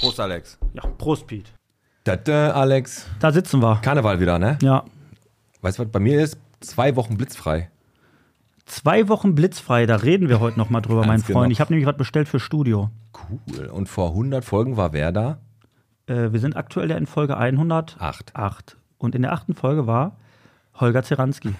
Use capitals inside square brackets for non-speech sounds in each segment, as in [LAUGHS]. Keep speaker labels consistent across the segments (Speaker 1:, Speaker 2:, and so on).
Speaker 1: Prost, Alex.
Speaker 2: Ja, Prost, Pete.
Speaker 1: Da, da, Alex.
Speaker 2: Da sitzen wir.
Speaker 1: Karneval wieder, ne?
Speaker 2: Ja.
Speaker 1: Weißt du, was bei mir ist? Zwei Wochen blitzfrei.
Speaker 2: Zwei Wochen blitzfrei, da reden wir heute nochmal drüber, mein
Speaker 1: Ganz
Speaker 2: Freund.
Speaker 1: genau.
Speaker 2: Ich habe nämlich was bestellt für Studio.
Speaker 1: Cool. Und vor 100 Folgen war wer da?
Speaker 2: Äh, wir sind aktuell ja in Folge 108.
Speaker 1: Acht.
Speaker 2: Und in der achten Folge war Holger Zeranski.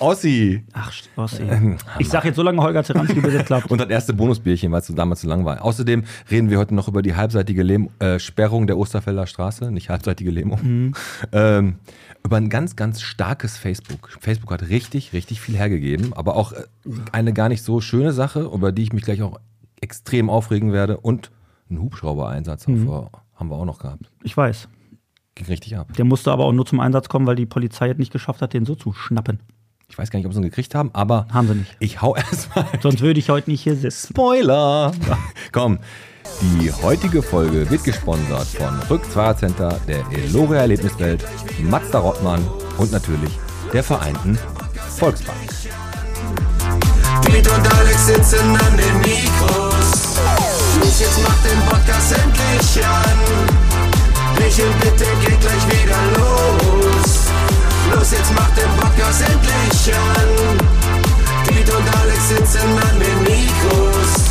Speaker 1: Ossi.
Speaker 2: Ach,
Speaker 1: Ähm,
Speaker 2: Ossi. Ich sage jetzt so lange Holger Zeranski, bis es klappt.
Speaker 1: Und das erste Bonusbierchen, weil es damals zu lang war. Außerdem reden wir heute noch über die halbseitige Lehm äh, Sperrung der Osterfelder Straße, nicht halbseitige Lähmung. Ähm, über ein ganz, ganz starkes Facebook. Facebook hat richtig, richtig viel hergegeben, aber auch äh, eine gar nicht so schöne Sache, über die ich mich gleich auch extrem aufregen werde. Und einen Hubschrauber-Einsatz haben wir- haben wir auch noch gehabt.
Speaker 2: Ich weiß.
Speaker 1: Ging richtig ab.
Speaker 2: Der musste aber auch nur zum Einsatz kommen, weil die Polizei es nicht geschafft hat, den so zu schnappen.
Speaker 1: Ich weiß gar nicht, ob sie ihn gekriegt haben, aber
Speaker 2: Haben sie nicht.
Speaker 1: ich hau [LAUGHS] erstmal
Speaker 2: Sonst würde ich heute nicht hier sitzen.
Speaker 1: Spoiler! [LAUGHS] Komm, die heutige Folge wird gesponsert von Rückfahrcenter der Eloria Erlebniswelt, Mazda Rottmann und natürlich der Vereinten Volksbank.
Speaker 3: Piet und Alex sitzen an den Mikros. Los, jetzt macht den Podcast endlich an. Michel, bitte geht gleich wieder los. Los, jetzt macht den Podcast endlich an. Piet und Alex sitzen an den Mikros.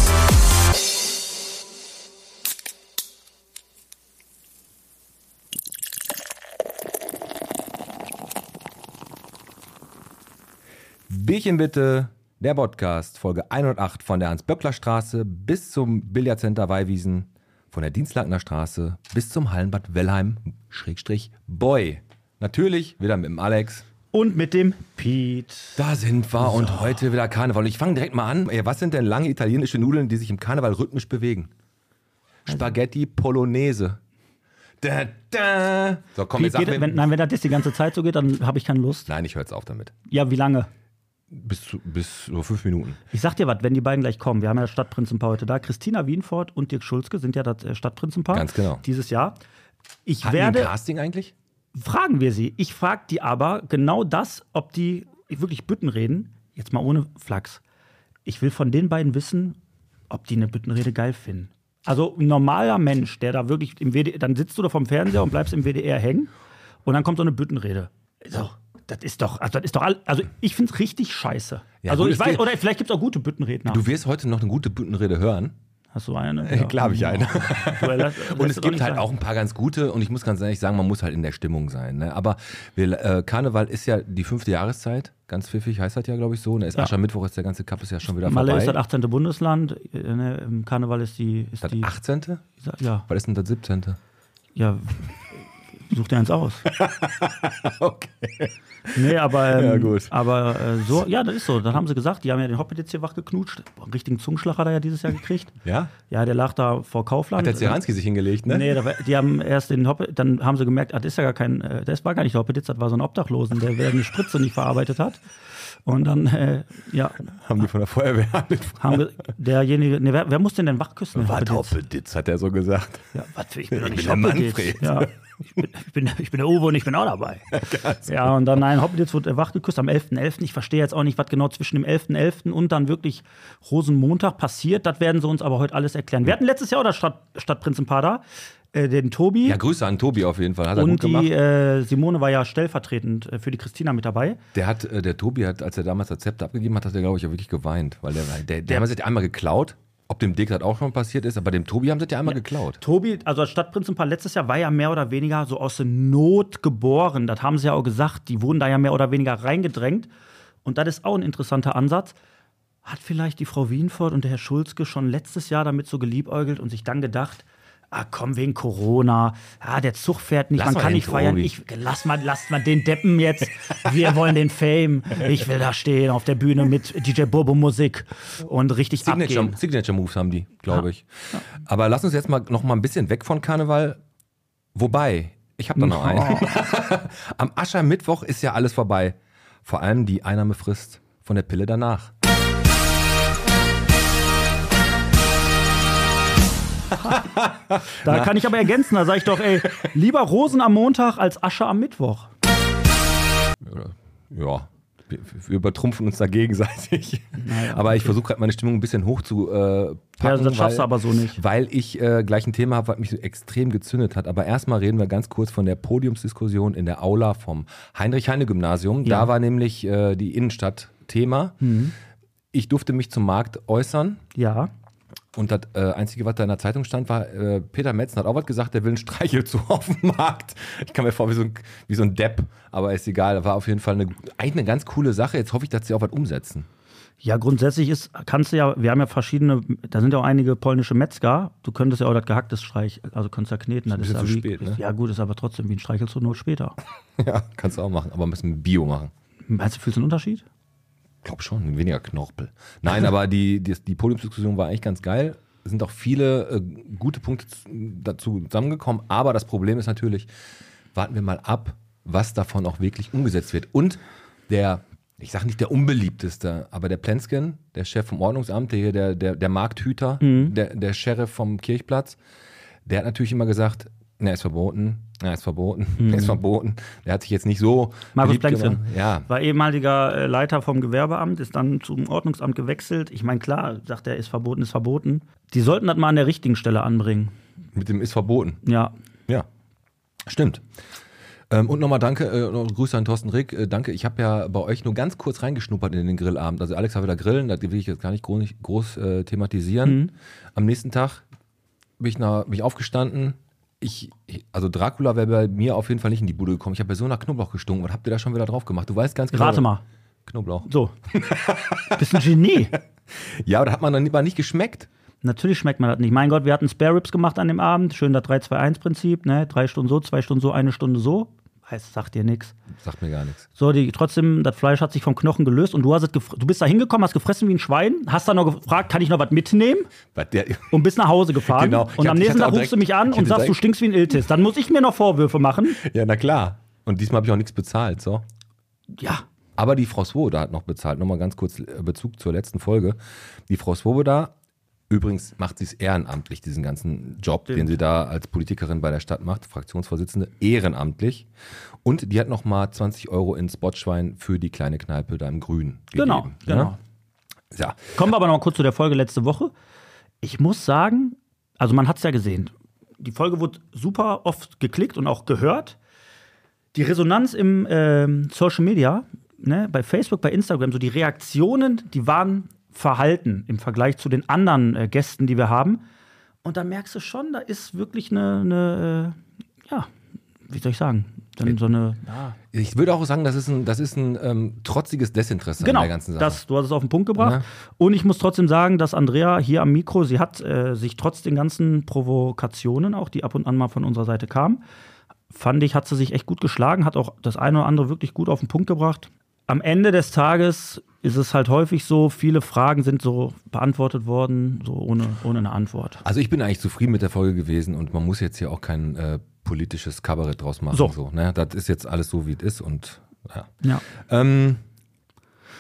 Speaker 1: Bierchen bitte, der Podcast, Folge 108 von der Hans-Böckler-Straße bis zum Billardcenter Weihwiesen, von der Dienstlagener Straße bis zum Hallenbad Wellheim, Schrägstrich Boy. Natürlich wieder mit dem Alex.
Speaker 2: Und mit dem Pete.
Speaker 1: Da sind wir und heute wieder Karneval. Und ich fange direkt mal an. Ey, was sind denn lange italienische Nudeln, die sich im Karneval rhythmisch bewegen?
Speaker 2: Also
Speaker 1: Spaghetti Bolognese. Da, da. So, komm,
Speaker 2: Pete
Speaker 1: jetzt sag
Speaker 2: geht,
Speaker 1: mir.
Speaker 2: wenn, nein, wenn das jetzt die ganze Zeit so geht, dann habe ich keine Lust.
Speaker 1: Nein, ich höre jetzt auf damit.
Speaker 2: Ja, wie lange?
Speaker 1: Bis, zu, bis so fünf Minuten.
Speaker 2: Ich sag dir was, wenn die beiden gleich kommen, wir haben ja das Stadtprinzenpaar heute da. Christina Wienfort und Dirk Schulzke sind ja das äh, Stadtprinzenpaar.
Speaker 1: Ganz genau.
Speaker 2: Dieses Jahr. Ich
Speaker 1: Hatten die ein
Speaker 2: werde,
Speaker 1: Casting eigentlich?
Speaker 2: fragen wir sie. Ich frage die aber genau das, ob die wirklich Büttenreden, jetzt mal ohne Flachs. Ich will von den beiden wissen, ob die eine Büttenrede geil finden. Also ein normaler Mensch, der da wirklich im WDR, dann sitzt du da vom Fernseher und bleibst im WDR hängen und dann kommt so eine Büttenrede. So. Das ist doch, also das ist doch, all, also ich finde es richtig scheiße.
Speaker 1: Ja,
Speaker 2: also
Speaker 1: gut,
Speaker 2: ich
Speaker 1: es
Speaker 2: weiß,
Speaker 1: geht-
Speaker 2: oder vielleicht gibt es auch gute Büttenredner.
Speaker 1: Du wirst heute noch eine gute Büttenrede hören.
Speaker 2: Hast du eine? äh,
Speaker 1: Klar habe Äh, ich
Speaker 2: [LAUGHS]
Speaker 1: eine. [LAUGHS] Und es gibt halt auch
Speaker 2: auch
Speaker 1: ein paar ganz gute und ich muss ganz ehrlich sagen, man muss halt in der Stimmung sein. Ne? Aber wir, äh, Karneval ist ja die fünfte Jahreszeit, ganz pfiffig heißt das ja, glaube ich, so. Ne? Ist Aschermittwoch ist der ganze Kapp ist ja schon wieder
Speaker 2: Malle
Speaker 1: vorbei.
Speaker 2: ist das 18. Bundesland, äh, ne, im Karneval ist die. Ist
Speaker 1: Das
Speaker 2: die
Speaker 1: 18.?
Speaker 2: ja,
Speaker 1: Was ist denn das 17.?
Speaker 2: ja. Such dir eins aus.
Speaker 1: [LAUGHS] Okay.
Speaker 2: Nee, aber, ähm,
Speaker 1: [LAUGHS] Ja, gut.
Speaker 2: aber äh, so, ja, das ist so. Dann haben sie gesagt, die haben ja den Hoppet jetzt hier wachgeknutscht. Boah, einen richtigen Zungenschlag hat er ja dieses Jahr gekriegt.
Speaker 1: [LAUGHS] Ja?
Speaker 2: Ja, der lag da vor Kaufland. Äh,
Speaker 1: Hat der Zeranski sich hingelegt, ne?
Speaker 2: Nee, da, war- die haben erst den Hoppe, dann haben sie gemerkt, ah, das ist ja gar kein, äh, das war gar nicht der Hoppeditz, das war so ein Obdachlosen, der eine Spritze nicht verarbeitet hat. Und dann, äh, ja,
Speaker 1: Haben die von der Feuerwehr [LAUGHS] mit
Speaker 2: haben wir, derjenige, nee, wer, wer muss denn denn wachküssen? den Hoppeditz?
Speaker 1: Hoppeditz, hat er so gesagt.
Speaker 2: Ja, was, ich bin doch
Speaker 1: Ich
Speaker 2: nicht
Speaker 1: bin der Manfred.
Speaker 2: Hoppeditz. Ja, ich, bin, ich, bin, ich bin der Uwe und ich bin
Speaker 1: [LAUGHS]
Speaker 2: auch dabei. ja, und dann, nein, Hoppeditz wurde wach geküsst am 11.11. Ich verstehe jetzt auch nicht, was genau zwischen dem 11.11. und dann wirklich Rosenmontag passiert. Das werden sie uns aber heute alles erklären. Wir hatten letztes Jahr auch das Stadt, Stadtprinzenpaar da, äh, den Tobi.
Speaker 1: Ja, Grüße an Tobi auf jeden Fall. Hat er gut
Speaker 2: und die
Speaker 1: gemacht.
Speaker 2: äh, Simone war ja stellvertretend äh, für die Christina mit dabei.
Speaker 1: Der hat, äh, der Tobi hat, als er damals das Zepter abgegeben hat, hat er, glaube ich, ja wirklich geweint. Weil der, der, der, der haben sie ja einmal geklaut. Ob dem Dick das auch schon passiert ist, aber dem Tobi haben sie das ja einmal geklaut.
Speaker 2: Tobi, also das Stadtprinzenpaar letztes Jahr war ja mehr oder weniger so aus der Not geboren. Das haben sie ja auch gesagt. Die wurden da ja mehr oder weniger reingedrängt. Und das ist auch ein interessanter Ansatz. Hat vielleicht die Frau Wienfort und der Herr Schulzke schon letztes Jahr damit so geliebäugelt und sich dann gedacht, ah komm, wegen Corona, ah, der Zug fährt nicht,
Speaker 1: Lass
Speaker 2: man
Speaker 1: mal
Speaker 2: kann
Speaker 1: den
Speaker 2: nicht feiern.
Speaker 1: Tobi.
Speaker 2: Ich, lass, mal, lass mal den Deppen jetzt, wir wollen den Fame. Ich will da stehen auf der Bühne mit DJ Bobo Musik und richtig abgehen.
Speaker 1: Signature, Signature Moves haben die, glaube ich. Aber lass uns jetzt mal noch mal ein bisschen weg von Karneval. Wobei, ich habe da noch einen. [LAUGHS] Am Aschermittwoch ist ja alles vorbei. Vor allem die Einnahmefrist von der Pille danach.
Speaker 2: Da kann ich aber ergänzen, da sage ich doch, ey, lieber Rosen am Montag als Asche am Mittwoch.
Speaker 1: Ja, wie wir, wir übertrumpfen uns da gegenseitig. aber ich versuche gerade meine Stimmung ein bisschen hoch zu äh,
Speaker 2: Ja,
Speaker 1: packen,
Speaker 2: das schaffst du
Speaker 1: weil-
Speaker 2: aber so nicht.
Speaker 1: Weil ich äh, gleich ein Thema habe, was mich so extrem gezündet hat. Aber erstmal reden wir ganz kurz von der Podiumsdiskussion in der Aula vom Heinrich-Heine-Gymnasium.
Speaker 2: Ja. Mhm.
Speaker 1: Da war nämlich äh, die Innenstadt Thema. Ich durfte mich zum Markt äußern.
Speaker 2: Ja.
Speaker 1: Und das äh, Einzige, was da in der Zeitung stand, war, äh, Peter Metzen hat auch was gesagt, der will einen [LAUGHS] Streichelzoo auf dem Markt. Ich kam mir vor wie so, ein, wie so ein Depp, aber ist egal. War auf jeden Fall eine, eigentlich eine ganz coole Sache. Jetzt hoffe ich, dass sie auch was umsetzen.
Speaker 2: Ja, grundsätzlich ist, kannst du ja, wir haben ja verschiedene, da sind ja auch einige polnische Metzger, du könntest ja auch das gehacktes Streich, also könntest ja kneten. Das
Speaker 1: Ist ein
Speaker 2: ja
Speaker 1: bisschen
Speaker 2: wie,
Speaker 1: zu spät, ne?
Speaker 2: Ja gut, ist aber trotzdem wie ein Streichel zur Not später.
Speaker 1: Ja, kannst du auch machen, aber müssen Bio machen.
Speaker 2: Meinst du, fühlst du einen Unterschied?
Speaker 1: Glaub schon, weniger Knorpel. Nein, aber die, die, die Podiumsdiskussion war eigentlich ganz geil. Es sind auch viele äh, gute Punkte z- dazu zusammengekommen. Aber das Problem ist natürlich, warten wir mal ab, was davon auch wirklich umgesetzt wird. Und der, ich sage nicht der unbeliebteste, aber der Plensken, der Chef vom Ordnungsamt, der, hier der, der, der Markthüter,
Speaker 2: Mhm.
Speaker 1: der, der Sheriff vom Kirchplatz, der hat natürlich immer gesagt, na, ist verboten, na, ist verboten, [LAUGHS] na, ist verboten. Der hat sich jetzt nicht so.
Speaker 2: Mhm. Markus
Speaker 1: beliebt
Speaker 2: Plensken.
Speaker 1: gemacht. Ja,
Speaker 2: War ehemaliger äh, Leiter vom Gewerbeamt, ist dann zum Ordnungsamt gewechselt. Ich meine, klar, sagt er, ist verboten, ist verboten. Die sollten das mal an der richtigen Stelle anbringen.
Speaker 1: mit dem ist verboten.
Speaker 2: Ja.
Speaker 1: Ja, stimmt. Ähm, und nochmal danke, äh, noch Grüße an Thorsten Rick. Äh, danke, ich habe ja bei euch nur ganz kurz reingeschnuppert in den Grillabend. Also Alex war wieder grillen, das will ich jetzt gar nicht groß, groß äh, thematisieren.
Speaker 2: Mhm.
Speaker 1: Am nächsten Tag bin ich, nach, bin ich aufgestanden. Ich, also Dracula wäre bei mir auf jeden Fall nicht in die Bude gekommen. Ich habe bei so einer Knoblauch gestunken. Was habt ihr da schon wieder drauf gemacht? Du weißt ganz genau.
Speaker 2: Rate mal.
Speaker 1: Knoblauch.
Speaker 2: So. Bist ein Genie.
Speaker 1: Ja, aber da hat man dann aber nicht geschmeckt.
Speaker 2: Natürlich schmeckt man das nicht. Mein Gott, wir hatten Spare Ribs gemacht an dem Abend. Schön das 3-2-1-Prinzip. Ne? Drei Stunden so, zwei Stunden so, eine Stunde so. Heißt, sagt dir nichts.
Speaker 1: Sagt mir gar nichts.
Speaker 2: So, die, trotzdem, das Fleisch hat sich vom Knochen gelöst und du, hast es gef- du bist da hingekommen, hast gefressen wie ein Schwein, hast dann noch gefragt, kann ich noch was mitnehmen?
Speaker 1: Was der, [LAUGHS]
Speaker 2: Und bist nach Hause gefahren.
Speaker 1: Genau.
Speaker 2: Und
Speaker 1: Ich
Speaker 2: am
Speaker 1: hab- ich
Speaker 2: nächsten
Speaker 1: hatte auch
Speaker 2: Tag rufst du
Speaker 1: direkt-
Speaker 2: mich an
Speaker 1: ich
Speaker 2: und
Speaker 1: hatte
Speaker 2: sagst, du
Speaker 1: direkt-
Speaker 2: stinkst wie ein Iltis. Dann muss ich mir noch Vorwürfe machen.
Speaker 1: ja, na klar. Und diesmal habe ich auch nichts bezahlt, so.
Speaker 2: Ja,
Speaker 1: Aber die Frau Swoboda hat noch bezahlt. Nochmal ganz kurz äh, Bezug zur letzten Folge. Die Frau Swoboda, übrigens macht sie es ehrenamtlich, diesen ganzen Job, den sie da als Politikerin bei der Stadt macht, Fraktionsvorsitzende, ehrenamtlich. Und die hat nochmal 20 Euro ins Botschwein für die kleine Kneipe da im Grünen
Speaker 2: genau.
Speaker 1: gegeben.
Speaker 2: genau.
Speaker 1: Ne? Ja.
Speaker 2: Kommen wir aber noch mal kurz zu der Folge letzte Woche. Ich muss sagen, also man hat es ja gesehen. Die Folge wurde super oft geklickt und auch gehört. Die Resonanz im ähm, Social Media, ne, bei Facebook, bei Instagram, so die Reaktionen, die waren verhalten im Vergleich zu den anderen äh, Gästen, die wir haben. Und da merkst du schon, da ist wirklich eine, eine äh, ja, wie soll ich sagen, dann so eine
Speaker 1: Ich würde auch sagen, das ist ein, das ist ein ähm, trotziges Desinteresse
Speaker 2: Genau,
Speaker 1: an der ganzen Sache.
Speaker 2: Das, du hast es auf den Punkt gebracht.
Speaker 1: Ne?
Speaker 2: Und ich muss trotzdem sagen, dass Andrea hier am Mikro, sie hat äh, sich trotz den ganzen Provokationen, auch die ab und an mal von unserer Seite kamen, fand ich, hat sie sich echt gut geschlagen, hat auch das eine oder andere wirklich gut auf den Punkt gebracht. Am Ende des Tages ist es halt häufig so, viele Fragen sind so beantwortet worden, so ohne, ohne eine Antwort.
Speaker 1: Also ich bin eigentlich zufrieden mit der Folge gewesen und man muss jetzt hier auch kein äh, politisches Kabarett draus machen.
Speaker 2: So.
Speaker 1: ne? Das ist jetzt alles so, wie es ist und ja.
Speaker 2: Ja,
Speaker 1: Ähm,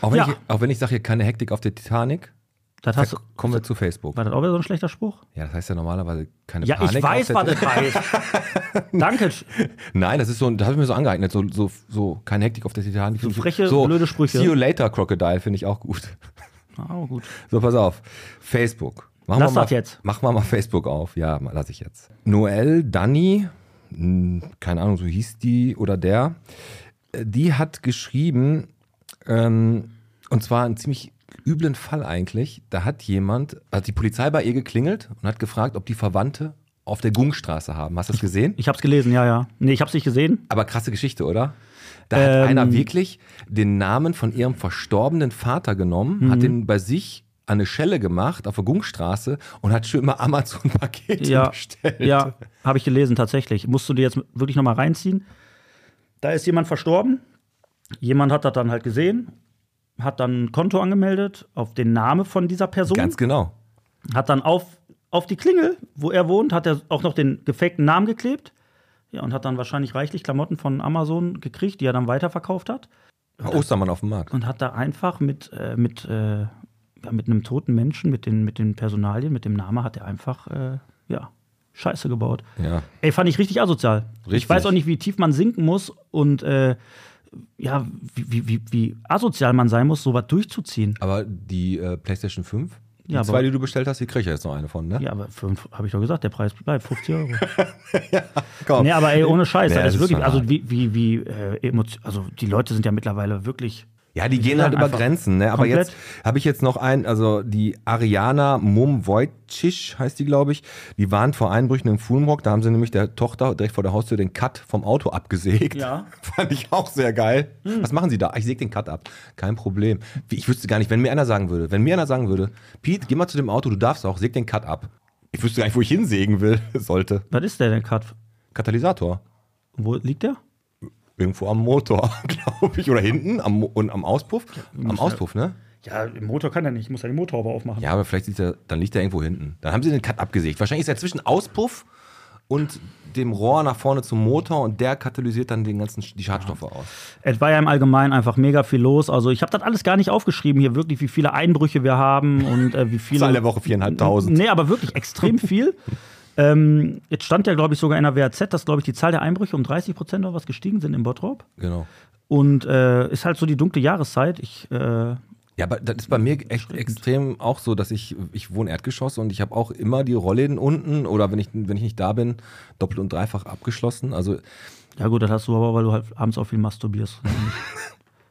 Speaker 1: auch wenn
Speaker 2: Ja. Also,
Speaker 1: ich, auch wenn ich sage, hier keine Hektik auf der Titanic,
Speaker 2: das hast,
Speaker 1: kommen wir zu Facebook.
Speaker 2: war das auch wieder so ein schlechter Spruch?
Speaker 1: Ja, das heißt ja normalerweise keine
Speaker 2: Ja,
Speaker 1: Panik.
Speaker 2: ich weiß,
Speaker 1: auf
Speaker 2: was
Speaker 1: der
Speaker 2: das heißt.
Speaker 1: [LAUGHS]
Speaker 2: Danke,
Speaker 1: Nein, das ist so, ein- das habe ich mir so angeeignet, so, so, so keine Hektik auf der Titanic. So
Speaker 2: freche, blöde Sprüche.
Speaker 1: See you later, Crocodile, finde ich auch gut.
Speaker 2: oh, gut.
Speaker 1: So, pass auf. Facebook. Machen
Speaker 2: Lass
Speaker 1: wir mal,
Speaker 2: das jetzt.
Speaker 1: Machen wir mal Facebook auf. Ja, mal- lass ich jetzt. Noel, Dani, mh, keine Ahnung, so hieß die oder der, äh, die hat geschrieben, ähm, und zwar einen ziemlich üblen Fall eigentlich. Da hat jemand, hat die Polizei bei ihr geklingelt und hat gefragt, ob die Verwandte auf der Gungstraße haben. Hast du das gesehen?
Speaker 2: Ich hab's gelesen, ja, ja. Nee, ich hab's nicht gesehen.
Speaker 1: Aber krasse Geschichte, oder? Da hat
Speaker 2: Ähm.
Speaker 1: einer wirklich den Namen von ihrem verstorbenen Vater genommen,
Speaker 2: Mhm.
Speaker 1: hat den bei sich an eine Schelle gemacht auf der Gungstraße und hat schon immer Amazon-Pakete [LAUGHS]
Speaker 2: ja,
Speaker 1: bestellt.
Speaker 2: Ja, habe ich gelesen tatsächlich. Musst du dir jetzt wirklich nochmal reinziehen. Da ist jemand verstorben. Jemand hat das dann halt gesehen, hat dann ein Konto angemeldet auf den Namen von dieser Person,
Speaker 1: Ganz genau.
Speaker 2: hat dann auf, auf die Klingel, wo er wohnt, hat er auch noch den gefakten Namen geklebt. Ja, und hat dann wahrscheinlich reichlich Klamotten von Amazon gekriegt, die er dann weiterverkauft hat.
Speaker 1: Ostermann auf dem Markt.
Speaker 2: Und hat da einfach mit, äh, mit, äh, ja, mit einem toten Menschen, mit den, mit den Personalien, mit dem Namen, hat er einfach, äh, ja, Scheiße gebaut.
Speaker 1: Ja.
Speaker 2: Ey, fand ich richtig asozial. Ich
Speaker 1: Richtig.
Speaker 2: weiß auch nicht, wie tief man sinken muss und äh, ja, wie, wie, wie, wie asozial man sein muss, sowas durchzuziehen.
Speaker 1: Aber die äh, PlayStation 5, die
Speaker 2: Ja, aber-
Speaker 1: zwei, die du bestellt hast, die kriege ich jetzt noch eine von, ne?
Speaker 2: Ja, aber fünf habe ich doch gesagt, der Preis bleibt 50
Speaker 1: [LAUGHS]
Speaker 2: Euro.
Speaker 1: Komm.
Speaker 2: Nee, aber ey, ohne Scheiß.
Speaker 1: Nee,
Speaker 2: das
Speaker 1: das
Speaker 2: ist
Speaker 1: ist
Speaker 2: wirklich,
Speaker 1: schon
Speaker 2: also
Speaker 1: hart.
Speaker 2: wie, wie, wie äh, Emotio- also die Leute sind ja mittlerweile wirklich.
Speaker 1: Ja, die gehen halt
Speaker 2: Ja,
Speaker 1: über
Speaker 2: einfach
Speaker 1: Grenzen. Ne? Aber
Speaker 2: komplett.
Speaker 1: jetzt habe ich jetzt noch einen, also die Ariana Mumwojcic heißt die, glaube ich, die warnt vor Einbrüchen im Fulmrock. Da haben sie nämlich der Tochter direkt vor der Haustür den Cut vom Auto abgesägt.
Speaker 2: Ja.
Speaker 1: [LAUGHS]
Speaker 2: Hm.
Speaker 1: Fand ich auch sehr geil. Was machen sie da? Ah, Ich säge den Cut ab. Kein Problem. Wie, Ich wüsste gar nicht, wenn mir einer sagen würde, wenn mir einer sagen würde, Pete, geh mal zu dem Auto, du darfst auch, säg den Cut ab. Ich wüsste gar nicht, wo ich hinsägen will, [LAUGHS] sollte.
Speaker 2: Was ist der denn gerade?
Speaker 1: Katalysator.
Speaker 2: Wo liegt der?
Speaker 1: Irgendwo am Motor, [LAUGHS] glaube ich. Oder hinten am, Mo- und am Auspuff. Am Auspuff, ne?
Speaker 2: Ja, im Motor kann er nicht. Ich muss ja den Motorhaube aufmachen.
Speaker 1: Ja, aber vielleicht liegt er, dann liegt er irgendwo hinten. Dann haben sie den Cut abgesägt. Wahrscheinlich ist er zwischen Auspuff und dem Rohr nach vorne zum Motor und der katalysiert dann den ganzen, Sch- die Schadstoffe aus.
Speaker 2: Es war ja im Allgemeinen einfach mega viel los. Also ich habe das alles gar nicht aufgeschrieben hier, wirklich, wie viele Einbrüche wir haben und äh, wie viele.
Speaker 1: Zahl der Woche 4.500.
Speaker 2: Nee, aber wirklich
Speaker 1: [LAUGHS]
Speaker 2: extrem viel. ähm, jetzt stand ja, glaube ich, sogar in der WAZ, dass, glaube ich, die Zahl der Einbrüche um 30 Prozent oder was gestiegen sind in Bottrop.
Speaker 1: Genau.
Speaker 2: Und äh, ist halt so die dunkle Jahreszeit. Ich, äh,
Speaker 1: Ja, aber das ist bei mir echt extrem auch so, dass ich, ich wohne Erdgeschoss und ich habe auch immer die Rollläden unten oder wenn ich, wenn ich nicht da bin, doppelt und dreifach abgeschlossen. Also
Speaker 2: ja gut, das hast du aber, weil du halt abends auch viel masturbierst.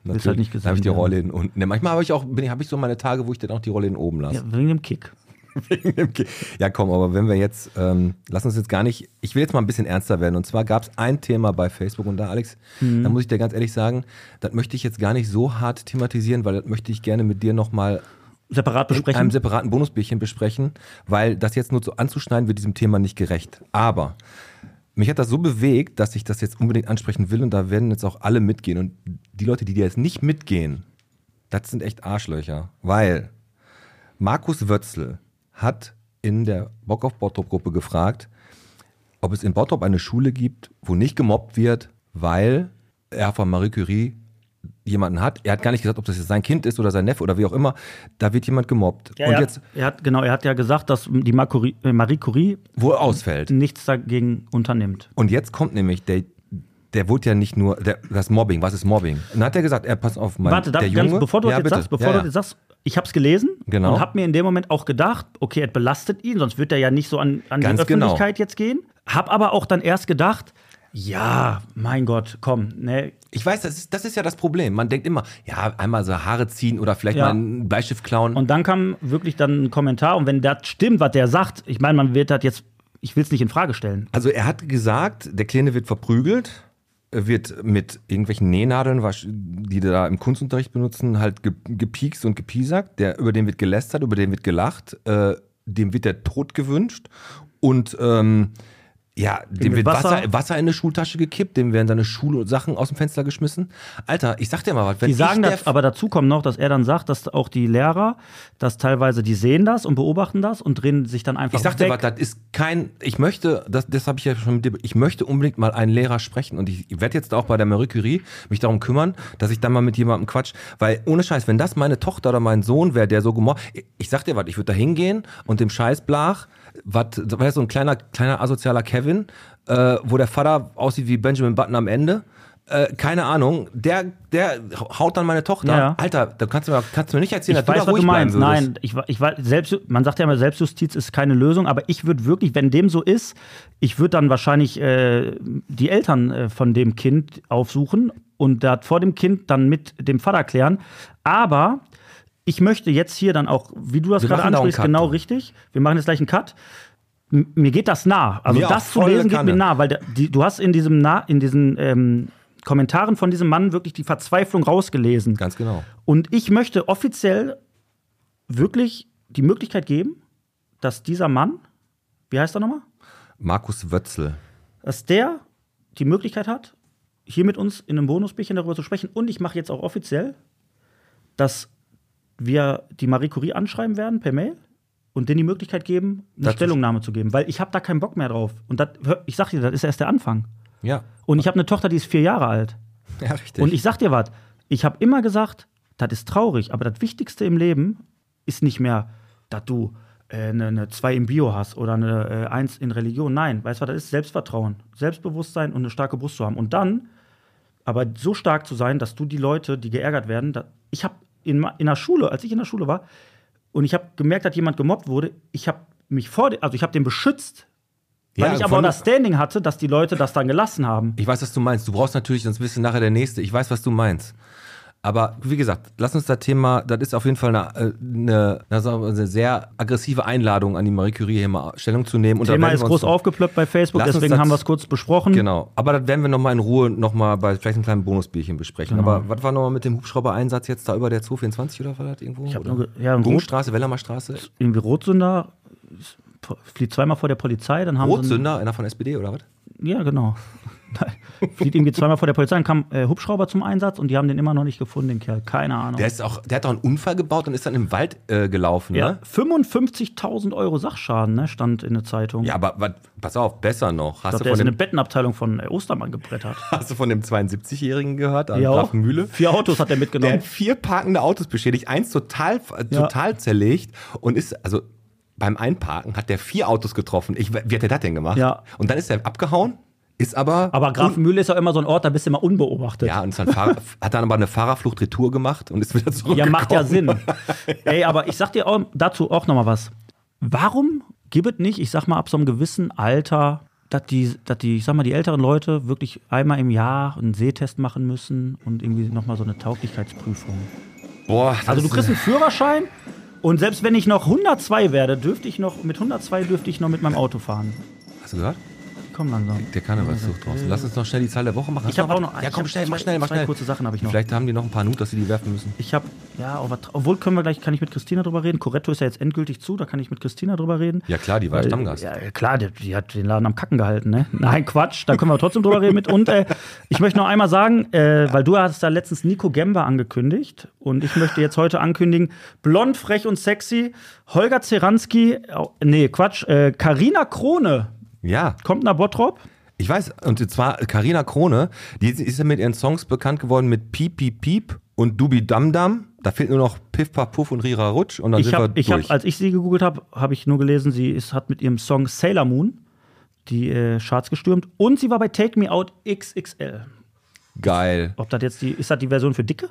Speaker 1: natürlich
Speaker 2: halt nicht gesehen
Speaker 1: habe ich die
Speaker 2: werden.
Speaker 1: Rollläden unten. Ne, manchmal habe ich auch, bin ich- habe ich so meine Tage, wo ich dann auch die Rollläden oben lasse.
Speaker 2: ja, wegen dem Kick.
Speaker 1: Okay. [LAUGHS] Ja, komm, aber wenn wir jetzt, ähm, lass uns jetzt gar nicht, ich will jetzt mal ein bisschen ernster werden. Und zwar gab es ein Thema bei Facebook und da, Alex, da muss ich dir ganz ehrlich sagen, das möchte ich jetzt gar nicht so hart thematisieren, weil das möchte ich gerne mit dir nochmal
Speaker 2: Separat
Speaker 1: in einem
Speaker 2: besprechen.
Speaker 1: separaten Bonusbierchen besprechen, weil das jetzt nur so anzuschneiden wird diesem Thema nicht gerecht. Aber mich hat das so bewegt, dass ich das jetzt unbedingt ansprechen will und da werden jetzt auch alle mitgehen. Und die Leute, die dir jetzt nicht mitgehen, das sind echt Arschlöcher, weil Markus Wötzl hat in der Bock auf Bottrop-Gruppe gefragt, ob es in Bottrop eine Schule gibt, wo nicht gemobbt wird, weil er von Marie Curie jemanden hat. Er hat gar nicht gesagt, ob das jetzt sein Kind ist oder sein Neffe oder wie auch immer. Da wird jemand gemobbt.
Speaker 2: Ja,
Speaker 1: und
Speaker 2: er,
Speaker 1: jetzt,
Speaker 2: hat, er hat genau, er hat ja gesagt, dass die Marie, äh, Marie Curie
Speaker 1: wo er ausfällt.
Speaker 2: nichts dagegen unternimmt.
Speaker 1: Und jetzt kommt nämlich der, der wurde ja nicht nur, der, das Mobbing, was ist Mobbing? Und dann hat er gesagt, er pass auf, mein,
Speaker 2: Warte, darf
Speaker 1: der
Speaker 2: ich ganz,
Speaker 1: Junge-
Speaker 2: bevor du das
Speaker 1: ja,
Speaker 2: jetzt
Speaker 1: bitte.
Speaker 2: sagst, bevor
Speaker 1: ja,
Speaker 2: du
Speaker 1: ja.
Speaker 2: das jetzt sagst, ich habe es gelesen
Speaker 1: Genau.
Speaker 2: und habe mir in dem Moment auch gedacht, okay, es belastet ihn, sonst wird er ja nicht so an, an die
Speaker 1: Ganz genau.
Speaker 2: Öffentlichkeit jetzt gehen. Hab aber auch dann erst gedacht, ja, mein Gott, komm, ne,
Speaker 1: Ich weiß, das ist, das ist ja das Problem. Man denkt immer, ja, einmal so Haare ziehen oder vielleicht
Speaker 2: Ja.
Speaker 1: mal einen Bleistift klauen.
Speaker 2: Und dann kam wirklich dann ein Kommentar. Und wenn das stimmt, was der sagt, ich meine, man wird das jetzt, ich will es nicht in Frage stellen.
Speaker 1: Also er hat gesagt, der Kleine wird verprügelt, er wird mit irgendwelchen Nähnadeln, wasch- die da im Kunstunterricht benutzen, halt ge- gepiekst und gepiesackt. Der, über den wird gelästert, über den wird gelacht, äh, dem wird der Tod gewünscht und ähm, ja, dem
Speaker 2: wird
Speaker 1: wird Wasser,
Speaker 2: Wasser-
Speaker 1: Wasser in eine Schultasche gekippt, dem werden seine Schulsachen aus dem Fenster geschmissen. Alter, ich sag dir mal was, wenn
Speaker 2: Die sagen
Speaker 1: ich
Speaker 2: das, aber dazu kommt noch, dass er dann sagt, dass auch die Lehrer, dass teilweise die sehen das und beobachten das und drehen sich dann einfach
Speaker 1: Ich sagte,
Speaker 2: weg.
Speaker 1: aber das ist kein. Ich möchte, das, das habe ich ja schon mit dir. Ich möchte unbedingt mal einen Lehrer sprechen und ich werde jetzt auch bei der Marie Curie mich darum kümmern, dass ich dann mal mit jemandem quatsch. Weil ohne Scheiß, wenn das meine Tochter oder mein Sohn wäre, der so gemobbt. Ich, ich sag dir was, ich würde da hingehen und dem Scheiß blach, was, das war ja so ein kleiner, kleiner asozialer Kevin, äh, wo der Vater aussieht wie Benjamin Button am Ende. Äh, keine Ahnung, der, der haut dann meine Tochter.
Speaker 2: Ja.
Speaker 1: Alter, da kannst du, mir- kannst du mir nicht erzählen,
Speaker 2: ich weiß,
Speaker 1: da
Speaker 2: was du
Speaker 1: bleiben
Speaker 2: meinst.
Speaker 1: würdest.
Speaker 2: Nein, ich, wa- ich weiß, selbst, man sagt ja immer, Selbstjustiz ist keine Lösung, aber ich würde wirklich, wenn dem so ist, ich würde dann wahrscheinlich äh, die Eltern äh, von dem Kind aufsuchen und das vor dem Kind dann mit dem Vater klären. Aber ich möchte jetzt hier dann auch, wie du das
Speaker 1: Wir
Speaker 2: gerade
Speaker 1: machen da einen
Speaker 2: ansprichst,
Speaker 1: Cut.
Speaker 2: genau richtig. Wir machen jetzt gleich einen Cut. M- Mir geht das nah. Also
Speaker 1: Mir
Speaker 2: das
Speaker 1: auch,
Speaker 2: zu
Speaker 1: volle
Speaker 2: lesen geht
Speaker 1: Kanne.
Speaker 2: mir nah, weil der, die, du hast in diesem nah, in diesen ähm, Kommentaren von diesem Mann wirklich die Verzweiflung rausgelesen.
Speaker 1: Ganz genau.
Speaker 2: Und ich möchte offiziell wirklich die Möglichkeit geben, dass dieser Mann, wie heißt er nochmal,
Speaker 1: Markus Wötzel.
Speaker 2: dass der die Möglichkeit hat, hier mit uns in einem Bonusbierchen darüber zu sprechen. Und ich mache jetzt auch offiziell, dass wir die Marie Curie anschreiben werden per Mail und denen die Möglichkeit geben, eine
Speaker 1: Das-
Speaker 2: Stellungnahme zu geben, weil ich habe da keinen Bock mehr drauf. Und das, hör- ich sag dir, das ist erst der Anfang.
Speaker 1: Ja.
Speaker 2: Und ich habe eine Tochter, die ist vier Jahre alt.
Speaker 1: [LAUGHS] Ja, richtig.
Speaker 2: Und ich sag dir was, ich habe immer gesagt, das ist traurig, aber das Wichtigste im Leben ist nicht mehr, dass du eine äh, 2 im Bio hast oder ne, äh, eine 1 in Religion. Nein, weißt du, was das ist Selbstvertrauen, Selbstbewusstsein und eine starke Brust zu haben. Und dann Aber so stark zu sein, dass du die Leute, die geärgert werden, da, ich habe in, ma- in der Schule, als ich in der Schule war, und ich habe gemerkt, dass jemand gemobbt wurde, ich habe mich vor, de- also ich habe den beschützt, weil
Speaker 1: Ja,
Speaker 2: ich aber
Speaker 1: vor
Speaker 2: auch
Speaker 1: allem-
Speaker 2: das Standing hatte, dass die Leute das dann gelassen haben.
Speaker 1: Ich weiß, was du meinst. Du brauchst natürlich, sonst bist du nachher der Nächste. Ich weiß, was du meinst. Aber wie gesagt, lass uns das Thema, das ist auf jeden Fall eine, äh, eine, das ist auch eine sehr aggressive Einladung an die Marie Curie hier mal Stellung zu nehmen. Und da
Speaker 2: Thema
Speaker 1: werden
Speaker 2: ist
Speaker 1: wir uns
Speaker 2: groß
Speaker 1: noch-
Speaker 2: aufgeplöppt bei Facebook,
Speaker 1: Lass uns
Speaker 2: deswegen
Speaker 1: das-
Speaker 2: haben wir es kurz besprochen.
Speaker 1: Genau. Aber das werden wir nochmal in Ruhe nochmal bei vielleicht einem kleinen Bonusbierchen besprechen.
Speaker 2: Genau.
Speaker 1: Aber was war nochmal mit dem Hubschrauber-Einsatz jetzt da über der 224 oder war das irgendwo?
Speaker 2: Ich hab
Speaker 1: Oder?
Speaker 2: nur ge- ja, im
Speaker 1: Bumstraße, Wellermerstraße,
Speaker 2: Irgendwie Rotsünder p- flieht zweimal vor der Polizei, dann haben sie einen-
Speaker 1: Rotsünder, einer von SPD oder was?
Speaker 2: Ja, genau. [LAUGHS] Flieht irgendwie zweimal vor der Polizei, dann kam äh, Hubschrauber zum Einsatz und die haben den immer noch nicht gefunden, den Kerl. Keine Ahnung.
Speaker 1: Der, ist auch, der hat doch einen Unfall gebaut und ist dann im Wald äh, gelaufen,
Speaker 2: ja,
Speaker 1: ne?
Speaker 2: 55.000 Euro Sachschaden, ne, stand in der Zeitung.
Speaker 1: Ja, aber wat, pass auf, besser noch. Hast,
Speaker 2: ich glaube,
Speaker 1: du,
Speaker 2: der ist
Speaker 1: von
Speaker 2: in eine
Speaker 1: dem,
Speaker 2: Bettenabteilung von äh, Ostermann gebrettert.
Speaker 1: hast du von dem 72-Jährigen gehört, an
Speaker 2: Ja.
Speaker 1: Grafenmühle?
Speaker 2: Vier Autos hat
Speaker 1: Der
Speaker 2: er mitgenommen.
Speaker 1: hat vier parkende Autos beschädigt, eins total, äh,
Speaker 2: Ja.
Speaker 1: total zerlegt und ist, also beim Einparken hat der vier Autos getroffen. Ich, wie hat der das denn gemacht?
Speaker 2: Ja.
Speaker 1: Und dann ist er abgehauen, ist aber.
Speaker 2: aber Grafenmühle ist ja immer so ein Ort, da bist du immer unbeobachtet.
Speaker 1: ja, und ist dann
Speaker 2: [LAUGHS]
Speaker 1: Fahrer, hat dann aber eine Fahrerflucht Retour gemacht und ist wieder
Speaker 2: Ja,
Speaker 1: zurückgekommen.
Speaker 2: macht ja Sinn.
Speaker 1: [LAUGHS]
Speaker 2: Ey, aber ich sag dir auch, dazu auch noch mal was. Warum gibt es nicht, ich sag mal, ab so einem gewissen Alter, dass die, dass die, ich sag mal, die älteren Leute wirklich einmal im Jahr einen Sehtest machen müssen und irgendwie noch mal so eine Tauglichkeitsprüfung?
Speaker 1: Boah, das
Speaker 2: Also du
Speaker 1: ist-
Speaker 2: kriegst einen Führerschein und selbst wenn ich noch 102 werde, dürfte ich noch, mit 102 dürfte ich noch mit meinem Auto fahren.
Speaker 1: Hast du gehört?
Speaker 2: Komm langsam.
Speaker 1: Der Karnevalszug draußen. Lass uns noch schnell die Zahl der Woche machen.
Speaker 2: Ich
Speaker 1: Hast
Speaker 2: hab
Speaker 1: was?
Speaker 2: auch noch-
Speaker 1: Ja,
Speaker 2: ich
Speaker 1: komm,
Speaker 2: hab
Speaker 1: schnell, mach
Speaker 2: zwei-
Speaker 1: schnell, mach
Speaker 2: zwei
Speaker 1: schnell.
Speaker 2: kurze Sachen hab ich noch.
Speaker 1: Vielleicht haben die noch ein paar Nut, dass sie die werfen müssen.
Speaker 2: Ich habe, ja, aber, tra- obwohl können wir gleich, kann ich mit Christina drüber reden. Corretto ist ja jetzt endgültig zu, da kann ich mit Christina drüber reden.
Speaker 1: Ja, klar, die war
Speaker 2: Weil-
Speaker 1: Stammgast.
Speaker 2: Ja, klar, die, die hat den Laden am Kacken gehalten, ne? [LAUGHS] Nein, Quatsch, da können wir trotzdem drüber reden mit. Und äh, ich möchte noch einmal sagen, äh, weil du hast da letztens Nico Gemba angekündigt und ich möchte jetzt heute ankündigen, blond, frech und sexy, Holger Zeranski, oh, nee, Quatsch, äh, Carina Krone
Speaker 1: Ja,
Speaker 2: kommt nach Bottrop.
Speaker 1: ich weiß. Und zwar Karina Krone, die ist ja mit ihren Songs bekannt geworden mit Piep, Piep, Piep und Dubi Dam Dam. Da fehlt nur noch Piff, Paff, Puff und Rira Rutsch und dann
Speaker 2: Ich
Speaker 1: sind
Speaker 2: hab,
Speaker 1: wir
Speaker 2: ich hab,
Speaker 1: durch.
Speaker 2: als ich sie gegoogelt habe, habe ich nur gelesen, sie ist, hat mit ihrem Song Sailor Moon die äh, Charts gestürmt und sie war bei Take Me Out XXL.
Speaker 1: Geil.
Speaker 2: Ob das jetzt die ist das die Version für dicke?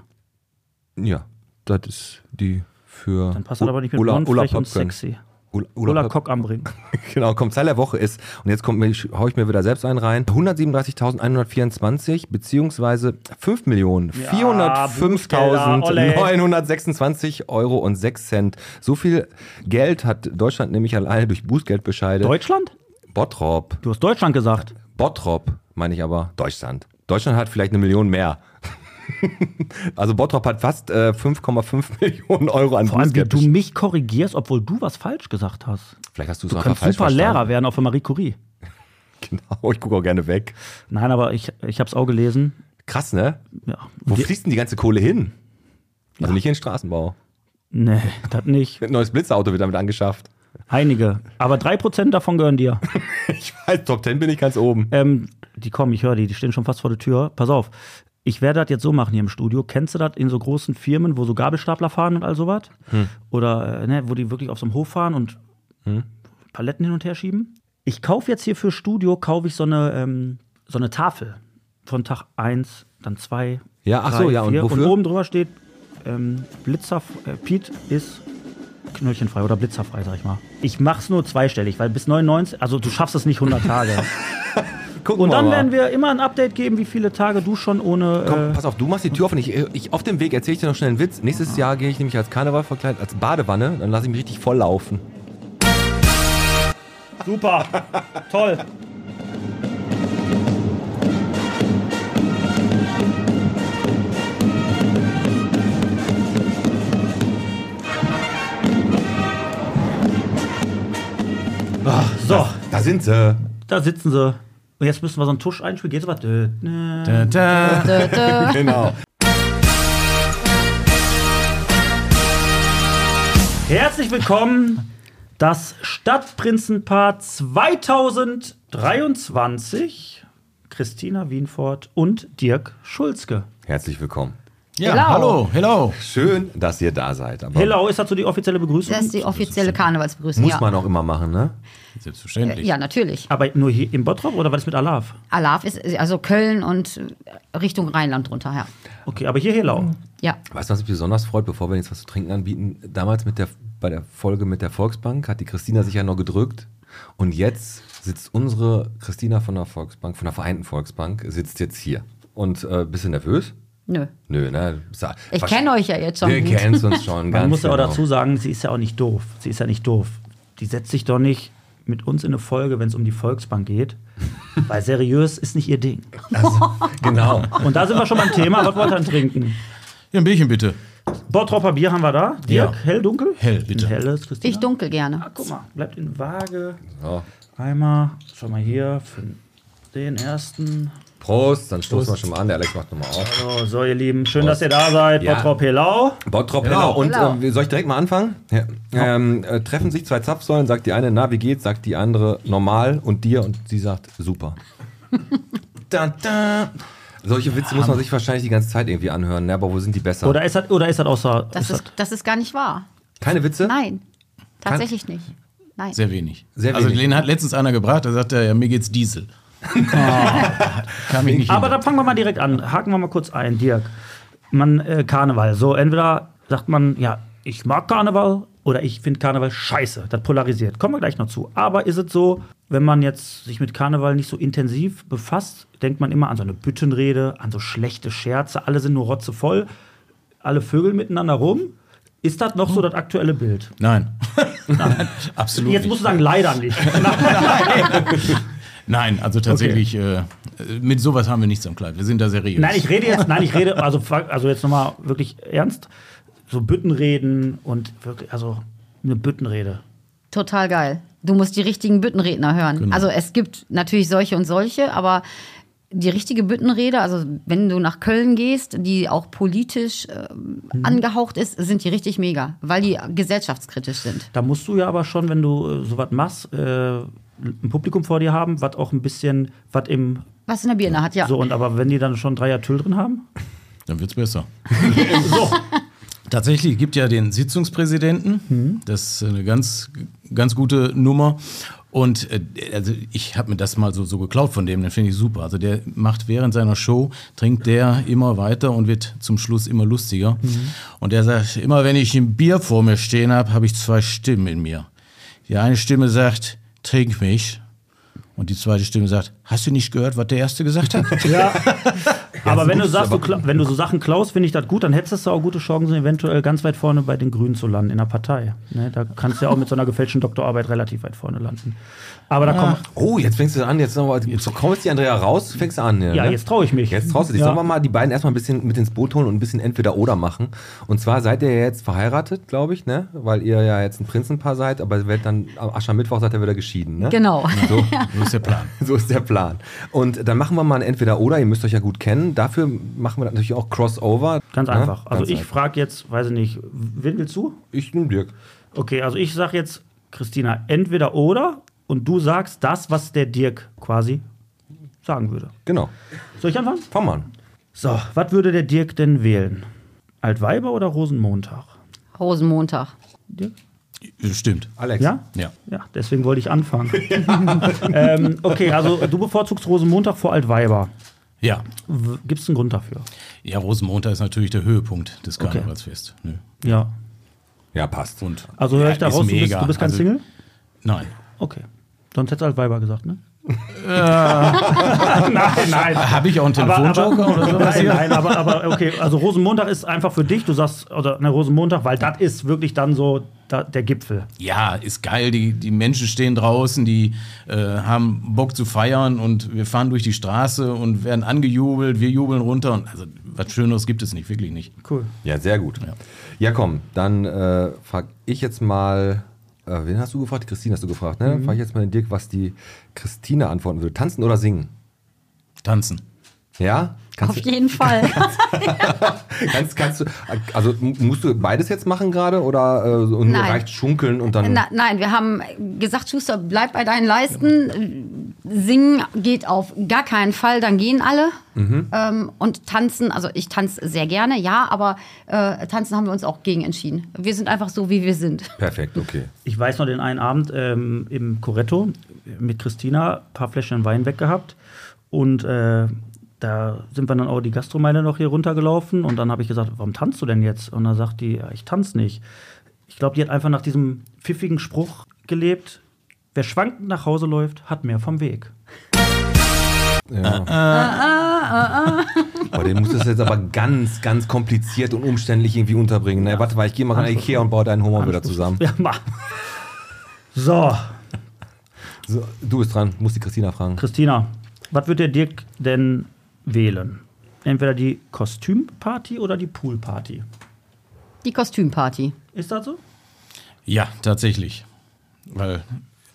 Speaker 1: Ja, das ist die für
Speaker 2: Dann passt das aber nicht mit
Speaker 1: Ulla,
Speaker 2: blond,
Speaker 1: Ulla
Speaker 2: frech und
Speaker 1: Popken.
Speaker 2: sexy.
Speaker 1: Ulla, Ulla,
Speaker 2: Ulla
Speaker 1: Pop-
Speaker 2: Kock anbringen.
Speaker 1: [LAUGHS] Genau, kommt Zahl der Woche ist, und jetzt kommt mir, hau ich mir wieder selbst einen rein, 137.124, beziehungsweise 5.405.926 Euro und 6 Cent. So viel Geld hat Deutschland nämlich alleine durch Bußgeldbescheide.
Speaker 2: Deutschland?
Speaker 1: Bottrop,
Speaker 2: Du hast Deutschland gesagt.
Speaker 1: Bottrop meine ich aber, Deutschland. Deutschland hat vielleicht eine Million mehr. [LAUGHS] also Bottrop hat fast äh, 5,5 [LAUGHS] Millionen Euro an
Speaker 2: Vor allem, wie du
Speaker 1: Bußgeldbescheiden.
Speaker 2: mich korrigierst, obwohl du was falsch gesagt hast.
Speaker 1: Vielleicht hast du es
Speaker 2: Du
Speaker 1: einfach
Speaker 2: kannst
Speaker 1: falsch
Speaker 2: super
Speaker 1: verstanden.
Speaker 2: Lehrer werden, auch für Marie Curie.
Speaker 1: [LAUGHS] Genau, ich gucke auch gerne weg.
Speaker 2: Nein, aber ich, ich habe es auch gelesen.
Speaker 1: Krass, ne?
Speaker 2: Ja.
Speaker 1: Wo
Speaker 2: Die-
Speaker 1: fließt denn die ganze Kohle hin? Also nicht in den Straßenbau.
Speaker 2: Nee, das nicht.
Speaker 1: Ein neues Blitzauto wird damit angeschafft. [LAUGHS]
Speaker 2: Einige. Aber 3% davon gehören dir.
Speaker 1: Ich weiß, Top 10 bin ich ganz oben.
Speaker 2: Ähm, die kommen, ich höre die, die stehen schon fast vor der Tür. Pass auf, ich werde das jetzt so machen hier im Studio. Kennst du das in so großen Firmen, wo so Gabelstapler fahren und all sowas?
Speaker 1: Hm.
Speaker 2: Oder äh, ne, wo die wirklich auf so einem Hof fahren und Paletten hin und her schieben? Ich kaufe jetzt hier für Studio, kaufe ich so eine, ähm, so eine Tafel von Tag 1, dann 2,
Speaker 1: Ja, ach so, ja, und wofür?
Speaker 2: und oben drüber steht, ähm, Blitzer, äh, Piet ist knöllchenfrei oder blitzerfrei, sag ich mal. Ich mach's nur zweistellig, weil bis 99, also du schaffst es nicht 100 Tage.
Speaker 1: Gucken
Speaker 2: Und dann werden
Speaker 1: wir.
Speaker 2: wir immer ein Update geben, wie viele Tage du schon ohne.
Speaker 1: mal. Komm,
Speaker 2: äh,
Speaker 1: pass auf, du machst die Tür offen. Ich, ich, auf dem Weg erzähle ich dir noch schnell einen Witz. Nächstes Jahr gehe ich nämlich als Karneval verkleidet, als Badewanne. Dann lasse ich mich richtig voll laufen.
Speaker 2: super, toll. so,
Speaker 1: Da sind sie.
Speaker 2: da sitzen sie. Und jetzt müssen wir so einen Tusch einspielen. Geht's aber? Dö, nö.
Speaker 4: [LAUGHS]
Speaker 1: Genau.
Speaker 2: Herzlich willkommen, das Stadtprinzenpaar 2023. Christina Wienfort und Dirk Schulzke.
Speaker 1: Herzlich willkommen.
Speaker 5: Ja,
Speaker 4: Hello.
Speaker 5: hallo, hello.
Speaker 1: Schön, dass ihr da seid. Aber
Speaker 2: Hello ist dazu die offizielle Begrüßung.
Speaker 4: Das ist die offizielle Karnevalsbegrüßung.
Speaker 1: Muss
Speaker 4: ja. Äh,
Speaker 1: man auch immer machen, ne?
Speaker 5: Selbstverständlich.
Speaker 4: ja, natürlich.
Speaker 2: Aber nur hier im Bottrop oder war das mit Alav?
Speaker 4: Alaf ist also Köln und äh, Richtung Rheinland drunter, ja.
Speaker 2: Okay, aber hier Hello.
Speaker 4: Ja,
Speaker 1: Weißt du, was mich besonders freut, bevor wir jetzt was zu trinken anbieten? Damals mit der, bei der Folge mit der Volksbank hat die Christina sich ja noch gedrückt. Und jetzt sitzt unsere Christina von der Volksbank, von der Vereinten Volksbank, sitzt jetzt hier. Und äh, bist du nervös?
Speaker 4: nö.
Speaker 1: Nö, ne? Ist ja-
Speaker 4: Ich kenne euch ja jetzt schon.
Speaker 1: Wir
Speaker 4: gut.
Speaker 1: kennen uns schon ganz
Speaker 2: Man muss ja
Speaker 1: genau.
Speaker 2: auch dazu sagen, sie ist ja auch nicht doof. Sie ist ja nicht doof. Die setzt sich doch nicht mit uns in eine Folge, wenn es um die
Speaker 1: [LAUGHS]
Speaker 2: Volksbank geht. Weil seriös ist nicht ihr Ding.
Speaker 1: Genau.
Speaker 2: Und da sind wir schon beim Thema. Was wollt ihr denn trinken?
Speaker 5: Ja, ein Bierchen bitte.
Speaker 2: Bottropper Bier haben wir da. Dirk,
Speaker 5: Ja.
Speaker 2: hell, dunkel?
Speaker 5: Hell, bitte.
Speaker 2: Ein helles, Christina.
Speaker 4: Ich dunkel gerne.
Speaker 2: Ah, guck mal, bleibt in Waage.
Speaker 1: So.
Speaker 2: Einmal, schau mal hier, für den ersten.
Speaker 1: Prost, dann stoßen wir schon mal an. Der Alex macht nochmal auf.
Speaker 2: So, so ihr Lieben, schön, dass ihr da seid.
Speaker 1: Ja.
Speaker 2: Bottrop Helau.
Speaker 1: Bottrop,
Speaker 5: Genau.
Speaker 1: genau. Und
Speaker 4: Genau.
Speaker 1: äh, soll ich direkt mal anfangen? Ja. Ähm, äh, treffen sich zwei Zapfsäulen, sagt die eine, na, wie geht's? Sagt die andere, normal. Und dir und sie sagt, super. da, da. Solche Witze muss man sich wahrscheinlich die ganze Zeit irgendwie anhören, ne? aber wo sind die besser?
Speaker 2: Oder ist das, oder ist das außer.
Speaker 4: Das ist, das ist gar nicht wahr.
Speaker 1: Keine Witze?
Speaker 4: Nein, tatsächlich nicht. Nein.
Speaker 5: Sehr wenig.
Speaker 1: Sehr
Speaker 5: also
Speaker 1: wenig.
Speaker 5: den hat letztens einer gebracht, da sagt er, ja, mir geht's Diesel. Kann mich nicht
Speaker 2: Aber da fangen wir mal direkt an. Haken wir mal kurz ein, Dirk. Man, äh, Karneval. So, entweder sagt man, ja, ich mag Karneval oder ich finde Karneval scheiße. Das polarisiert. Kommen wir gleich noch zu. Aber ist es so, wenn man jetzt sich mit Karneval nicht so intensiv befasst, denkt man immer an so eine Büttenrede, an so schlechte Scherze. Alle sind nur rotzevoll. Alle Vögel miteinander rum. Ist das noch so das aktuelle Bild?
Speaker 5: Nein. Absolut
Speaker 2: Jetzt
Speaker 5: nicht.
Speaker 2: musst du sagen, leider nicht.
Speaker 5: Nein, also tatsächlich, äh, mit sowas haben wir nichts am Kleid. Wir sind da seriös.
Speaker 2: Nein, ich rede jetzt, nein, ich rede, also, fra- also jetzt nochmal wirklich ernst. So Büttenreden und wirklich, also eine Büttenrede.
Speaker 4: Total geil. Du musst die richtigen Büttenredner hören. Also es gibt natürlich solche und solche, aber die richtige Büttenrede, also wenn du nach Köln gehst, die auch politisch ähm, angehaucht ist, sind die richtig mega, weil die gesellschaftskritisch sind.
Speaker 2: Da musst du ja aber schon, wenn du äh, sowas machst, äh, ein Publikum vor dir haben, was auch ein bisschen, was im,
Speaker 4: Was in der Birne hat, ja.
Speaker 2: so und aber wenn die dann schon drei Tüll drin haben,
Speaker 5: Dann wird's besser.
Speaker 2: [LAUGHS] so,
Speaker 5: Tatsächlich gibt ja den Sitzungspräsidenten.
Speaker 2: Hm.
Speaker 5: Das ist eine ganz, ganz gute Nummer. Und äh, also ich habe mir das mal so, so geklaut von dem, den finde ich super. Also der macht während seiner Show, trinkt der immer weiter und wird zum Schluss immer lustiger.
Speaker 2: Hm.
Speaker 5: Und der sagt, immer wenn ich ein Bier vor mir stehen habe, habe ich zwei Stimmen in mir. Die eine Stimme sagt, trink mich. Und die zweite Stimme sagt, hast du nicht gehört, was der erste gesagt hat?
Speaker 2: [LAUGHS] ja. aber wenn du sagst, du, kla- wenn du so Sachen klaust, finde ich das gut, dann hättest du auch gute Chancen, eventuell ganz weit vorne bei den Grünen zu landen in der Partei. Ne? Da kannst du ja auch mit so einer gefälschten Doktorarbeit relativ weit vorne landen. Aber da kommen,
Speaker 1: Oh, jetzt fängst du an, jetzt nochmal. So kommst die Andrea raus, fängst du an. ne?
Speaker 2: Ja, jetzt trau ich mich.
Speaker 1: Jetzt traust du dich.
Speaker 2: Ja.
Speaker 1: Sollen wir mal die beiden erstmal ein bisschen mit ins Boot holen und ein bisschen entweder oder machen? Und zwar seid ihr ja jetzt verheiratet, glaube ich, ne? Weil ihr ja jetzt ein Prinzenpaar seid, aber ihr werdet dann am Aschermittwoch seid ihr wieder geschieden, ne?
Speaker 4: Genau.
Speaker 1: So,
Speaker 5: So
Speaker 4: [LAUGHS]
Speaker 5: ist der Plan.
Speaker 1: so ist der Plan. Und dann machen wir mal ein Entweder-Oder, ihr müsst euch ja gut kennen. Dafür machen wir natürlich auch Crossover.
Speaker 2: Ganz
Speaker 1: ne?
Speaker 2: einfach. Also
Speaker 1: Ganz
Speaker 2: ich
Speaker 1: einfach.
Speaker 2: frage jetzt, weiß ich nicht, wen willst du?
Speaker 1: Ich nehme Dirk.
Speaker 2: Okay, also ich sage jetzt, Christina, entweder oder und du sagst das, was der Dirk quasi sagen würde.
Speaker 1: Genau.
Speaker 2: Soll ich anfangen?
Speaker 1: Pommern.
Speaker 2: So, was würde der Dirk denn wählen? Altweiber oder Rosenmontag?
Speaker 4: Rosenmontag.
Speaker 2: Dirk?
Speaker 5: Stimmt.
Speaker 1: Alex.
Speaker 2: Ja?
Speaker 5: Ja.
Speaker 2: Ja, deswegen wollte ich anfangen. [LAUGHS] ähm, okay, also du bevorzugst Rosenmontag vor Altweiber.
Speaker 5: Ja.
Speaker 2: Gibt es einen Grund dafür?
Speaker 5: Ja, Rosenmontag ist natürlich der Höhepunkt des Karnevalsfest. Nö.
Speaker 2: Ja.
Speaker 1: Ja, passt.
Speaker 5: Und
Speaker 2: Also höre ich da
Speaker 5: ist
Speaker 2: raus, du bist,
Speaker 5: mega.
Speaker 2: du bist kein
Speaker 5: Also,
Speaker 2: Single?
Speaker 5: Nein.
Speaker 2: Okay. Sonst hättest du Altweiber gesagt, ne?
Speaker 5: [LAUGHS]
Speaker 2: nein, nein.
Speaker 5: Habe ich auch einen Telefonjoker oder sowas
Speaker 2: Nein,
Speaker 5: hier?
Speaker 2: nein, aber, aber okay, also Rosenmontag ist einfach für dich, du sagst, oder ne, Rosenmontag, weil das ist wirklich dann so da, der Gipfel.
Speaker 5: Ja, ist geil. Die, die Menschen stehen draußen, die äh, haben Bock zu feiern und wir fahren durch die Straße und werden angejubelt, wir jubeln runter. Und also was Schöneres gibt es nicht, wirklich nicht.
Speaker 2: Cool.
Speaker 1: Ja, sehr gut. Ja, komm, dann äh, frage ich jetzt mal, äh, wen hast du gefragt? Die Christine hast du gefragt, ne?
Speaker 4: Mhm.
Speaker 1: Frage ich jetzt mal den Dirk, was die Christine antworten würde. Tanzen oder singen?
Speaker 5: Tanzen.
Speaker 1: Ja?
Speaker 4: Auf
Speaker 1: Kannst, du,
Speaker 4: jeden Fall.
Speaker 1: [LAUGHS] kannst, kannst du, also m- musst du beides jetzt machen gerade oder äh, so- und nur
Speaker 4: Nein.
Speaker 1: reicht schunkeln und dann.
Speaker 4: Na, nein, wir haben gesagt, Schuster, bleib bei deinen Leisten. Singen geht auf gar keinen Fall, dann gehen alle. Ähm, und tanzen, also ich tanze sehr gerne, ja, aber äh, tanzen haben wir uns auch gegen entschieden. Wir sind einfach so, wie wir sind.
Speaker 1: Perfekt, okay.
Speaker 2: Ich weiß noch den einen Abend ähm, im Coretto mit Christina ein paar Fläschchen Wein weggehabt. Und äh, da sind wir dann auch die Gastromeile noch hier runtergelaufen. Und dann habe ich gesagt, warum tanzt du denn jetzt? Und dann sagt die, ja, ich tanze nicht. Ich glaube, die hat einfach nach diesem pfiffigen Spruch gelebt. Wer schwankend nach Hause läuft, hat mehr vom Weg. [LAUGHS]
Speaker 4: Ah,
Speaker 1: Boah, den muss das jetzt aber ganz, ganz kompliziert und umständlich irgendwie unterbringen. Ne? Warte mal, ich gehe mal nach Ikea und baue deinen Humor wieder zusammen.
Speaker 2: Ja, mach. So,
Speaker 1: So, du bist dran, muss die Christina fragen.
Speaker 2: Christina, was wird der Dirk denn wählen? Entweder die Kostümparty oder die Poolparty.
Speaker 4: Die Kostümparty.
Speaker 2: Ist das so?
Speaker 5: Ja, tatsächlich. Weil,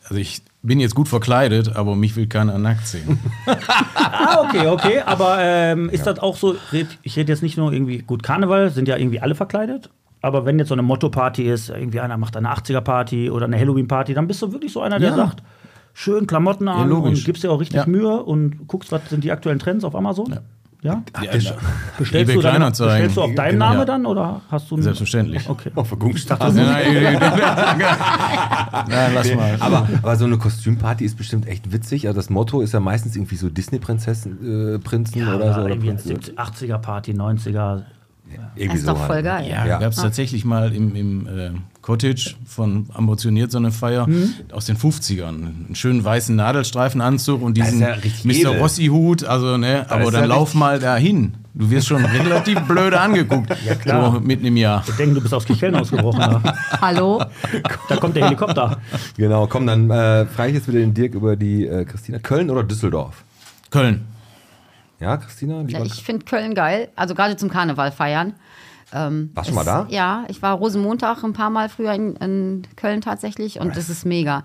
Speaker 5: also ich bin jetzt gut verkleidet, aber mich will keiner
Speaker 2: [LAUGHS]
Speaker 5: nackt sehen.
Speaker 2: Ah, okay,
Speaker 5: [LAUGHS]
Speaker 2: okay. Aber ähm, ist das auch so? red- Ich rede jetzt nicht nur irgendwie, gut, Karneval sind ja irgendwie alle verkleidet. Aber wenn jetzt so eine Motto-Party ist, irgendwie einer macht eine 80er-Party oder eine Halloween-Party, dann bist du wirklich so einer, der
Speaker 5: Ja.
Speaker 2: sagt, schön Klamotten an
Speaker 5: logisch.
Speaker 2: und gibst dir auch richtig
Speaker 5: Ja.
Speaker 2: Mühe und guckst, was sind die aktuellen Trends auf Amazon. Ja?
Speaker 5: Ja,
Speaker 2: Bestellst,
Speaker 5: eBay
Speaker 2: du dann,
Speaker 5: Kleinanzeigen.
Speaker 2: bestellst du auf deinen
Speaker 5: Genau.
Speaker 2: Namen dann oder hast du einen-
Speaker 5: Selbstverständlich.
Speaker 2: Okay.
Speaker 1: Auf der Gummistraße.
Speaker 2: [LAUGHS]
Speaker 5: Nein, nein, lass mal.
Speaker 1: Aber, aber so eine Kostümparty ist bestimmt echt witzig. Also das Motto ist ja meistens irgendwie so Disney-Prinzessin, äh, Prinzen
Speaker 2: Ja,
Speaker 1: oder so. Oder
Speaker 2: irgendwie
Speaker 1: Prinzen.
Speaker 2: 80er-Party, 90er.
Speaker 1: Irgendwie
Speaker 4: Ist doch
Speaker 1: halt.
Speaker 4: voll geil.
Speaker 5: Ja,
Speaker 1: Ja.
Speaker 5: gab es tatsächlich mal im, im äh, Cottage von Ambitioniert so eine Feier aus den 50ern. Einen schönen weißen Nadelstreifenanzug und diesen
Speaker 1: Das ist ja richtig
Speaker 5: Mr.
Speaker 1: edel.
Speaker 5: Rossi-Hut. Also, ne, aber
Speaker 1: ist
Speaker 5: dann
Speaker 1: ja
Speaker 5: lauf
Speaker 1: richtig-
Speaker 5: mal dahin. Du wirst
Speaker 1: [LAUGHS]
Speaker 5: schon relativ blöde angeguckt. Ja,
Speaker 2: klar.
Speaker 5: So mitten im Jahr.
Speaker 2: Ich denke, du bist aus Kicheln
Speaker 5: [LAUGHS]
Speaker 2: ausgebrochen. Da.
Speaker 4: Hallo?
Speaker 2: da kommt der Helikopter.
Speaker 1: Genau, komm, dann äh, frage ich jetzt wieder den Dirk über die äh, Christina. Köln oder Düsseldorf?
Speaker 5: Köln.
Speaker 1: Ja, Christina?
Speaker 4: Ja,
Speaker 1: lieber-
Speaker 4: ich finde Köln geil, also gerade zum Karneval feiern. Ähm,
Speaker 1: Warst du mal
Speaker 4: es-
Speaker 1: da?
Speaker 4: Ja, ich war Rosenmontag ein paar Mal früher in, in Köln tatsächlich und das ist mega.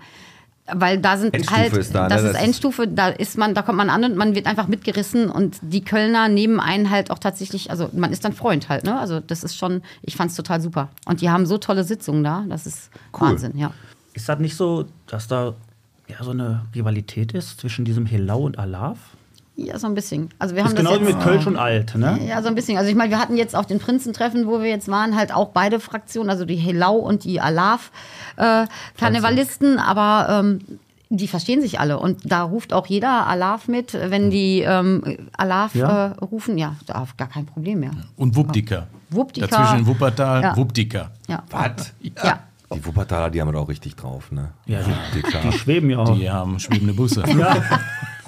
Speaker 4: Weil da sind
Speaker 1: Endstufe
Speaker 4: halt,
Speaker 1: ist da, ne?
Speaker 4: das
Speaker 1: Das
Speaker 4: ist
Speaker 1: ist-
Speaker 4: Endstufe, da ist man, da kommt man an und man wird einfach mitgerissen und die Kölner nehmen einen halt auch tatsächlich, also man ist dann Freund halt, ne? Also das ist schon, ich fand's total super. Und die haben so tolle Sitzungen da, das ist Wahnsinn, ja.
Speaker 2: Ist das nicht so, dass da ja, so eine Rivalität ist zwischen diesem Helau und Alav?
Speaker 4: Ja, so ein bisschen. Also wir
Speaker 2: Das
Speaker 4: haben
Speaker 2: ist
Speaker 4: das
Speaker 2: genauso
Speaker 4: jetzt,
Speaker 2: wie mit Kölsch und Alt, ne?
Speaker 4: Ja, so ein bisschen. Also ich meine, wir hatten jetzt auf den Prinzentreffen, wo wir jetzt waren, halt auch beide Fraktionen, also die Helau und die Alav äh, Karnevalisten, aber ähm, die verstehen sich alle und da ruft auch jeder Alav mit, wenn die ähm, Alav
Speaker 2: Ja.
Speaker 4: äh, rufen, ja, da gar kein Problem mehr.
Speaker 5: Und Wuptika.
Speaker 4: Wuptika.
Speaker 5: Dazwischen Wuppertal,
Speaker 4: Ja.
Speaker 5: Wuptika.
Speaker 4: Ja.
Speaker 1: Was?
Speaker 4: Ja.
Speaker 1: Die Wuppertaler, die haben das auch richtig drauf, ne?
Speaker 2: Ja, die,
Speaker 1: Die, klar.
Speaker 2: schweben ja
Speaker 1: Oh.
Speaker 2: auch.
Speaker 5: Die haben schwebende Busse.
Speaker 1: [LAUGHS]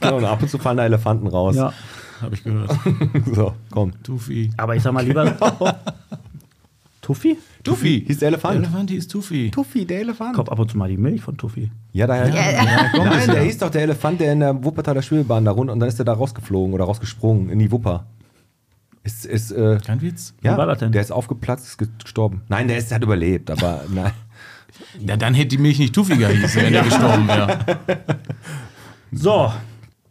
Speaker 2: Ja,
Speaker 1: genau, und ab und zu fallen da Elefanten raus.
Speaker 2: [LAUGHS] ja.
Speaker 5: Habe ich gehört.
Speaker 1: [LAUGHS] So, komm.
Speaker 5: Tufi.
Speaker 2: Aber ich sag mal [LAUGHS] lieber. Tuffy?
Speaker 5: Tufi.
Speaker 1: Hieß der Elefant?
Speaker 5: Der Elefant hieß Tufi.
Speaker 1: Tuffy, der Elefant.
Speaker 2: Kommt ab und zu mal die Milch von Tuffy.
Speaker 1: Ja, daher.
Speaker 4: Äh, [LAUGHS]
Speaker 5: Ja, komm,
Speaker 1: Nein,
Speaker 5: ist ja.
Speaker 1: der hieß doch der Elefant, der in der Wuppertaler Schwebebahn da runter und dann ist er da rausgeflogen oder rausgesprungen in die Wupper. Ist, ist, äh,
Speaker 5: Kein Witz.
Speaker 1: ja,
Speaker 2: war das denn?
Speaker 1: der ist aufgeplatzt, ist gestorben. Nein, der ist, hat überlebt, aber nein.
Speaker 5: Ja, dann hätte die Milch nicht Tufiger hießen,
Speaker 1: [LAUGHS]
Speaker 5: wenn der gestorben wäre.
Speaker 2: So,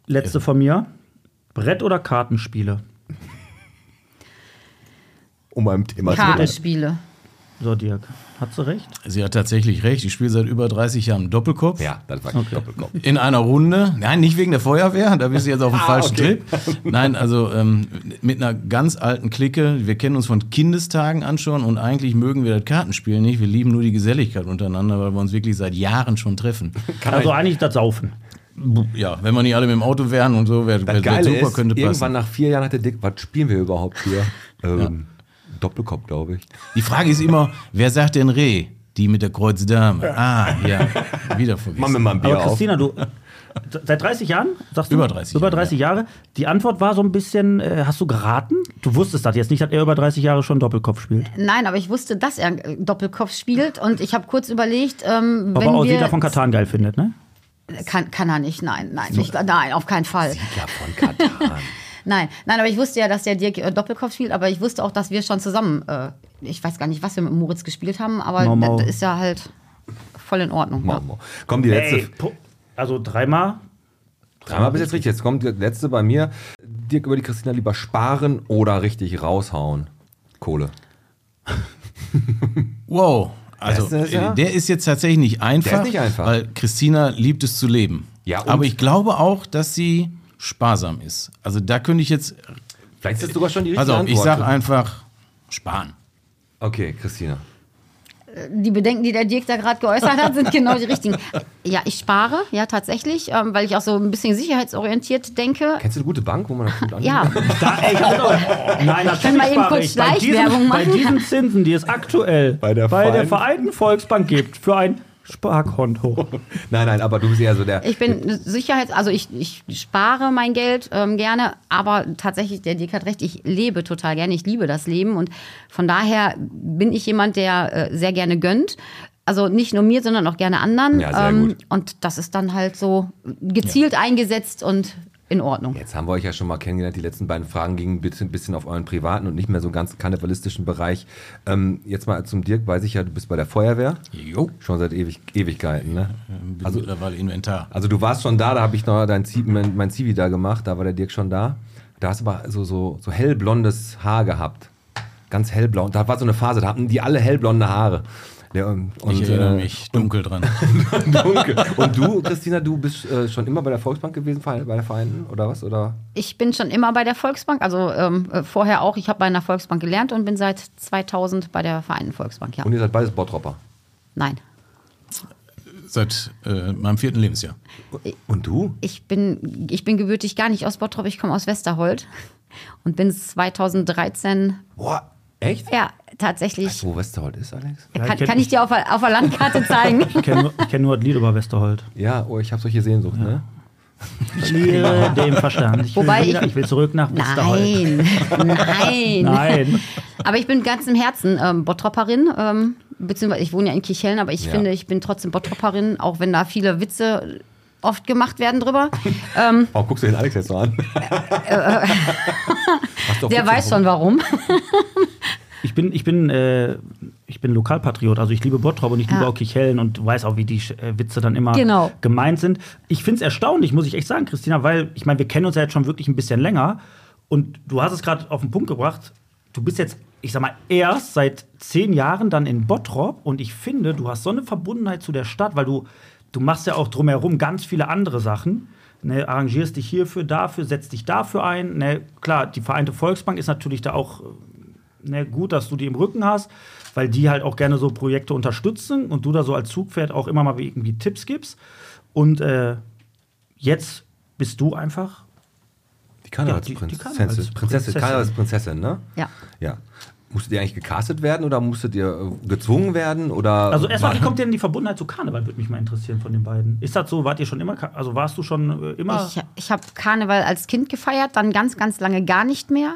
Speaker 2: letzte von mir. Brett- oder Kartenspiele?
Speaker 1: Um beim Thema zu bleiben.
Speaker 4: Kartenspiele.
Speaker 2: So, Dirk, hat sie recht?
Speaker 5: Sie hat tatsächlich recht. Ich spiele seit über 30 Jahren Doppelkopf.
Speaker 1: Ja, das war okay. Doppelkopf.
Speaker 5: In einer Runde. Nein, nicht wegen der Feuerwehr. Da bist du jetzt auf dem
Speaker 1: Ah,
Speaker 5: falschen Trip. Nein, also ähm, mit einer ganz alten Clique. Wir kennen uns von Kindestagen an schon und eigentlich mögen wir das Kartenspiel nicht. Wir lieben nur die Geselligkeit untereinander, weil wir uns wirklich seit Jahren schon treffen.
Speaker 2: also eigentlich das Saufen.
Speaker 5: Ja, wenn wir nicht alle mit dem Auto wären und so, wäre
Speaker 1: Das
Speaker 5: wär, wär
Speaker 1: Geile
Speaker 5: super,
Speaker 1: ist,
Speaker 5: könnte
Speaker 1: irgendwann
Speaker 5: passen.
Speaker 1: nach vier Jahren hat der Dick, was spielen wir überhaupt hier? ähm, Doppelkopf, glaube ich.
Speaker 5: Die Frage ist immer, wer sagt denn Reh? Die mit der Kreuzdame. Ah, ja. Wieder vergessen.
Speaker 1: Machen wir mal ein Bier
Speaker 2: Aber
Speaker 1: auf.
Speaker 2: Christina, du seit 30 Jahren, sagst du?
Speaker 5: Über 30
Speaker 2: über
Speaker 5: Jahre,
Speaker 2: 30 Jahre. Die Antwort war so ein bisschen, äh, hast du geraten? Du wusstest das jetzt nicht, dass er über 30 Jahre schon Doppelkopf spielt.
Speaker 4: Nein, aber ich wusste, dass er äh, Doppelkopf spielt und ich habe kurz überlegt, ähm, wenn
Speaker 2: Aber auch
Speaker 4: wir
Speaker 2: jeder von Katan geil findet, ne?
Speaker 4: Kann, kann er nicht, nein, nein, nicht, nein, auf keinen Fall.
Speaker 1: Sieger von Katan.
Speaker 4: Nein, nein, aber ich wusste ja, dass der Dirk äh, Doppelkopf spielt, aber ich wusste auch, dass wir schon zusammen, äh, ich weiß gar nicht, was wir mit Moritz gespielt haben, aber
Speaker 2: Mau, mau.
Speaker 4: das ist ja halt voll in Ordnung. Ja.
Speaker 1: Mama. Komm, die letzte.
Speaker 2: Ey, pu- also dreimal.
Speaker 1: Dreimal bis jetzt richtig. Jetzt kommt die letzte bei mir. Dirk über die Christina lieber sparen oder richtig raushauen. Kohle.
Speaker 5: Wow. Also,
Speaker 1: Das ist ja-
Speaker 5: äh, der ist jetzt tatsächlich nicht einfach,
Speaker 1: nicht einfach.
Speaker 5: weil Christina liebt es zu leben.
Speaker 1: Ja, und
Speaker 5: Aber ich glaube auch, dass sie sparsam ist. Also da könnte ich jetzt.
Speaker 1: vielleicht ist das sogar schon die
Speaker 5: Pass
Speaker 1: richtige
Speaker 5: auf,
Speaker 1: Antwort.
Speaker 5: ich sage einfach sparen.
Speaker 1: okay, Christina.
Speaker 4: Die Bedenken, die der Dirk da gerade geäußert hat, sind genau die richtigen. Ja, ich spare, ja, tatsächlich, ähm, weil ich auch so ein bisschen sicherheitsorientiert denke.
Speaker 1: Kennst du eine gute Bank, wo man das gut angeht?
Speaker 4: Ja,
Speaker 2: Da, ey, ich hab doch- Nein, natürlich
Speaker 4: mal Oh. eben
Speaker 2: spare
Speaker 4: kurz
Speaker 2: ich. Bei
Speaker 4: Schleichwerbung
Speaker 2: diesen,
Speaker 4: machen.
Speaker 2: Bei diesen Zinsen, die es aktuell
Speaker 1: Bei der Verein-
Speaker 2: Vereinten Volksbank gibt, für ein Sparkonto.
Speaker 1: Nein, nein, aber du bist eher so der.
Speaker 4: ich bin Sicherheits-, also ich, ich spare mein Geld ähm, gerne, aber tatsächlich, der Dirk hat recht, ich lebe total gerne, ich liebe das Leben und von daher bin ich jemand, der äh, sehr gerne gönnt. Also nicht nur mir, sondern auch gerne anderen. Ähm,
Speaker 1: Ja, sehr gut.
Speaker 4: Und das ist dann halt so gezielt eingesetzt und in Ordnung.
Speaker 1: Jetzt haben wir euch ja schon mal kennengelernt. Die letzten beiden Fragen gingen ein bisschen, bisschen auf euren privaten und nicht mehr so ganz karnevalistischen Bereich. Ähm, jetzt mal zum Dirk, weiß ich ja, du bist bei der Feuerwehr.
Speaker 5: Jo.
Speaker 1: Schon seit Ewig Ewigkeiten, ne?
Speaker 5: Also mittlerweile Inventar.
Speaker 1: Also du warst schon da, da habe ich noch dein Zivi, mein, mein Zivi da gemacht, da war der Dirk schon da. Da hast du aber so, so, so hellblondes Haar gehabt. Ganz hellblau. Und da war so eine Phase, da hatten die alle hellblonde Haare. Der, ähm, und,
Speaker 5: Ich erinnere
Speaker 1: äh,
Speaker 5: mich
Speaker 1: [LAUGHS]
Speaker 5: dunkel dran.
Speaker 1: dunkel. und du, Christina, du bist äh, schon immer bei der Volksbank gewesen, bei der Vereinten, oder was? Oder?
Speaker 4: Ich bin schon immer bei der Volksbank, also ähm, äh, vorher auch. Ich habe bei einer Volksbank gelernt und bin seit 2000 bei der Vereinten Volksbank. Ja,
Speaker 1: Und ihr seid beides Bottropper.
Speaker 4: nein,
Speaker 5: Seit äh, meinem vierten Lebensjahr.
Speaker 1: Und du?
Speaker 4: ich bin, ich bin gebürtig gar nicht aus Bottrop, ich komme aus Westerhold und bin 2013,
Speaker 1: Boah, echt?
Speaker 4: ja, tatsächlich.
Speaker 1: Wo Westerhold ist, Alex?
Speaker 4: Kann, kann ich dir auf, der- auf der Landkarte zeigen?
Speaker 2: Ich kenne nur, ich kenn nur das Lied über Westerhold.
Speaker 1: Ja, oh, ich habe solche Sehnsucht, ne?
Speaker 2: Verliere den Verstand. Ich
Speaker 4: Wobei
Speaker 2: will, wieder,
Speaker 4: ich-
Speaker 2: ich will zurück nach Westerhold.
Speaker 4: Nein, nein.
Speaker 2: Nein.
Speaker 4: Aber ich bin ganz im Herzen ähm, Bottropperin. Ähm, beziehungsweise ich wohne ja in Kirchhellen, aber ich
Speaker 1: Ja.
Speaker 4: finde, ich bin trotzdem Bottropperin, auch wenn da viele Witze oft gemacht werden drüber. ähm,
Speaker 1: Warum guckst du den Alex jetzt so
Speaker 4: [LAUGHS]
Speaker 1: an? Hast du auch
Speaker 4: Der
Speaker 1: Witze
Speaker 4: weiß schon warum.
Speaker 2: Ich bin, ich bin, äh, ich bin Lokalpatriot, also ich liebe Bottrop und ich liebe
Speaker 4: Ja.
Speaker 2: auch Kichellen und weiß auch, wie die Sch- äh, Witze dann immer
Speaker 4: Genau.
Speaker 2: gemeint sind. Ich finde es erstaunlich, muss ich echt sagen, Christina, weil ich meine, wir kennen uns ja jetzt schon wirklich ein bisschen länger und du hast es gerade auf den Punkt gebracht. Du bist jetzt, ich sag mal, erst seit zehn Jahren dann in Bottrop und ich finde, du hast so eine Verbundenheit zu der Stadt, weil du, du machst ja auch drumherum ganz viele andere Sachen. Ne, arrangierst dich hierfür, dafür, setzt dich dafür ein. Ne, klar, die Vereinte Volksbank ist natürlich da auch ne, gut, dass du die im Rücken hast, weil die halt auch gerne so Projekte unterstützen und du da so als Zugpferd auch immer mal irgendwie Tipps gibst. Und äh, jetzt bist du einfach.
Speaker 1: Die Karnevalsprinzessin.
Speaker 2: Ja, die- die
Speaker 1: Prinzessin, Prinzessin. Karnevalsprinzessin,
Speaker 2: Karnevalsprinzessin.
Speaker 1: ne?
Speaker 4: Ja.
Speaker 1: Ja. Musstet ihr eigentlich gecastet werden oder musstet ihr äh, gezwungen werden? Oder
Speaker 2: Also erstmal, wie
Speaker 1: War-
Speaker 2: kommt denn die Verbundenheit zu Karneval? Würde mich mal interessieren von den beiden. Ist das so? Wart ihr schon immer? Ka- Also warst du schon äh, immer?
Speaker 4: Ich, ich habe Karneval als Kind gefeiert, dann ganz, ganz lange gar nicht mehr.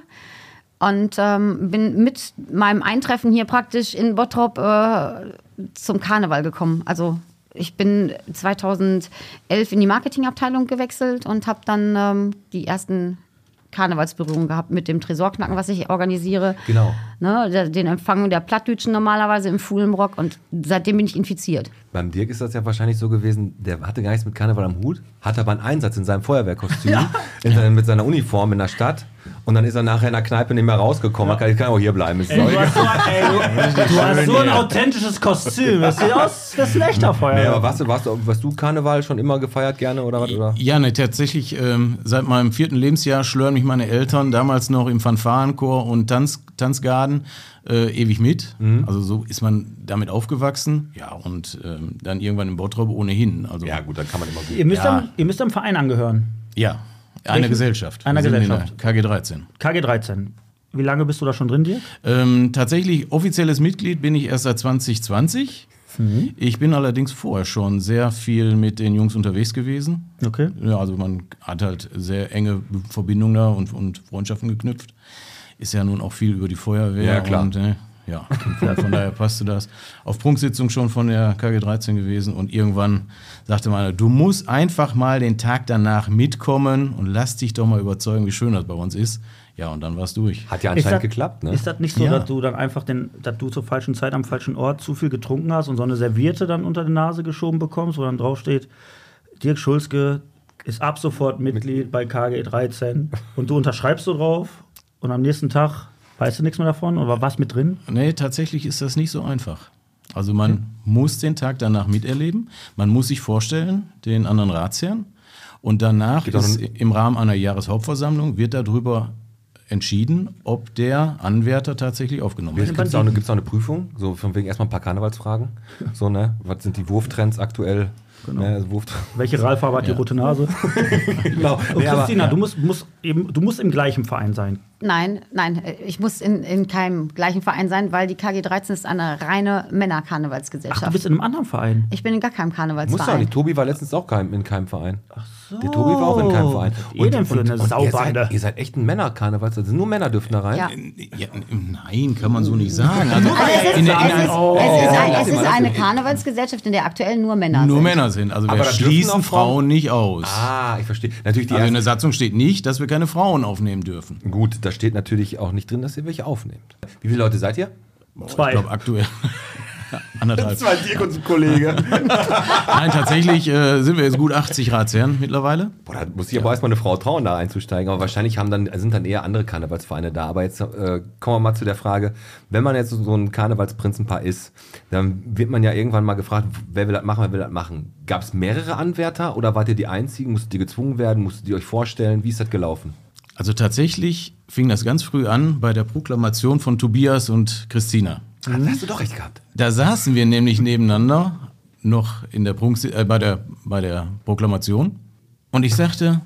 Speaker 4: Und ähm, bin mit meinem Eintreffen hier praktisch in Bottrop äh, zum Karneval gekommen. Also ich bin 2011 in die Marketingabteilung gewechselt und habe dann ähm, die ersten Karnevalsberührungen gehabt mit dem Tresorknacken, was ich organisiere.
Speaker 1: Genau.
Speaker 4: Ne, der- den Empfang der Plattdütschen normalerweise im Fuhlenbrock. Und seitdem bin ich infiziert.
Speaker 1: Beim Dirk ist das ja wahrscheinlich so gewesen, der hatte gar nichts mit Karneval am Hut, hatte aber einen Einsatz in seinem Feuerwehrkostüm, in seinem, mit seiner Uniform in der Stadt und dann ist er nachher in der Kneipe nicht mehr rausgekommen. Man kann, kann auch hier bleiben. Ist
Speaker 2: Ey,
Speaker 1: doch
Speaker 2: du, hast so, ey, du, du hast so ein autentisches Kostüm. Das sieht aus das Lechterfeuer.
Speaker 1: Nee, aber warst du, warst, du, warst du Karneval schon immer gefeiert gerne oder was? Oder?
Speaker 5: Ja, ne, tatsächlich, ähm, seit meinem vierten Lebensjahr schlören mich meine Eltern damals noch im Fanfarenchor und Tanz, Tanzgarten äh, ewig mit.
Speaker 1: Mhm.
Speaker 5: Also so ist man damit aufgewachsen. Ja, und ähm, dann irgendwann in Bottrop ohnehin. Also,
Speaker 1: gut, dann kann man immer gut.
Speaker 2: ihr, müsst
Speaker 5: Ja.
Speaker 2: am, ihr müsst am Verein angehören.
Speaker 5: Ja, einer
Speaker 2: Welchen?
Speaker 5: Gesellschaft.
Speaker 2: Einer
Speaker 5: Wir sind in
Speaker 2: Gesellschaft.
Speaker 5: der KG 13.
Speaker 2: KG 13. Wie lange bist du da schon drin, Dirk?
Speaker 5: Ähm, tatsächlich offizielles Mitglied bin ich erst seit 2020.
Speaker 2: Mhm.
Speaker 5: Ich bin allerdings vorher schon sehr viel mit den Jungs unterwegs gewesen.
Speaker 2: Okay.
Speaker 5: Ja, also man hat halt sehr enge Verbindungen da und, und Freundschaften geknüpft. Ist ja nun auch viel über die Feuerwehr.
Speaker 1: Ja, klar.
Speaker 5: Und, äh, ja, von, von daher passte das. Auf Prunksitzung schon von der KG 13 gewesen und irgendwann sagte man, du musst einfach mal den Tag danach mitkommen und lass dich doch mal überzeugen, wie schön das bei uns ist. Ja, und dann war es durch.
Speaker 1: Hat ja
Speaker 2: Ist
Speaker 1: anscheinend
Speaker 2: das-
Speaker 1: geklappt, ne?
Speaker 2: Ist das nicht so,
Speaker 5: Ja.
Speaker 2: dass du dann einfach den, dass du zur falschen Zeit am falschen Ort zu viel getrunken hast und so eine Serviette dann unter die Nase geschoben bekommst, wo dann draufsteht, Dirk Schulzke ist ab sofort Mitglied bei KG 13 und du unterschreibst so drauf und am nächsten Tag weißt du nichts mehr davon oder war was mit drin?
Speaker 5: Nee, tatsächlich ist das nicht so einfach. Also man muss den Tag danach miterleben. Man muss sich vorstellen, den anderen Ratsherrn. Und danach
Speaker 1: auch
Speaker 5: ist im Rahmen einer Jahreshauptversammlung wird darüber entschieden, ob der Anwärter tatsächlich aufgenommen wird.
Speaker 1: Gibt es auch, eine- gibt's auch eine Prüfung? So von wegen erstmal ein paar Karnevalsfragen. So, ne? Was sind die Wurftrends aktuell? Genau. Ne, also Wurf
Speaker 2: Welche Ralfarbe hat die rote Nase?
Speaker 1: [LAUGHS] genau. [LAUGHS]
Speaker 2: Und
Speaker 1: Nee, aber-
Speaker 2: Christina, du musst, musst eben, du musst im gleichen Verein sein.
Speaker 4: Nein, nein, äh, ich muss in, in keinem gleichen Verein sein, weil die KG 13 ist eine reine
Speaker 2: Ach, du
Speaker 4: Männerkarnevalsgesellschaft.
Speaker 2: bist in einem anderen Verein.
Speaker 4: Ich bin in gar keinem
Speaker 1: Muss doch
Speaker 4: Karnevalsverein.
Speaker 1: nicht. Tobi war letztens auch kein, in keinem Verein. Ach so. Der Tobi war auch in keinem Verein.
Speaker 2: Was habt ihr denn für eine
Speaker 1: ihr,
Speaker 2: Saubeine?
Speaker 1: seid, ihr seid echt ein Männerkarneval. Also nur Männer dürfen da rein.
Speaker 4: Ja.
Speaker 5: Ja, nein, kann man so nicht sagen. Also
Speaker 4: Also es ist,
Speaker 5: in- in-
Speaker 4: es ist,
Speaker 5: oh,
Speaker 4: es ist, ein,
Speaker 5: lass
Speaker 4: es
Speaker 5: ihn mal,
Speaker 4: ist
Speaker 5: lass
Speaker 4: eine
Speaker 5: ihn.
Speaker 4: Karnevalsgesellschaft, in der aktuell nur Männer
Speaker 5: Nur
Speaker 4: sind.
Speaker 5: Männer sind. Also
Speaker 1: Aber
Speaker 5: wir
Speaker 1: da dürfen
Speaker 5: schließen
Speaker 1: auch Frauen-
Speaker 5: Frauen nicht aus.
Speaker 1: Ah, ich verstehe. Natürlich die
Speaker 5: also in der
Speaker 1: erste,
Speaker 5: Satzung steht nicht, dass wir keine Frauen aufnehmen dürfen.
Speaker 1: Gut, da steht natürlich auch nicht drin, dass ihr welche aufnehmt. Wie viele Leute seid ihr?
Speaker 2: Zwei.
Speaker 5: Ich glaube aktuell anderthalb.
Speaker 1: Dirk und ein Kollege.
Speaker 5: [LAUGHS] Nein, tatsächlich äh, sind wir jetzt gut 80 Ratsherren mittlerweile.
Speaker 1: Boah, da muss ich aber erstmal eine Frau trauen, da einzusteigen. Aber wahrscheinlich haben dann, sind dann eher andere Karnevalsvereine da. Aber jetzt äh, kommen wir mal zu der Frage, wenn man jetzt so ein Karnevalsprinzenpaar ist, dann wird man ja irgendwann mal gefragt, wer will das machen, wer will das machen. Gab es mehrere Anwärter oder wart ihr die Einzigen? Musstet ihr gezwungen werden? Musstet ihr euch vorstellen? Wie ist das gelaufen?
Speaker 5: Also tatsächlich fing das ganz früh an bei der Proklamation von Tobias und Christina.
Speaker 1: Ah, da hast du doch recht gehabt.
Speaker 5: Da saßen wir nämlich nebeneinander noch in der Prunks äh, bei, der, bei der Proklamation. Und ich sagte,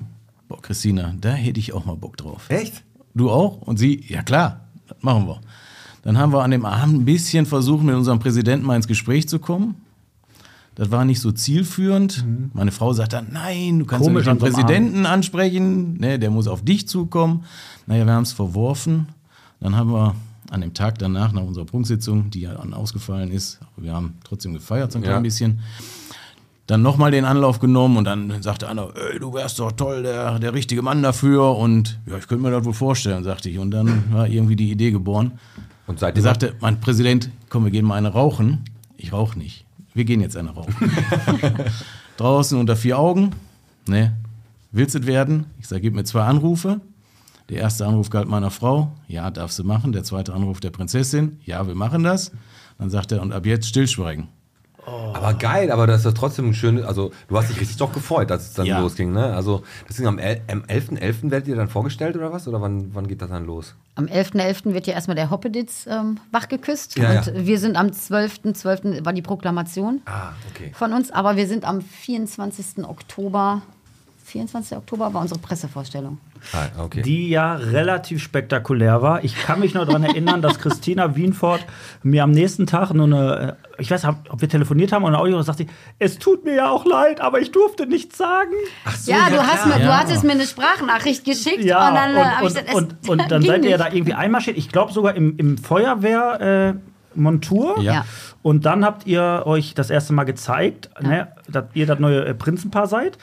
Speaker 5: boah, Christina, da hätte ich auch mal Bock drauf.
Speaker 1: Echt?
Speaker 5: Du auch? Und sie, ja klar, das machen wir. Dann haben wir an dem Abend ein bisschen versucht, mit unserem Präsidenten mal ins Gespräch zu kommen. Das war nicht so zielführend. Meine Frau sagt dann, nein, du kannst doch
Speaker 2: Mhm. Komisch
Speaker 5: nicht den
Speaker 2: an so einem
Speaker 5: Präsidenten ansprechen, ne, der muss auf dich zukommen. Naja, wir haben es verworfen. Dann haben wir an dem Tag danach, nach unserer Prunksitzung, die ja dann ausgefallen ist, aber wir haben trotzdem gefeiert so ein klein
Speaker 1: Ja.
Speaker 5: bisschen, dann nochmal den Anlauf genommen und dann sagte einer, ey, du wärst doch toll, der, der richtige Mann dafür. Und ja, ich könnte mir das wohl vorstellen, sagte ich. Und dann war irgendwie die Idee geboren.
Speaker 1: Und
Speaker 5: Er
Speaker 1: seitdem
Speaker 5: sagte, mein Präsident, komm, wir gehen mal eine rauchen. Ich rauche nicht. Wir gehen jetzt eine
Speaker 1: [LAUGHS]
Speaker 5: rauchen. Draußen unter vier Augen. Ne? Willst du es werden? Ich sage, gib mir zwei Anrufe. Der erste Anruf galt meiner Frau. Ja, darfst du machen. Der zweite Anruf der Prinzessin. Ja, wir machen das. Dann sagt er, und ab jetzt stillschweigen.
Speaker 1: Aber geil, aber das ist ja trotzdem ein schönes, also du hast dich richtig doch gefreut, als es dann
Speaker 5: Ja.
Speaker 1: losging, ne? Also das ging am El- am 11.11. werdet ihr dann vorgestellt oder was? Oder wann, wann geht das dann los?
Speaker 4: Am 11.11. wird ja erstmal der Hoppeditz ähm, wachgeküsst.
Speaker 1: Ja,
Speaker 4: und
Speaker 1: ja.
Speaker 4: wir sind am 12.12. war die Proklamation
Speaker 1: Ah, okay.
Speaker 4: von uns, aber wir sind am 24. Oktober. 24. Oktober war unsere Pressevorstellung.
Speaker 1: Ah, okay.
Speaker 2: die ja relativ spektakulär war. Ich kann mich noch daran erinnern, dass Christina Wienfort mir am nächsten Tag nur eine, äh, ich weiß nicht, ob wir telefoniert haben oder ein Audio, sagt sie, es tut mir ja auch leid, aber ich durfte nichts sagen.
Speaker 4: ja, du, hast mir, du
Speaker 5: Ja.
Speaker 4: hattest mir eine Sprachnachricht geschickt
Speaker 2: Ja,
Speaker 4: und dann äh, hab ich
Speaker 2: und,
Speaker 4: gesagt,
Speaker 2: und,
Speaker 4: es [LAUGHS]
Speaker 2: und, und dann
Speaker 4: ging
Speaker 2: seid ihr
Speaker 4: nicht.
Speaker 2: da irgendwie einmarschiert. Ich glaube sogar im, im Feuerwehr. Äh, Montur
Speaker 5: Ja.
Speaker 4: Ja.
Speaker 2: und dann habt ihr euch das erste Mal gezeigt, ne, dass ihr das neue äh, Prinzenpaar seid.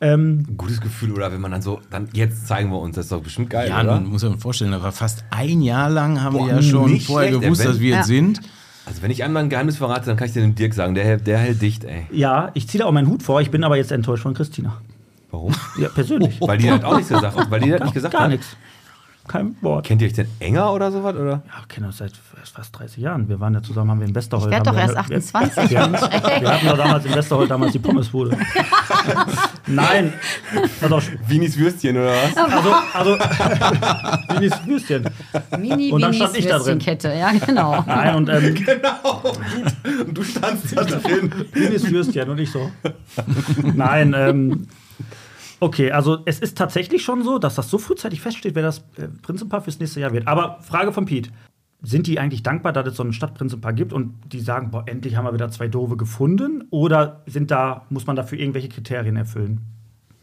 Speaker 2: Ähm,
Speaker 1: Ein gutes Gefühl, oder wenn man dann so, dann jetzt zeigen wir uns, das ist doch bestimmt geil,
Speaker 5: Ja,
Speaker 1: oder?
Speaker 5: man muss sich mal vorstellen, da war fast ein Jahr lang, haben
Speaker 1: Boah,
Speaker 5: wir ja schon
Speaker 1: nicht
Speaker 5: vorher
Speaker 1: schlecht,
Speaker 5: gewusst,
Speaker 1: der
Speaker 5: dass wir jetzt
Speaker 4: Ja.
Speaker 5: sind.
Speaker 1: Also wenn ich einmal ein Geheimnis verrate, dann kann ich dir den Dirk sagen, der, hält- der hält dicht, ey.
Speaker 2: Ja, ich ziehe da auch meinen Hut vor, ich bin aber jetzt enttäuscht von Christina.
Speaker 1: [LAUGHS] Warum?
Speaker 2: Ja, persönlich.
Speaker 1: weil die hat auch nichts gesagt, hat, weil die hat nicht gesagt
Speaker 2: Gar
Speaker 1: hat.
Speaker 2: nichts. Kein Wort.
Speaker 1: Kennt ihr euch denn enger oder sowas, oder?
Speaker 2: Ja, kennen uns seit f- fast 30 Jahren. Wir waren ja zusammen, haben wir in Westerhold.
Speaker 4: Ich werde
Speaker 2: haben
Speaker 4: doch
Speaker 2: wir-
Speaker 4: erst 28.
Speaker 2: Wir,
Speaker 4: [LAUGHS]
Speaker 2: wir, wir hatten doch damals in Westerhold damals die Pommesbude. Nein. Also,
Speaker 1: Winis Würstchen, oder was?
Speaker 4: [LAUGHS]
Speaker 2: also, also Winis Würstchen.
Speaker 4: Mini,
Speaker 2: Und dann
Speaker 4: Minis
Speaker 2: stand ich da drin.
Speaker 4: Würstchenkette, ja genau.
Speaker 2: [LAUGHS] Nein, und ähm,
Speaker 1: Und [LAUGHS] du standst da drin.
Speaker 2: Winis Würstchen und ich so. Nein, ähm, okay, also es ist tatsächlich schon so, dass das so frühzeitig feststeht, wer das äh, Prinzenpaar fürs nächste Jahr wird. Aber Frage von Pete. Sind die eigentlich dankbar, dass es so ein Stadtprinzenpaar gibt und die sagen, boah, endlich haben wir wieder zwei Dove gefunden? Oder sind da, muss man dafür irgendwelche Kriterien erfüllen?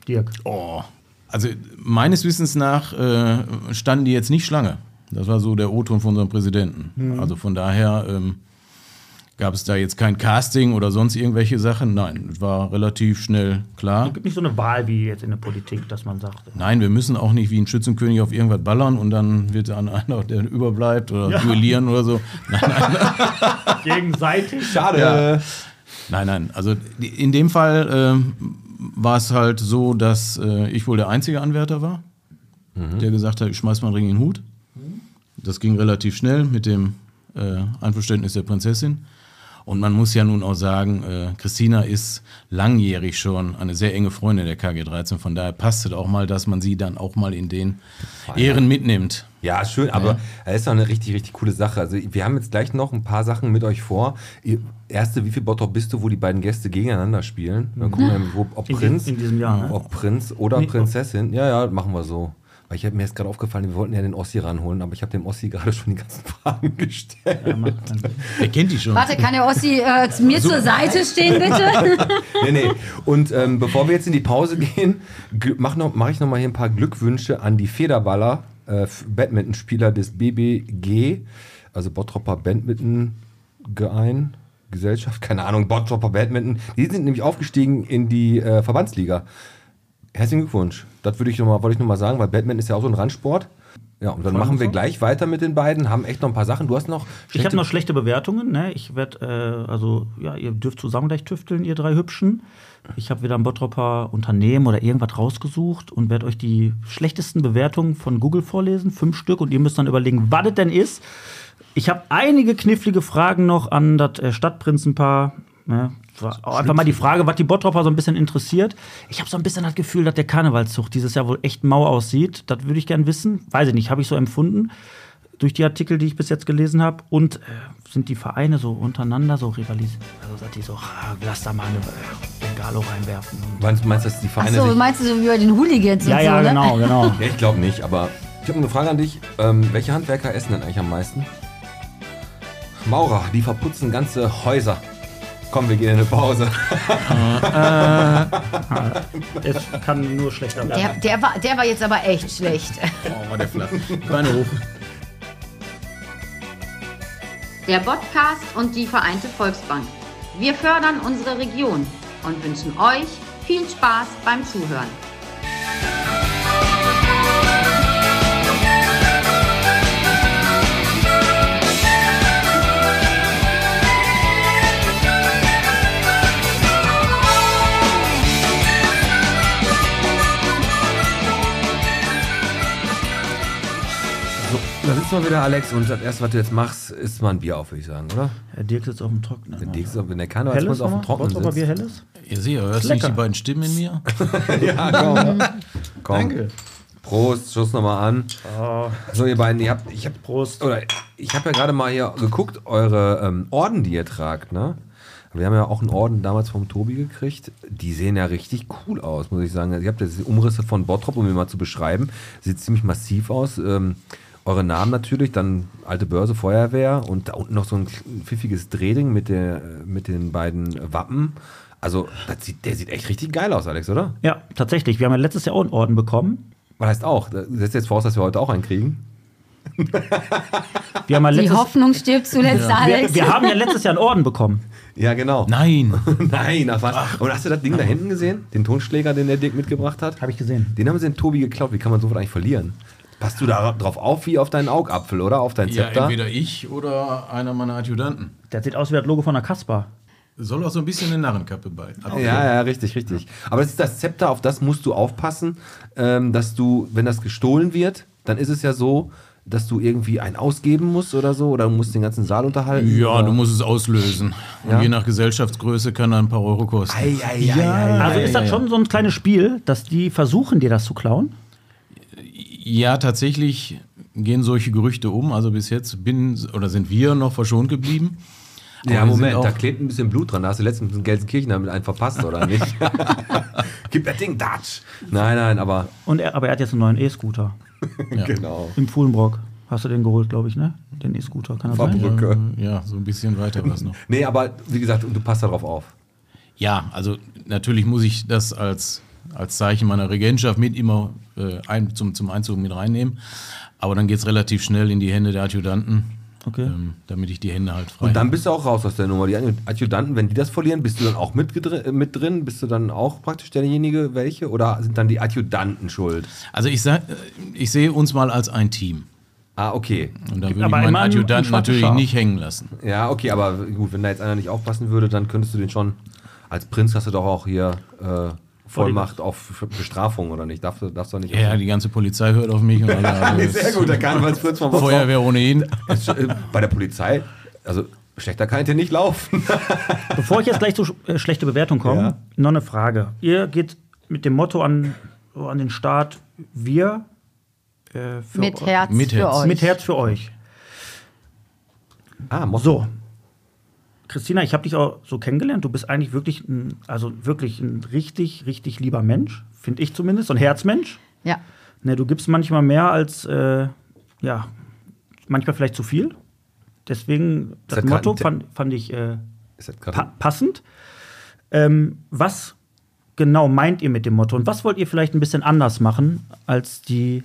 Speaker 2: Dirk.
Speaker 5: Oh. Also meines Wissens nach äh, standen die jetzt nicht Schlange. Das war so der O-Ton von unserem Präsidenten. Also von daher ähm, gab es da jetzt kein Casting oder sonst irgendwelche Sachen. Nein, es war relativ schnell klar.
Speaker 2: Es gibt nicht so eine Wahl wie jetzt in der Politik, dass man sagt.
Speaker 5: Nein, wir müssen auch nicht wie ein Schützenkönig auf irgendwas ballern und dann wird dann [LAUGHS] einer, der überbleibt oder duellieren oder so.
Speaker 2: Gegenseitig.
Speaker 1: Schade.
Speaker 5: Nein, nein. Also die- in dem Fall ähm, war es halt so, dass äh, ich wohl der einzige Anwärter war, der gesagt hat, ich schmeiß mal einen Ring in den Hut. Das ging relativ schnell mit dem äh, Einverständnis der Prinzessin. Und man muss ja nun auch sagen, äh, Christina ist langjährig schon eine sehr enge Freundin der KG 13. Von daher passt es auch mal, dass man sie dann auch mal in den Ehren mitnimmt.
Speaker 1: Ja, schön, aber es ist doch eine richtig, richtig coole Sache. Also wir haben jetzt gleich noch ein paar Sachen mit euch vor. Ihr, erste, wie viel Bottrop bist du, wo die beiden Gäste gegeneinander spielen? Dann gucken wir, mal, wo, ob
Speaker 2: In die-
Speaker 1: Prinz,
Speaker 2: in diesem Jahr, ne?
Speaker 1: ob Prinz oder
Speaker 2: Nee, ob-
Speaker 1: Prinzessin. Ja, ja, machen wir so. Weil ich hab, mir ist gerade aufgefallen, wir wollten ja den Ossi ranholen, aber ich habe dem Ossi gerade schon die ganzen [LAUGHS] Fragen gestellt.
Speaker 2: Ja, mach dann.
Speaker 5: Wer kennt die schon?
Speaker 4: Warte, kann der Ossi äh, zu mir zur Seite
Speaker 2: [LAUGHS]
Speaker 4: stehen, bitte?
Speaker 1: nee, nee. Und ähm, bevor wir jetzt in die Pause gehen, gl- mach noch, mache ich noch mal hier ein paar Glückwünsche an die Federballer, äh, F- Badmintonspieler des BBG, also Bottropper Badminton Geein. Gesellschaft, keine Ahnung, Bottropper Badminton. Die sind nämlich aufgestiegen in die äh, Verbandsliga. Herzlichen Glückwunsch. Das würde ich noch mal, wollte ich nochmal sagen, weil Badminton ist ja auch so ein Randsport. Ja, und dann machen wir gleich weiter mit den beiden, haben echt noch ein paar Sachen. Du hast noch.
Speaker 2: Ich
Speaker 1: schlechte-
Speaker 2: habe noch schlechte Bewertungen. Ne? Ich werde, äh, also, ja, ihr dürft zusammen gleich tüfteln, ihr drei Hübschen. Ich habe wieder ein Bottropper Unternehmen oder irgendwas rausgesucht und werde euch die schlechtesten Bewertungen von Google vorlesen. Fünf Stück. Und ihr müsst dann überlegen, was das denn ist. Ich habe einige knifflige Fragen noch an das äh, Stadtprinzenpaar. Ne? Auch einfach mal die Frage, was die Bottropper so ein bisschen interessiert. Ich habe so ein bisschen das Gefühl, dass der Karnevalszug dieses Jahr wohl echt mau aussieht. Das würde ich gern wissen. Weiß ich nicht, habe ich so empfunden durch die Artikel, die ich bis jetzt gelesen habe. Und äh, sind die Vereine so untereinander so rivalisiert? Also sagt die so, ah, lass da mal eine äh, Bengalo reinwerfen.
Speaker 1: Meinst du, meinst, du, dass die Vereine
Speaker 4: Achso,
Speaker 1: sich-
Speaker 4: meinst du so wie bei den Hooligans
Speaker 2: Ja,
Speaker 4: und
Speaker 2: ja,
Speaker 4: so, ne?
Speaker 2: genau, genau.
Speaker 1: Ja, ich glaube nicht, aber ich habe eine Frage an dich. Ähm, welche Handwerker essen denn eigentlich am meisten? Maurer, die verputzen ganze Häuser. Komm, wir gehen in eine Pause.
Speaker 2: [LAUGHS] Es kann nur schlechter werden.
Speaker 4: Der, der, war, der war jetzt aber echt schlecht.
Speaker 5: Oh, war der flach. Beine hoch.
Speaker 4: [LAUGHS] Der Podcast und die Vereinte Volksbank. Wir fördern unsere Region und wünschen euch viel Spaß beim Zuhören.
Speaker 1: So, da sitzen wir wieder, Alex, und das erste, was du jetzt machst, ist mal ein Bier auf, würde ich sagen, oder?
Speaker 2: Herr Äh, Dirk sitzt auf dem Trocknen.
Speaker 1: Wenn,
Speaker 2: Dirk
Speaker 1: die, wenn der Karnevalsprinz auf dem Trockenen
Speaker 2: aber wir
Speaker 1: sitzt.
Speaker 2: helles?
Speaker 5: Ihr seht, hörst du
Speaker 2: Lecker.
Speaker 5: nicht die beiden Stimmen in mir?
Speaker 1: Komm, Prost, Schuss nochmal an. So, ihr beiden, ihr habt, ich habe
Speaker 2: Prost.
Speaker 1: Oder ich habe ja gerade mal hier geguckt, eure ähm, Orden, die ihr tragt, ne? Wir haben ja auch einen Orden damals vom Tobi gekriegt. Die sehen ja richtig cool aus, muss ich sagen. Also Ihr habt ja diese Umrisse von Bottrop, um ihn mal zu beschreiben. Sieht ziemlich massiv aus. Ähm, eure Namen natürlich, dann alte Börse, Feuerwehr und da unten noch so ein pfiffiges Drehding mit, der, mit den beiden Wappen. Also, das sieht, der sieht echt richtig geil aus, Alex, oder?
Speaker 2: Ja, tatsächlich. Wir haben ja letztes Jahr auch einen Orden bekommen.
Speaker 1: Was heißt auch? Das setzt jetzt voraus, dass wir heute auch einen kriegen.
Speaker 2: Wir haben ja
Speaker 4: Die
Speaker 2: letztes,
Speaker 4: Hoffnung stirbt zuletzt, Alex.
Speaker 2: wir, wir haben ja letztes Jahr einen Orden bekommen.
Speaker 1: Ja, genau.
Speaker 5: Nein.
Speaker 1: [LAUGHS] Nein, ach was. Und hast du das Ding da hinten gesehen? Den Tonschläger, den der Dirk mitgebracht hat?
Speaker 2: Habe ich gesehen.
Speaker 1: Den haben sie den Tobi geklaut. Wie kann man sowas eigentlich verlieren? Passt du da drauf auf wie auf deinen Augapfel, oder? Auf deinen
Speaker 5: Ja,
Speaker 1: Zepter?
Speaker 5: entweder ich oder einer meiner Adjutanten.
Speaker 2: Der sieht aus wie das Logo von der Kasper.
Speaker 5: Soll auch so ein bisschen eine Narrenkappe bei.
Speaker 1: Ja, ja, richtig, richtig. Aber das ist das Zepter, auf das musst du aufpassen, ähm, dass du, wenn das gestohlen wird, dann ist es ja so, dass du irgendwie einen ausgeben musst oder so, oder du musst den ganzen Saal unterhalten.
Speaker 5: Ja, du musst es auslösen. Und
Speaker 1: Ja.
Speaker 5: je nach Gesellschaftsgröße kann er ein paar Euro kosten.
Speaker 1: Ei, ei, ei, ei, ei.
Speaker 2: Also ist das schon so ein kleines Spiel, dass die versuchen, dir das zu klauen?
Speaker 5: Ja, tatsächlich gehen solche Gerüchte um. Also bis jetzt bin oder sind wir noch verschont geblieben.
Speaker 1: Ja,
Speaker 5: Aber wir sind
Speaker 1: Moment,
Speaker 5: auch-
Speaker 1: da klebt ein bisschen Blut dran. Da hast du letztens in Gelsenkirchen damit einen verpasst, oder nicht? Gib das Ding, Datsch! Nein, nein, aber
Speaker 2: Und er, aber er hat jetzt einen neuen E-Scooter.
Speaker 1: genau.
Speaker 2: Im Fuhlenbrock. Hast du den geholt, glaube ich, ne? Den E-Scooter, kann das sein?
Speaker 1: Brücke.
Speaker 5: Ähm, Ja, so ein bisschen weiter war es noch.
Speaker 1: Nee, aber wie gesagt, und du passt da drauf auf.
Speaker 5: Ja, also natürlich muss ich das als, als Zeichen meiner Regentschaft mit immer äh, ein, zum, zum Einzug mit reinnehmen. Aber dann geht es relativ schnell in die Hände der Adjutanten,
Speaker 2: Okay.
Speaker 5: ähm, damit ich die Hände halt frei
Speaker 1: Und dann bist du auch raus aus der Nummer. Die Adjutanten, wenn die das verlieren, bist du dann auch mit, gedr- äh, mit drin? Bist du dann auch praktisch derjenige, welche? Oder sind dann die Adjutanten schuld?
Speaker 5: Also ich, sa- ich sehe uns mal als ein Team.
Speaker 1: Ah, okay.
Speaker 5: Und da würde ich
Speaker 2: aber
Speaker 5: meinen
Speaker 2: immer ein- ein
Speaker 5: Adjutanten
Speaker 2: schwarzes
Speaker 5: natürlich
Speaker 2: Schaf.
Speaker 5: nicht hängen lassen.
Speaker 1: Ja, okay, aber gut, wenn da jetzt einer nicht aufpassen würde, dann könntest du den schon. Als Prinz hast du doch auch hier äh, Vollmacht auf Bestrafung, oder nicht? Darfst du, darfst du nicht.
Speaker 5: Ja, die ganze Polizei hört auf mich und [LAUGHS] alle.
Speaker 1: Sehr gut, der Karnevalsprinz von Bottrop.
Speaker 5: Feuerwehr ohnehin.
Speaker 1: Äh, Bei der Polizei, also Schlechter kann ich dir nicht laufen. [LAUGHS]
Speaker 2: Bevor ich jetzt gleich zu sch- äh, schlechte Bewertung komme,
Speaker 1: Ja.
Speaker 2: noch eine Frage. Ihr geht mit dem Motto an, so an den Start, wir äh, für
Speaker 4: Mit
Speaker 2: eu-
Speaker 4: Herz
Speaker 5: Mit
Speaker 4: für
Speaker 5: Herz.
Speaker 4: euch.
Speaker 2: mit Herz für euch.
Speaker 1: Ah, Motto.
Speaker 2: So. Christina, ich habe dich auch so kennengelernt. Du bist eigentlich wirklich ein, also wirklich ein richtig, richtig lieber Mensch, finde ich zumindest, so ein Herzmensch.
Speaker 4: Ja.
Speaker 2: Ne, du gibst manchmal mehr als, äh, ja, manchmal vielleicht zu viel. Deswegen, das
Speaker 1: Das kann-
Speaker 2: Motto fand, fand ich äh,
Speaker 1: Ist das
Speaker 2: pa
Speaker 1: gerade.
Speaker 2: passend. Ähm, was genau meint ihr mit dem Motto und was wollt ihr vielleicht ein bisschen anders machen als die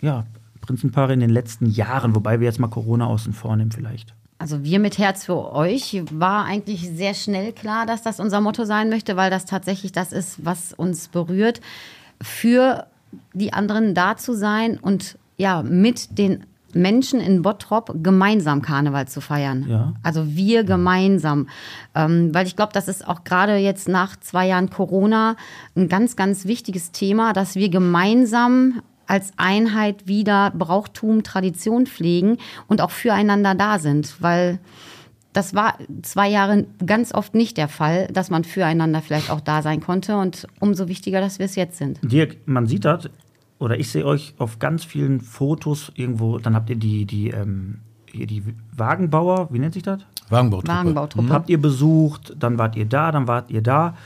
Speaker 2: ja, Prinzenpaare in den letzten Jahren, wobei wir jetzt mal Corona außen vor nehmen vielleicht?
Speaker 4: Also wir mit Herz für euch war eigentlich sehr schnell klar, dass das unser Motto sein möchte, weil das tatsächlich das ist, was uns berührt, für die anderen da zu sein und ja, mit den Menschen in Bottrop gemeinsam Karneval zu feiern.
Speaker 2: Ja.
Speaker 4: Also wir gemeinsam. Ähm, weil ich glaube, das ist auch gerade jetzt nach zwei Jahren Corona ein ganz, ganz wichtiges Thema, dass wir gemeinsam als Einheit wieder Brauchtum, Tradition pflegen und auch füreinander da sind. Weil das war zwei Jahre ganz oft nicht der Fall, dass man füreinander vielleicht auch da sein konnte. Und umso wichtiger, dass wir es jetzt sind.
Speaker 2: Dirk, man sieht das, oder ich sehe euch auf ganz vielen Fotos irgendwo, dann habt ihr die, die, ähm, hier die Wagenbauer, wie nennt sich das?
Speaker 5: Wagenbautruppe. Mhm.
Speaker 4: Wagenbautruppe.
Speaker 2: Habt ihr besucht, dann wart ihr da, dann wart ihr da.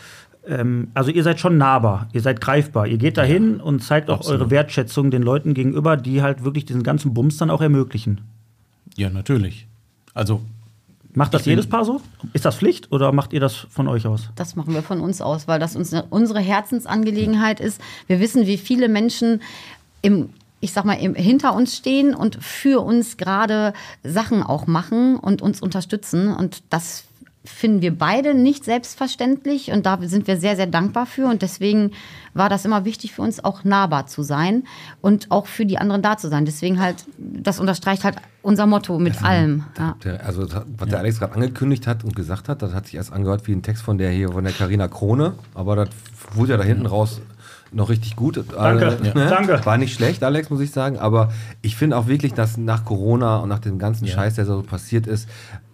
Speaker 2: Ähm, also ihr seid schon nahbar, ihr seid greifbar. Ihr geht dahin und zeigt auch eure Wertschätzung den Leuten gegenüber, die halt wirklich diesen ganzen Bums dann auch ermöglichen.
Speaker 5: Ja, natürlich. Also,
Speaker 2: Macht das
Speaker 5: Ich bin-
Speaker 2: jedes Paar so? Ist das Pflicht oder macht ihr das von euch aus?
Speaker 4: Das machen wir von uns aus, weil das uns unsere Herzensangelegenheit ist. Wir wissen, wie viele Menschen im ich sag mal, im, hinter uns stehen und für uns gerade Sachen auch machen und uns unterstützen. Und das finden wir beide nicht selbstverständlich. Und da sind wir sehr, sehr dankbar für. Und deswegen war das immer wichtig für uns, auch nahbar zu sein und auch für die anderen da zu sein. Deswegen halt, das unterstreicht halt unser Motto mit allem. Ja.
Speaker 1: Der, also, das hat- was der Alex gerade angekündigt hat und gesagt hat, das hat sich erst angehört wie ein Text von der hier, von der Karina Krone. Aber das wurde ja da hinten raus noch richtig gut. Äh, ne?
Speaker 2: Danke, ja. danke.
Speaker 1: War nicht schlecht, Alex, muss ich sagen. Aber ich finde auch wirklich, dass nach Corona und nach dem ganzen Scheiß, der so passiert ist,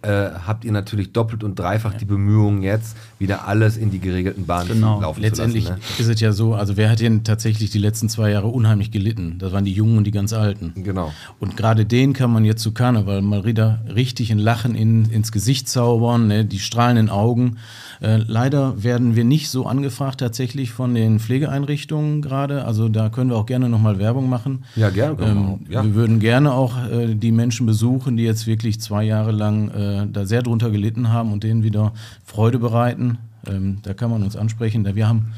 Speaker 1: äh, habt ihr natürlich doppelt und dreifach die Bemühungen jetzt, wieder alles in die geregelten Bahnen
Speaker 2: Genau.
Speaker 1: laufen
Speaker 5: letztendlich
Speaker 1: zu lassen. ne?
Speaker 5: ist es ja so, also wer hat denn tatsächlich die letzten zwei Jahre unheimlich gelitten? Das waren die Jungen und die ganz Alten.
Speaker 1: Ne? Genau.
Speaker 5: Und gerade den kann man jetzt zu Karneval mal wieder richtig ein Lachen in, ins Gesicht zaubern, ne? die strahlenden Augen. Äh, leider werden wir nicht so angefragt tatsächlich von den Pflegeeinrichtungen gerade. Also da können wir auch gerne nochmal Werbung machen.
Speaker 1: Ja, gerne, können wir
Speaker 5: Ähm,
Speaker 1: auch, ja.
Speaker 5: Wir würden gerne auch äh, die Menschen besuchen, die jetzt wirklich zwei Jahre lang äh, da sehr drunter gelitten haben und denen wieder Freude bereiten. Ähm, da kann man uns ansprechen. Da wir haben,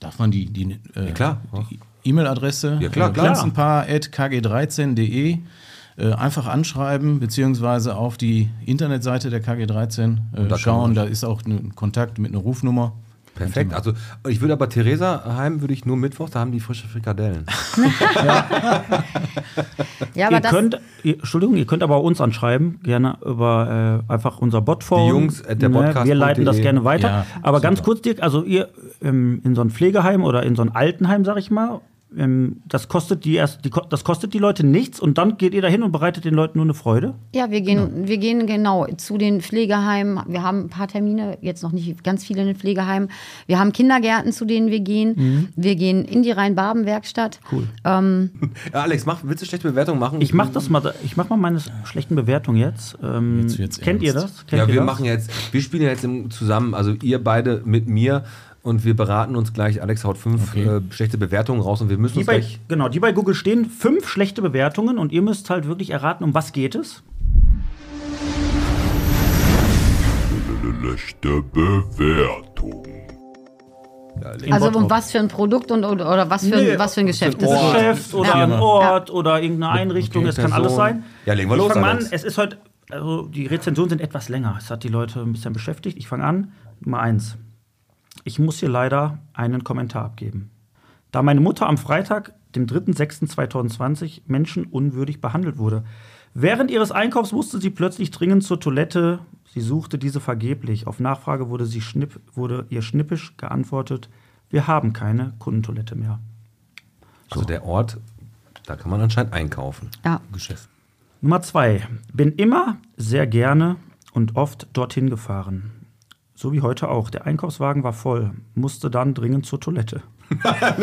Speaker 5: darf man die, die, äh,
Speaker 1: Ja, klar.
Speaker 5: die E-Mail-Adresse
Speaker 1: Ja, klar,
Speaker 5: äh,
Speaker 1: klar.
Speaker 5: prinzenpaar.kg13.de äh, einfach anschreiben, beziehungsweise auf die Internetseite der KG13 äh,
Speaker 1: man-
Speaker 5: schauen. Da ist auch ein Kontakt mit einer Rufnummer.
Speaker 1: Perfekt. Also ich würde aber Theresa heim würde ich nur Mittwoch, da haben die frische Frikadellen.
Speaker 4: Ja,
Speaker 2: ihr könnt, ihr, Entschuldigung, ihr könnt aber auch uns anschreiben, gerne über äh, einfach unser Botform. Ne,
Speaker 1: Die Jungs at der Podcast.de.
Speaker 2: Wir leiten das gerne weiter.
Speaker 5: Ja,
Speaker 2: aber ganz kurz, Dirk, also ihr ähm, in so ein Pflegeheim oder in so ein Altenheim, sag ich mal, ähm, das kostet die erst, die, ko- das kostet die Leute nichts und dann geht ihr dahin und bereitet den Leuten nur eine Freude.
Speaker 4: Ja, wir gehen, wir gehen genau zu den Pflegeheimen. Wir haben ein paar Termine, jetzt noch nicht ganz viele in den Pflegeheimen. Wir haben Kindergärten, zu denen wir gehen. Wir gehen in die Rhein-Baben-Werkstatt. Mhm. Cool. Ähm,
Speaker 1: Ja, Alex, mach, willst du schlechte Bewertung machen?
Speaker 2: Ich mach das mal, ich mach mal meine schlechten Bewertung jetzt. Ähm,
Speaker 5: Jetzt wird's
Speaker 2: kennt ihr
Speaker 5: ernst.
Speaker 2: das? Kennt
Speaker 1: ja,
Speaker 2: ihr
Speaker 1: wir
Speaker 2: das?
Speaker 1: machen jetzt, wir spielen ja jetzt im, zusammen, also ihr beide mit mir und wir beraten uns gleich. Alex haut fünf
Speaker 5: Okay.
Speaker 1: äh, schlechte Bewertungen raus und wir müssen
Speaker 2: Die
Speaker 1: uns
Speaker 2: bei,
Speaker 1: gleich.
Speaker 2: genau, die bei Google stehen fünf schlechte Bewertungen und ihr müsst halt wirklich erraten, um was geht es.
Speaker 6: Schlechte Bewertung.
Speaker 4: also um
Speaker 2: Bottrop.
Speaker 4: was für ein Produkt und oder, oder was, für ein,
Speaker 2: Nee,
Speaker 4: was für ein Geschäft.
Speaker 1: ein
Speaker 4: ist
Speaker 1: Ort.
Speaker 4: es?
Speaker 2: Geschäft oder
Speaker 4: Ja.
Speaker 2: ein
Speaker 4: Ja.
Speaker 2: Ort oder irgendeine Einrichtung.
Speaker 1: Okay,
Speaker 2: es kann alles
Speaker 1: Person.
Speaker 2: sein.
Speaker 1: Ja, legen wir
Speaker 2: ich
Speaker 1: los,
Speaker 2: fange an.
Speaker 1: Alex.
Speaker 2: Es ist heute, also die Rezensionen sind etwas länger. Es hat die Leute ein bisschen beschäftigt. Ich fange an. Nummer eins. Ich muss hier leider einen Kommentar abgeben. Da meine Mutter am Freitag, dem 3.6.2020, menschenunwürdig behandelt wurde. Während ihres Einkaufs musste sie plötzlich dringend zur Toilette. Sie suchte diese vergeblich. Auf Nachfrage wurde, sie schnipp, wurde ihr schnippisch geantwortet, wir haben keine Kundentoilette mehr.
Speaker 1: Also der Ort, da kann man anscheinend einkaufen.
Speaker 4: Ja.
Speaker 1: Geschäft.
Speaker 2: Nummer zwei. Bin immer sehr gerne und oft dorthin gefahren. So wie heute auch. Der Einkaufswagen war voll, musste dann dringend zur Toilette.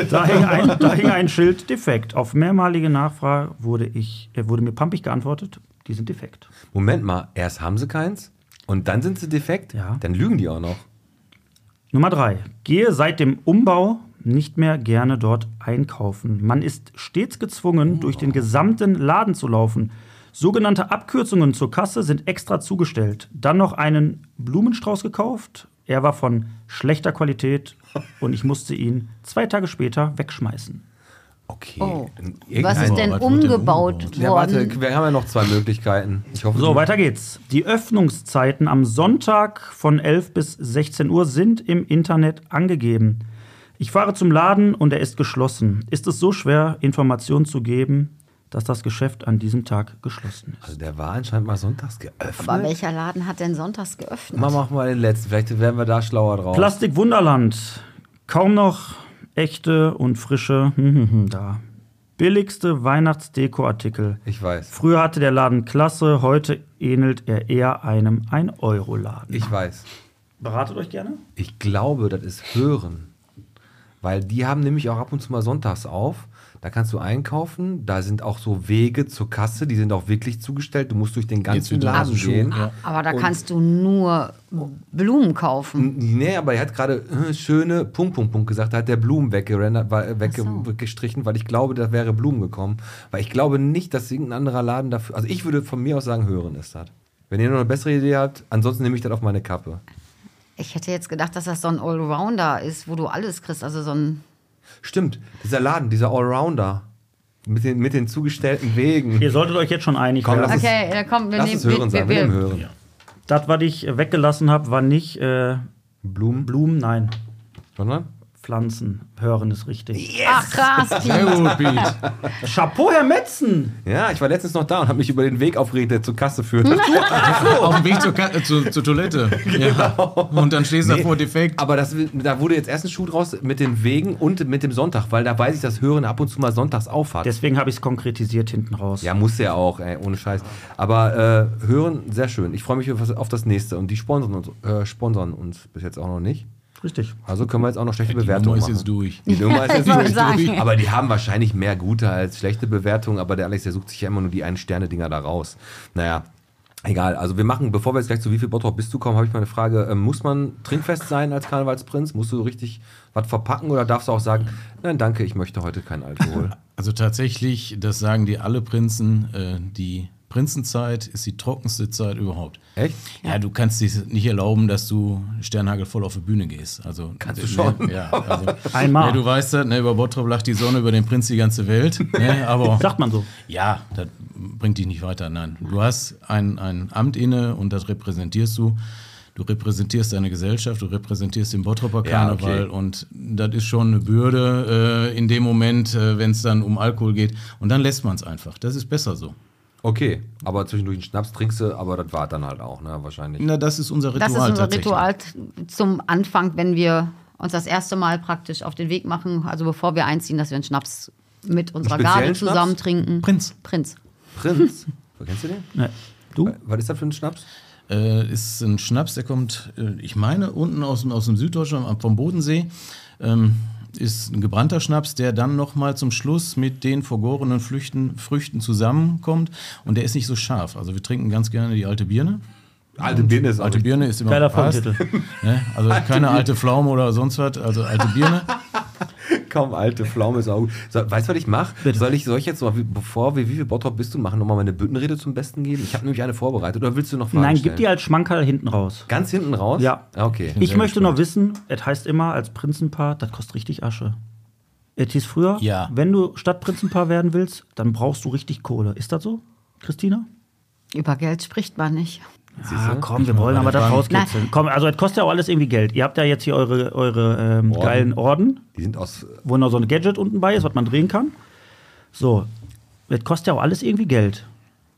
Speaker 2: da, hing ein, da hing ein Schild defekt. Auf mehrmalige Nachfrage wurde, ich, äh, wurde mir pampig geantwortet, die sind defekt.
Speaker 1: Moment mal, erst haben sie keins und dann sind sie defekt,
Speaker 2: Ja.
Speaker 1: dann lügen die auch noch.
Speaker 2: Nummer drei. Gehe seit dem Umbau nicht mehr gerne dort einkaufen. Man ist stets gezwungen, durch den gesamten Laden zu laufen. Sogenannte Abkürzungen zur Kasse sind extra zugestellt. Dann noch einen Blumenstrauß gekauft. Er war von schlechter Qualität und ich musste ihn zwei Tage später wegschmeißen.
Speaker 1: Okay.
Speaker 4: Oh.
Speaker 1: Irgendein-
Speaker 4: Was ist denn
Speaker 5: Bauarbeit wurde
Speaker 4: umgebaut
Speaker 5: umgebaut.
Speaker 1: Ja,
Speaker 4: worden?
Speaker 1: warte, wir haben ja noch zwei Möglichkeiten. Ich hoffe,
Speaker 2: So,
Speaker 1: die-
Speaker 2: weiter geht's. Die Öffnungszeiten am Sonntag von 11 bis 16 Uhr sind im Internet angegeben. Ich fahre zum Laden und er ist geschlossen. Ist es so schwer, Informationen zu geben, dass das Geschäft an diesem Tag geschlossen ist?
Speaker 1: Also der war anscheinend mal sonntags geöffnet.
Speaker 4: Aber welcher Laden hat denn sonntags geöffnet?
Speaker 1: Mal machen wir den letzten. Vielleicht werden wir da schlauer drauf.
Speaker 2: Plastikwunderland. Kaum noch echte und frische [LAUGHS] hm, hm, hm, da. Billigste Weihnachtsdekoartikel.
Speaker 1: Ich weiß.
Speaker 2: Früher hatte der Laden Klasse, heute ähnelt er eher einem 1-Euro-Laden.
Speaker 1: Ich weiß.
Speaker 2: Beratet euch gerne?
Speaker 1: Ich glaube, das ist Hören. Weil die haben nämlich auch ab und zu mal sonntags auf. Da kannst du einkaufen. Da sind auch so Wege zur Kasse. Die sind auch wirklich zugestellt. Du musst durch den ganzen
Speaker 5: wieder
Speaker 1: Laden
Speaker 5: Schuhe,
Speaker 1: gehen.
Speaker 5: ja.
Speaker 4: Aber da kannst du nur Blumen kaufen.
Speaker 1: Nee, aber er hat gerade äh, schöne Punkt, Punkt, Punkt gesagt. Da hat der Blumen weggerendert, weil, äh, wegge weggestrichen, weil ich glaube, da wäre Blumen gekommen. Weil ich glaube nicht, dass irgendein anderer Laden dafür. Also ich würde von mir aus sagen, hören ist das. Wenn ihr noch eine bessere Idee habt, ansonsten nehme ich das auf meine Kappe.
Speaker 4: Ich hätte jetzt gedacht, dass das so ein Allrounder ist, wo du alles kriegst. Also so ein.
Speaker 1: Stimmt, dieser Laden, dieser Allrounder. Mit den, mit den zugestellten Wegen.
Speaker 2: Ihr solltet euch jetzt schon einig
Speaker 1: Komm,
Speaker 2: werden.
Speaker 1: lass uns-
Speaker 4: Okay, dann komm, wir
Speaker 1: Lass
Speaker 4: nehmen.
Speaker 1: es hören sein, wir nehmen hören.
Speaker 2: Das, was ich weggelassen habe, war nicht äh,
Speaker 1: Blumen,
Speaker 2: Blumen, nein,
Speaker 1: sondern?
Speaker 2: Pflanzen. Hören ist richtig.
Speaker 4: Ach [LAUGHS] krass, Pete.
Speaker 5: Sehr gut, [LAUGHS] Pete.
Speaker 2: Chapeau, Herr Metzen!
Speaker 1: Ja, ich war letztens noch da und habe mich über den Weg aufgeregt, der zur Kasse führt.
Speaker 5: Auf dem Weg zur, Ka- äh, zu, zur [LAUGHS] Toilette. Ja. Und dann stehst du davor defekt.
Speaker 1: Aber das, da wurde jetzt erst ein Schuh draus mit den Wegen und mit dem Sonntag, weil da weiß ich, dass Hören ab und zu mal sonntags aufhat.
Speaker 2: Deswegen habe ich es konkretisiert hinten raus.
Speaker 1: Ja, muss ja auch, ey, ohne Scheiß. Aber äh, hören, sehr schön. Ich freue mich auf, was- auf das nächste. Und die sponsern uns, äh, sponsern uns bis jetzt auch noch nicht.
Speaker 2: Richtig.
Speaker 1: Also können wir jetzt auch noch schlechte
Speaker 5: Die
Speaker 1: Bewertungen
Speaker 5: Nummer ist
Speaker 1: machen.
Speaker 5: jetzt durch.
Speaker 1: Die Nummer ist
Speaker 4: Ich
Speaker 1: jetzt
Speaker 4: wollte
Speaker 1: durch.
Speaker 4: sagen.
Speaker 1: Aber die haben wahrscheinlich mehr gute als schlechte Bewertungen. Aber der Alex, der sucht sich ja immer nur die einen Sterne-Dinger da raus. Naja. Egal, also wir machen, bevor wir jetzt gleich zu wie viel Bottrop bist du kommen, habe ich mal eine Frage. Ähm, muss man trinkfest sein als Karnevalsprinz? Musst du richtig was verpacken oder darfst du auch sagen, nein, danke, ich möchte heute keinen Alkohol?
Speaker 5: Also tatsächlich, das sagen die alle Prinzen, äh, die Prinzenzeit ist die trockenste Zeit überhaupt.
Speaker 1: Echt?
Speaker 5: Ja, du kannst dich nicht erlauben, dass du Sternhagel voll auf die Bühne gehst. Also, kannst
Speaker 1: du schon.
Speaker 5: Ja, also,
Speaker 2: Einmal.
Speaker 5: Ne, du weißt das, ne, über Bottrop lacht die Sonne, über den Prinz die ganze Welt. Ne, aber
Speaker 2: Sagt man so.
Speaker 5: ja, das bringt dich nicht weiter. Nein, du hast ein, ein Amt inne und das repräsentierst du. Du repräsentierst deine Gesellschaft, du repräsentierst den Bottroper
Speaker 1: Ja,
Speaker 5: Karneval
Speaker 1: okay.
Speaker 5: und das ist schon eine Bürde äh, in dem Moment, äh, wenn es dann um Alkohol geht. Und dann lässt man es einfach. Das ist besser so.
Speaker 1: Okay, aber zwischendurch einen Schnaps trinkst du, aber das war dann halt auch, ne, wahrscheinlich.
Speaker 5: Na, das ist unser Ritual.
Speaker 4: Das ist unser
Speaker 5: tatsächlich.
Speaker 4: Ritual zum Anfang, wenn wir uns das erste Mal praktisch auf den Weg machen, also bevor wir einziehen, dass wir einen Schnaps mit unserer
Speaker 1: Speziellen
Speaker 4: Garde zusammen
Speaker 1: Schnaps?
Speaker 4: trinken.
Speaker 5: Prinz
Speaker 4: Prinz.
Speaker 1: Prinz. Wo Kennst du den?
Speaker 2: Ne. Du?
Speaker 1: Was ist das für ein Schnaps?
Speaker 5: äh, ist ein Schnaps, der kommt, äh, ich meine, unten aus, dem- aus dem Süddeutschland, am- vom Bodensee. Ähm, ist ein gebrannter Schnaps, der dann nochmal zum Schluss mit den vergorenen Flüchten, Früchten zusammenkommt. Und der ist nicht so scharf. Also wir trinken ganz gerne die alte Birne.
Speaker 1: Alte Birne ist
Speaker 5: Alte Birne ist immer
Speaker 2: Geiler
Speaker 5: gepasst,
Speaker 2: Folgentitel.
Speaker 5: Ne? Also keine alte Pflaume oder sonst was, also alte Birne.
Speaker 1: [LAUGHS] Kaum alte Pflaume ist auch gut. So, weißt du, was ich mache? Soll ich, soll ich jetzt noch, wie- bevor wir wie viel Bottrop bist du machen, nochmal meine Büttenrede zum Besten geben? Ich habe nämlich eine vorbereitet. Oder willst du noch Fragen
Speaker 2: Nein,
Speaker 1: stellen?
Speaker 2: gib die als Schmankerl hinten raus.
Speaker 1: Ganz hinten raus?
Speaker 2: Ja.
Speaker 1: Ah, Okay.
Speaker 2: Ich
Speaker 5: sehr
Speaker 2: möchte nur wissen, es heißt immer als Prinzenpaar, das kostet richtig Asche. Es hieß früher,
Speaker 5: Ja.
Speaker 2: wenn du Stadtprinzenpaar werden willst, dann brauchst du richtig Kohle. Ist das so, Christina?
Speaker 4: Über Geld spricht man nicht.
Speaker 2: Ah, komm, wir wollen aber das rauskitzeln. Komm, also es kostet ja auch alles irgendwie Geld. Ihr habt ja jetzt hier eure, eure ähm, geilen Orden,
Speaker 1: Die sind aus.
Speaker 2: wo noch so ein Gadget unten bei ist, was man drehen kann. So, das kostet ja auch alles irgendwie Geld.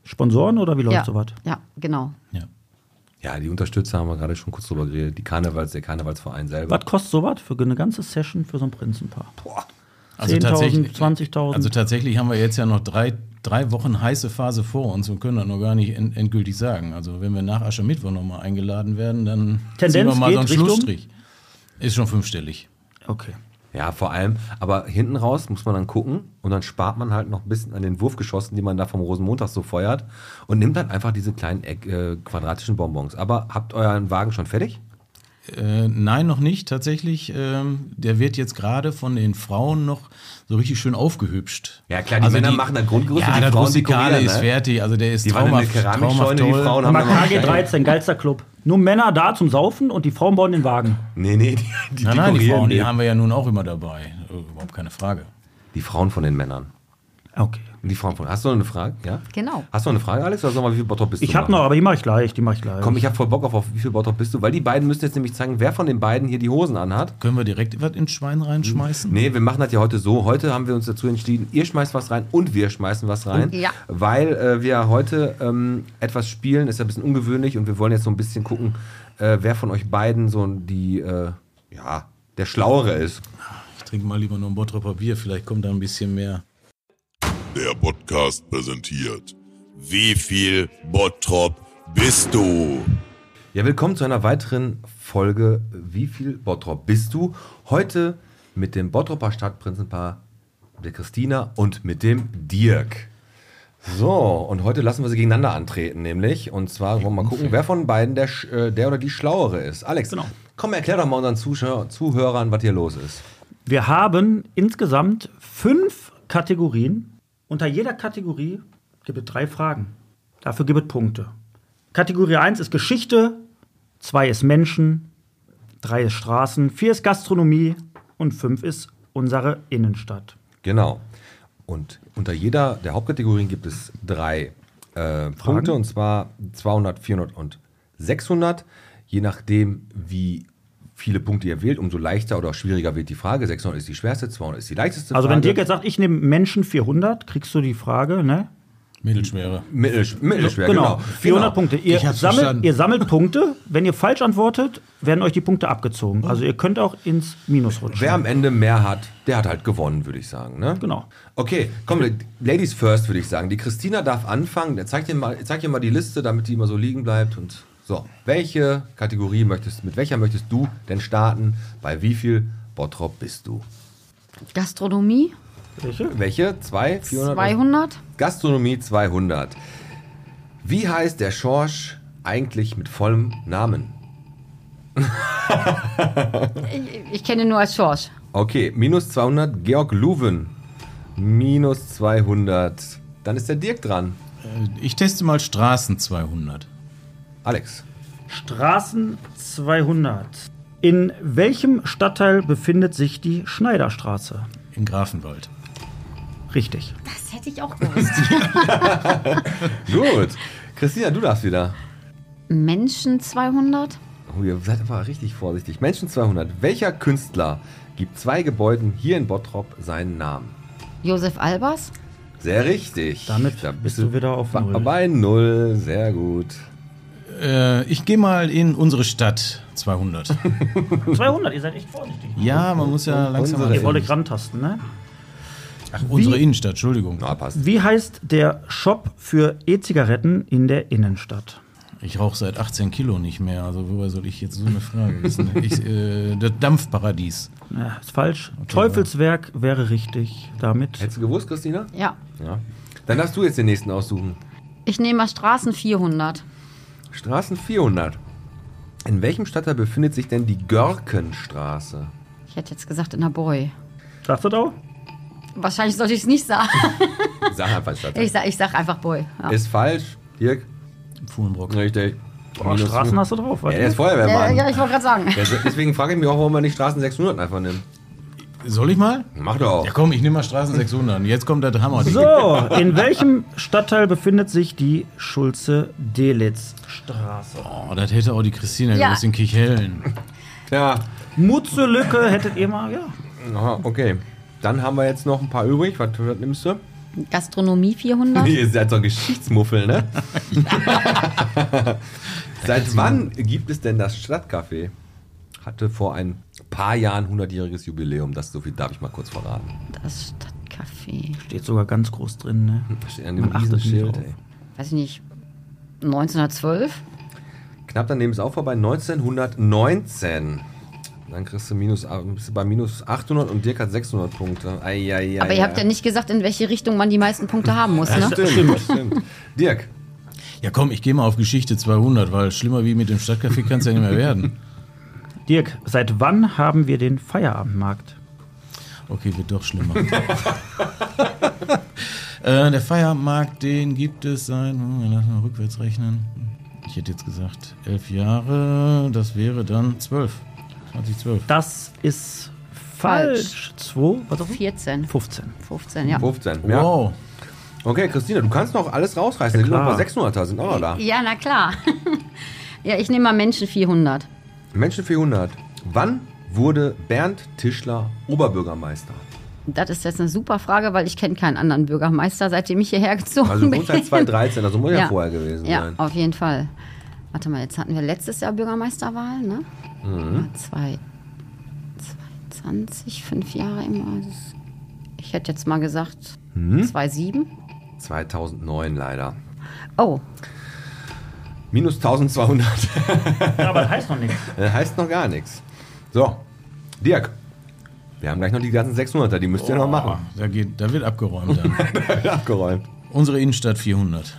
Speaker 2: Sponsoren oder wie läuft
Speaker 4: Ja,
Speaker 2: sowas?
Speaker 4: ja, genau.
Speaker 5: Ja.
Speaker 1: Ja, die Unterstützer haben wir gerade schon kurz drüber geredet. Die Karnevals, der Karnevalsverein selber.
Speaker 2: Was kostet sowas für eine ganze Session für so ein Prinzenpaar?
Speaker 1: Boah.
Speaker 5: Also
Speaker 2: 10.000,
Speaker 5: tatsächlich-
Speaker 2: 20.000.
Speaker 5: Also tatsächlich haben wir jetzt ja noch drei drei Wochen heiße Phase vor uns und können das noch gar nicht en- endgültig sagen. Also wenn wir nach Aschermittwoch nochmal eingeladen werden, dann
Speaker 2: Tendenz
Speaker 5: ziehen wir mal so einen
Speaker 2: geht Richtung?
Speaker 5: Schlussstrich. Ist schon fünfstellig.
Speaker 2: Okay.
Speaker 1: Ja, vor allem, aber hinten raus muss man dann gucken und dann spart man halt noch ein bisschen an den Wurfgeschossen, die man da vom Rosenmontag so feuert und nimmt dann einfach diese kleinen Eck, äh, quadratischen Bonbons. Aber habt euren Wagen schon fertig?
Speaker 5: Äh, nein, noch nicht. Tatsächlich, ähm, der wird jetzt gerade von den Frauen noch so richtig schön aufgehübscht. Also
Speaker 1: Ja, klar, die Männer machen das Grundgerüst
Speaker 5: ja,
Speaker 1: und die
Speaker 5: das
Speaker 1: Frauen
Speaker 5: Rustikale
Speaker 1: dekorieren, ne?
Speaker 5: ist fertig. Also der ist
Speaker 1: Die waren in der Keramikscheune, die Frauen haben
Speaker 2: Aber
Speaker 1: da mal-
Speaker 2: KG13, geilster Club. Nur Männer da zum Saufen und die Frauen bauen den Wagen.
Speaker 1: Nee, nee, die, die,
Speaker 5: Nein, nein, die
Speaker 1: dekorieren
Speaker 5: Frauen, die
Speaker 1: den.
Speaker 5: haben wir ja nun auch immer dabei. Äh, Überhaupt keine Frage.
Speaker 1: die Frauen von den Männern.
Speaker 2: Okay.
Speaker 1: Die Frauen von. Hast du noch eine Frage? Ja?
Speaker 4: Genau.
Speaker 1: Hast du noch eine Frage, Alex? Oder sag mal, wie viel Bottrop bist du?
Speaker 2: Ich habe noch, aber die mache ich gleich. Die mache ich gleich.
Speaker 1: Komm, ich habe voll Bock auf, auf wie viel Bottrop bist du, weil die beiden müssen jetzt nämlich zeigen, wer von den beiden hier die Hosen anhat.
Speaker 5: Können wir direkt was ins Schwein reinschmeißen?
Speaker 1: Nee, wir machen das ja heute so. Heute haben wir uns dazu entschieden, ihr schmeißt was rein und wir schmeißen was rein.
Speaker 4: Ja.
Speaker 1: Weil äh, wir heute ähm, etwas spielen, ist ja ein bisschen ungewöhnlich und wir wollen jetzt so ein bisschen gucken, äh, wer von euch beiden so die, äh, ja, der Schlauere ist.
Speaker 5: Ich trinke mal lieber noch ein Bottroper Bier, vielleicht kommt da ein bisschen mehr.
Speaker 6: Der Podcast präsentiert. Wie viel Bottrop bist du?
Speaker 1: Ja, willkommen zu einer weiteren Folge Wie viel Bottrop bist du? Heute mit dem Bottroper Stadtprinzenpaar, der Christina und mit dem Dirk. So, und heute lassen wir sie gegeneinander antreten, nämlich. Und zwar wollen wir mal gucken, wer von beiden der, Sch- äh, der oder die Schlauere ist. Alex,
Speaker 2: Genau.
Speaker 1: komm, erklär doch mal unseren Zuschau Zuhörern, was hier los ist.
Speaker 2: Wir haben insgesamt fünf Kategorien. Unter jeder Kategorie gibt es drei Fragen. Dafür gibt es Punkte. Kategorie 1 ist Geschichte, 2 ist Menschen, 3 ist Straßen, 4 ist Gastronomie und 5 ist unsere Innenstadt.
Speaker 1: Genau. Und unter jeder der Hauptkategorien gibt es drei äh, Punkte, und zwar 200, 400 und 600. Je nachdem, wie viele Punkte ihr wählt, umso leichter oder schwieriger wird die Frage. 600 ist die schwerste, 200 ist die leichteste
Speaker 2: Also wenn
Speaker 1: Frage.
Speaker 2: Dirk jetzt sagt, ich nehme Menschen 400, kriegst du die Frage, ne?
Speaker 5: Mittelschwere.
Speaker 1: Mittelsch mittelschwer, genau.
Speaker 2: 400
Speaker 1: genau.
Speaker 2: Punkte. Ihr
Speaker 5: Ich hab's verstanden.
Speaker 2: sammelt, ihr sammelt Punkte. Wenn ihr falsch antwortet, werden euch die Punkte abgezogen. Also ihr könnt auch ins Minus rutschen.
Speaker 1: Wer am Ende mehr hat, der hat halt gewonnen, würde ich sagen. Ne?
Speaker 2: Genau.
Speaker 1: Okay, komm, Ladies first, würde ich sagen. Die Christina darf anfangen. Zeig dir, mal, zeig dir mal die Liste, damit die immer so liegen bleibt. Und so, welche Kategorie möchtest, mit welcher möchtest du denn starten? Bei wie viel Bottrop bist du?
Speaker 4: Gastronomie,
Speaker 2: Welche?
Speaker 1: Welche? Zwei? 400?
Speaker 4: 200.
Speaker 1: Gastronomie 200. Wie heißt der Schorsch eigentlich mit vollem Namen?
Speaker 4: Ich kenne ihn nur als Schorsch.
Speaker 1: Okay, minus 200 Georg Luwen. Minus 200. Dann ist der Dirk dran.
Speaker 5: Ich teste mal Straßen 200.
Speaker 1: Alex.
Speaker 2: Straßen 200. In welchem Stadtteil befindet sich die Schneiderstraße?
Speaker 5: In Grafenwald.
Speaker 1: [LAUGHS]
Speaker 2: Richtig.
Speaker 4: Das hätte ich auch gewusst.
Speaker 1: Gut. Christina, du darfst wieder.
Speaker 4: Menschen 200.
Speaker 1: Oh, ihr seid einfach richtig vorsichtig. Menschen 200. Welcher Künstler gibt zwei Gebäuden hier in Bottrop seinen Namen?
Speaker 4: Josef Albers.
Speaker 1: Sehr richtig.
Speaker 2: Damit bist du wieder auf
Speaker 1: bei
Speaker 2: Null.
Speaker 1: bei Null. Sehr gut.
Speaker 5: Äh, ich gehe mal in unsere Stadt [LAUGHS] 200.
Speaker 2: 200, ihr seid echt vorsichtig.
Speaker 5: ja, man muss ja langsam.
Speaker 1: Unsere-
Speaker 2: Ihr wollt
Speaker 5: Unsere,
Speaker 2: euch rantasten, ne?
Speaker 5: Ach, unsere Innenstadt, Entschuldigung.
Speaker 1: Na, passt.
Speaker 2: Wie heißt der Shop für E-Zigaretten in der Innenstadt?
Speaker 5: Ich rauche seit 18 Kilo nicht mehr. Also, woher soll ich jetzt so eine Frage wissen? [LAUGHS] Ich, äh, das Dampfparadies.
Speaker 2: Ja, ist falsch. Teufelswerk wäre richtig damit.
Speaker 1: Hättest du gewusst, Christina?
Speaker 4: Ja.
Speaker 1: Ja. Dann darfst du jetzt den nächsten aussuchen.
Speaker 4: Ich nehme mal Straßen 400.
Speaker 1: Straßen 400. In welchem Stadtteil befindet sich denn die Görkenstraße?
Speaker 4: Ich hätte jetzt gesagt in der Boy.
Speaker 2: Sagst du das
Speaker 4: Wahrscheinlich sollte ich es nicht sagen.
Speaker 1: Sag einfach Stadtteil.
Speaker 4: Ich sag, ich sag einfach Boy. Ja.
Speaker 1: Ist falsch. Dirk?
Speaker 5: Fuhlenbrock.
Speaker 1: Richtig.
Speaker 2: auch? Oh, Straßen hast du drauf,
Speaker 1: Ja, der ist
Speaker 2: weißt du?
Speaker 4: Äh,
Speaker 1: Feuerwehrmann.
Speaker 4: ja, ich wollte gerade sagen.
Speaker 1: Ja, so- deswegen frage ich mich auch, warum man nicht Straßen 600 einfach nimmt.
Speaker 5: Soll ich mal?
Speaker 1: Mach doch.
Speaker 5: Ja, komm, ich nehme mal Straßen 600. Jetzt kommt der Hammer.
Speaker 2: So, in welchem Stadtteil befindet sich die Schulze-Delitz-Straße?
Speaker 5: Oh, das hätte auch die Christina
Speaker 4: Ja.
Speaker 5: gewusst in Kichellen.
Speaker 1: Ja,
Speaker 2: Mutzelücke hättet ihr mal, ja.
Speaker 1: aha, okay. Dann haben wir jetzt noch ein paar übrig. Was, was nimmst du?
Speaker 4: Gastronomie 400.
Speaker 1: Ihr seid so ein Geschichtsmuffel,
Speaker 4: [LAUGHS]
Speaker 1: ne? Seit wann gibt es denn das Stadtcafé? Hatte vor ein paar Jahren 100-jähriges Jubiläum. Das so viel darf ich mal kurz verraten.
Speaker 4: Das Stadtcafé. irgendwie,
Speaker 2: Steht sogar ganz groß drin, ne?
Speaker 1: Da steht an dem
Speaker 2: Man achtet nicht
Speaker 1: Riesenschild,
Speaker 2: drauf.
Speaker 1: ey.
Speaker 4: weiß ich nicht, 1912?
Speaker 1: Knapp daneben ist auch vorbei, 1919. Dann kriegst du, minus, ah, bist du bei minus 800 und Dirk hat 600 Punkte. Ei, ei, ei,
Speaker 4: Aber ihr habt ja nicht gesagt, in welche Richtung man die meisten Punkte haben muss, ne?
Speaker 1: Stimmt, stimmt. Dirk,
Speaker 5: Ja, komm, ich gehe mal auf Geschichte 200, weil schlimmer wie mit dem Stadtcafé kann es ja nicht mehr werden.
Speaker 2: Dirk, seit wann haben wir den Feierabendmarkt?
Speaker 5: Okay, wird doch schlimmer. äh, der Feiermarkt, den gibt es seit, hm, lass mal rückwärts rechnen. Ich hätte jetzt gesagt, elf Jahre, das wäre dann zwölf. 2012.
Speaker 2: Das ist falsch. 2, was auch
Speaker 4: 14,
Speaker 2: 15.
Speaker 4: 15, ja.
Speaker 1: 15. Ja.
Speaker 5: Wow.
Speaker 1: Okay, Christina, du kannst noch alles rausreißen. Da sind noch
Speaker 2: klar.
Speaker 1: ein paar 600er, sind auch noch da.
Speaker 4: Ja, na klar. [LAUGHS] ja, ich nehme mal Menschen 400.
Speaker 1: Menschen 400. Wann wurde Bernd Tischler Oberbürgermeister?
Speaker 4: Das ist jetzt eine super Frage, weil ich kenne keinen anderen Bürgermeister, seitdem ich hierher gezogen
Speaker 1: Also du
Speaker 4: bin.
Speaker 1: wohnst
Speaker 4: [LAUGHS]
Speaker 1: seit 2013, also muss ja, vorher gewesen
Speaker 4: ja,
Speaker 1: sein.
Speaker 4: auf jeden Fall. Warte mal, jetzt hatten wir letztes Jahr Bürgermeisterwahl, ne? Mhm. Zwei, 20, fünf Jahre immer. Das ist- Ich hätte jetzt mal gesagt,
Speaker 1: Mhm.
Speaker 4: 2,7.
Speaker 1: 2009 leider.
Speaker 4: Oh,
Speaker 1: Minus 1200. [LAUGHS]
Speaker 2: Ja, aber das heißt noch nichts.
Speaker 1: Das heißt noch gar nichts. So, Dirk. Wir haben gleich noch die ganzen 600er, die müsst ihr noch machen. [LAUGHS]
Speaker 5: Da, geht, da wird abgeräumt dann.
Speaker 1: Abgeräumt.
Speaker 5: Unsere Innenstadt 400.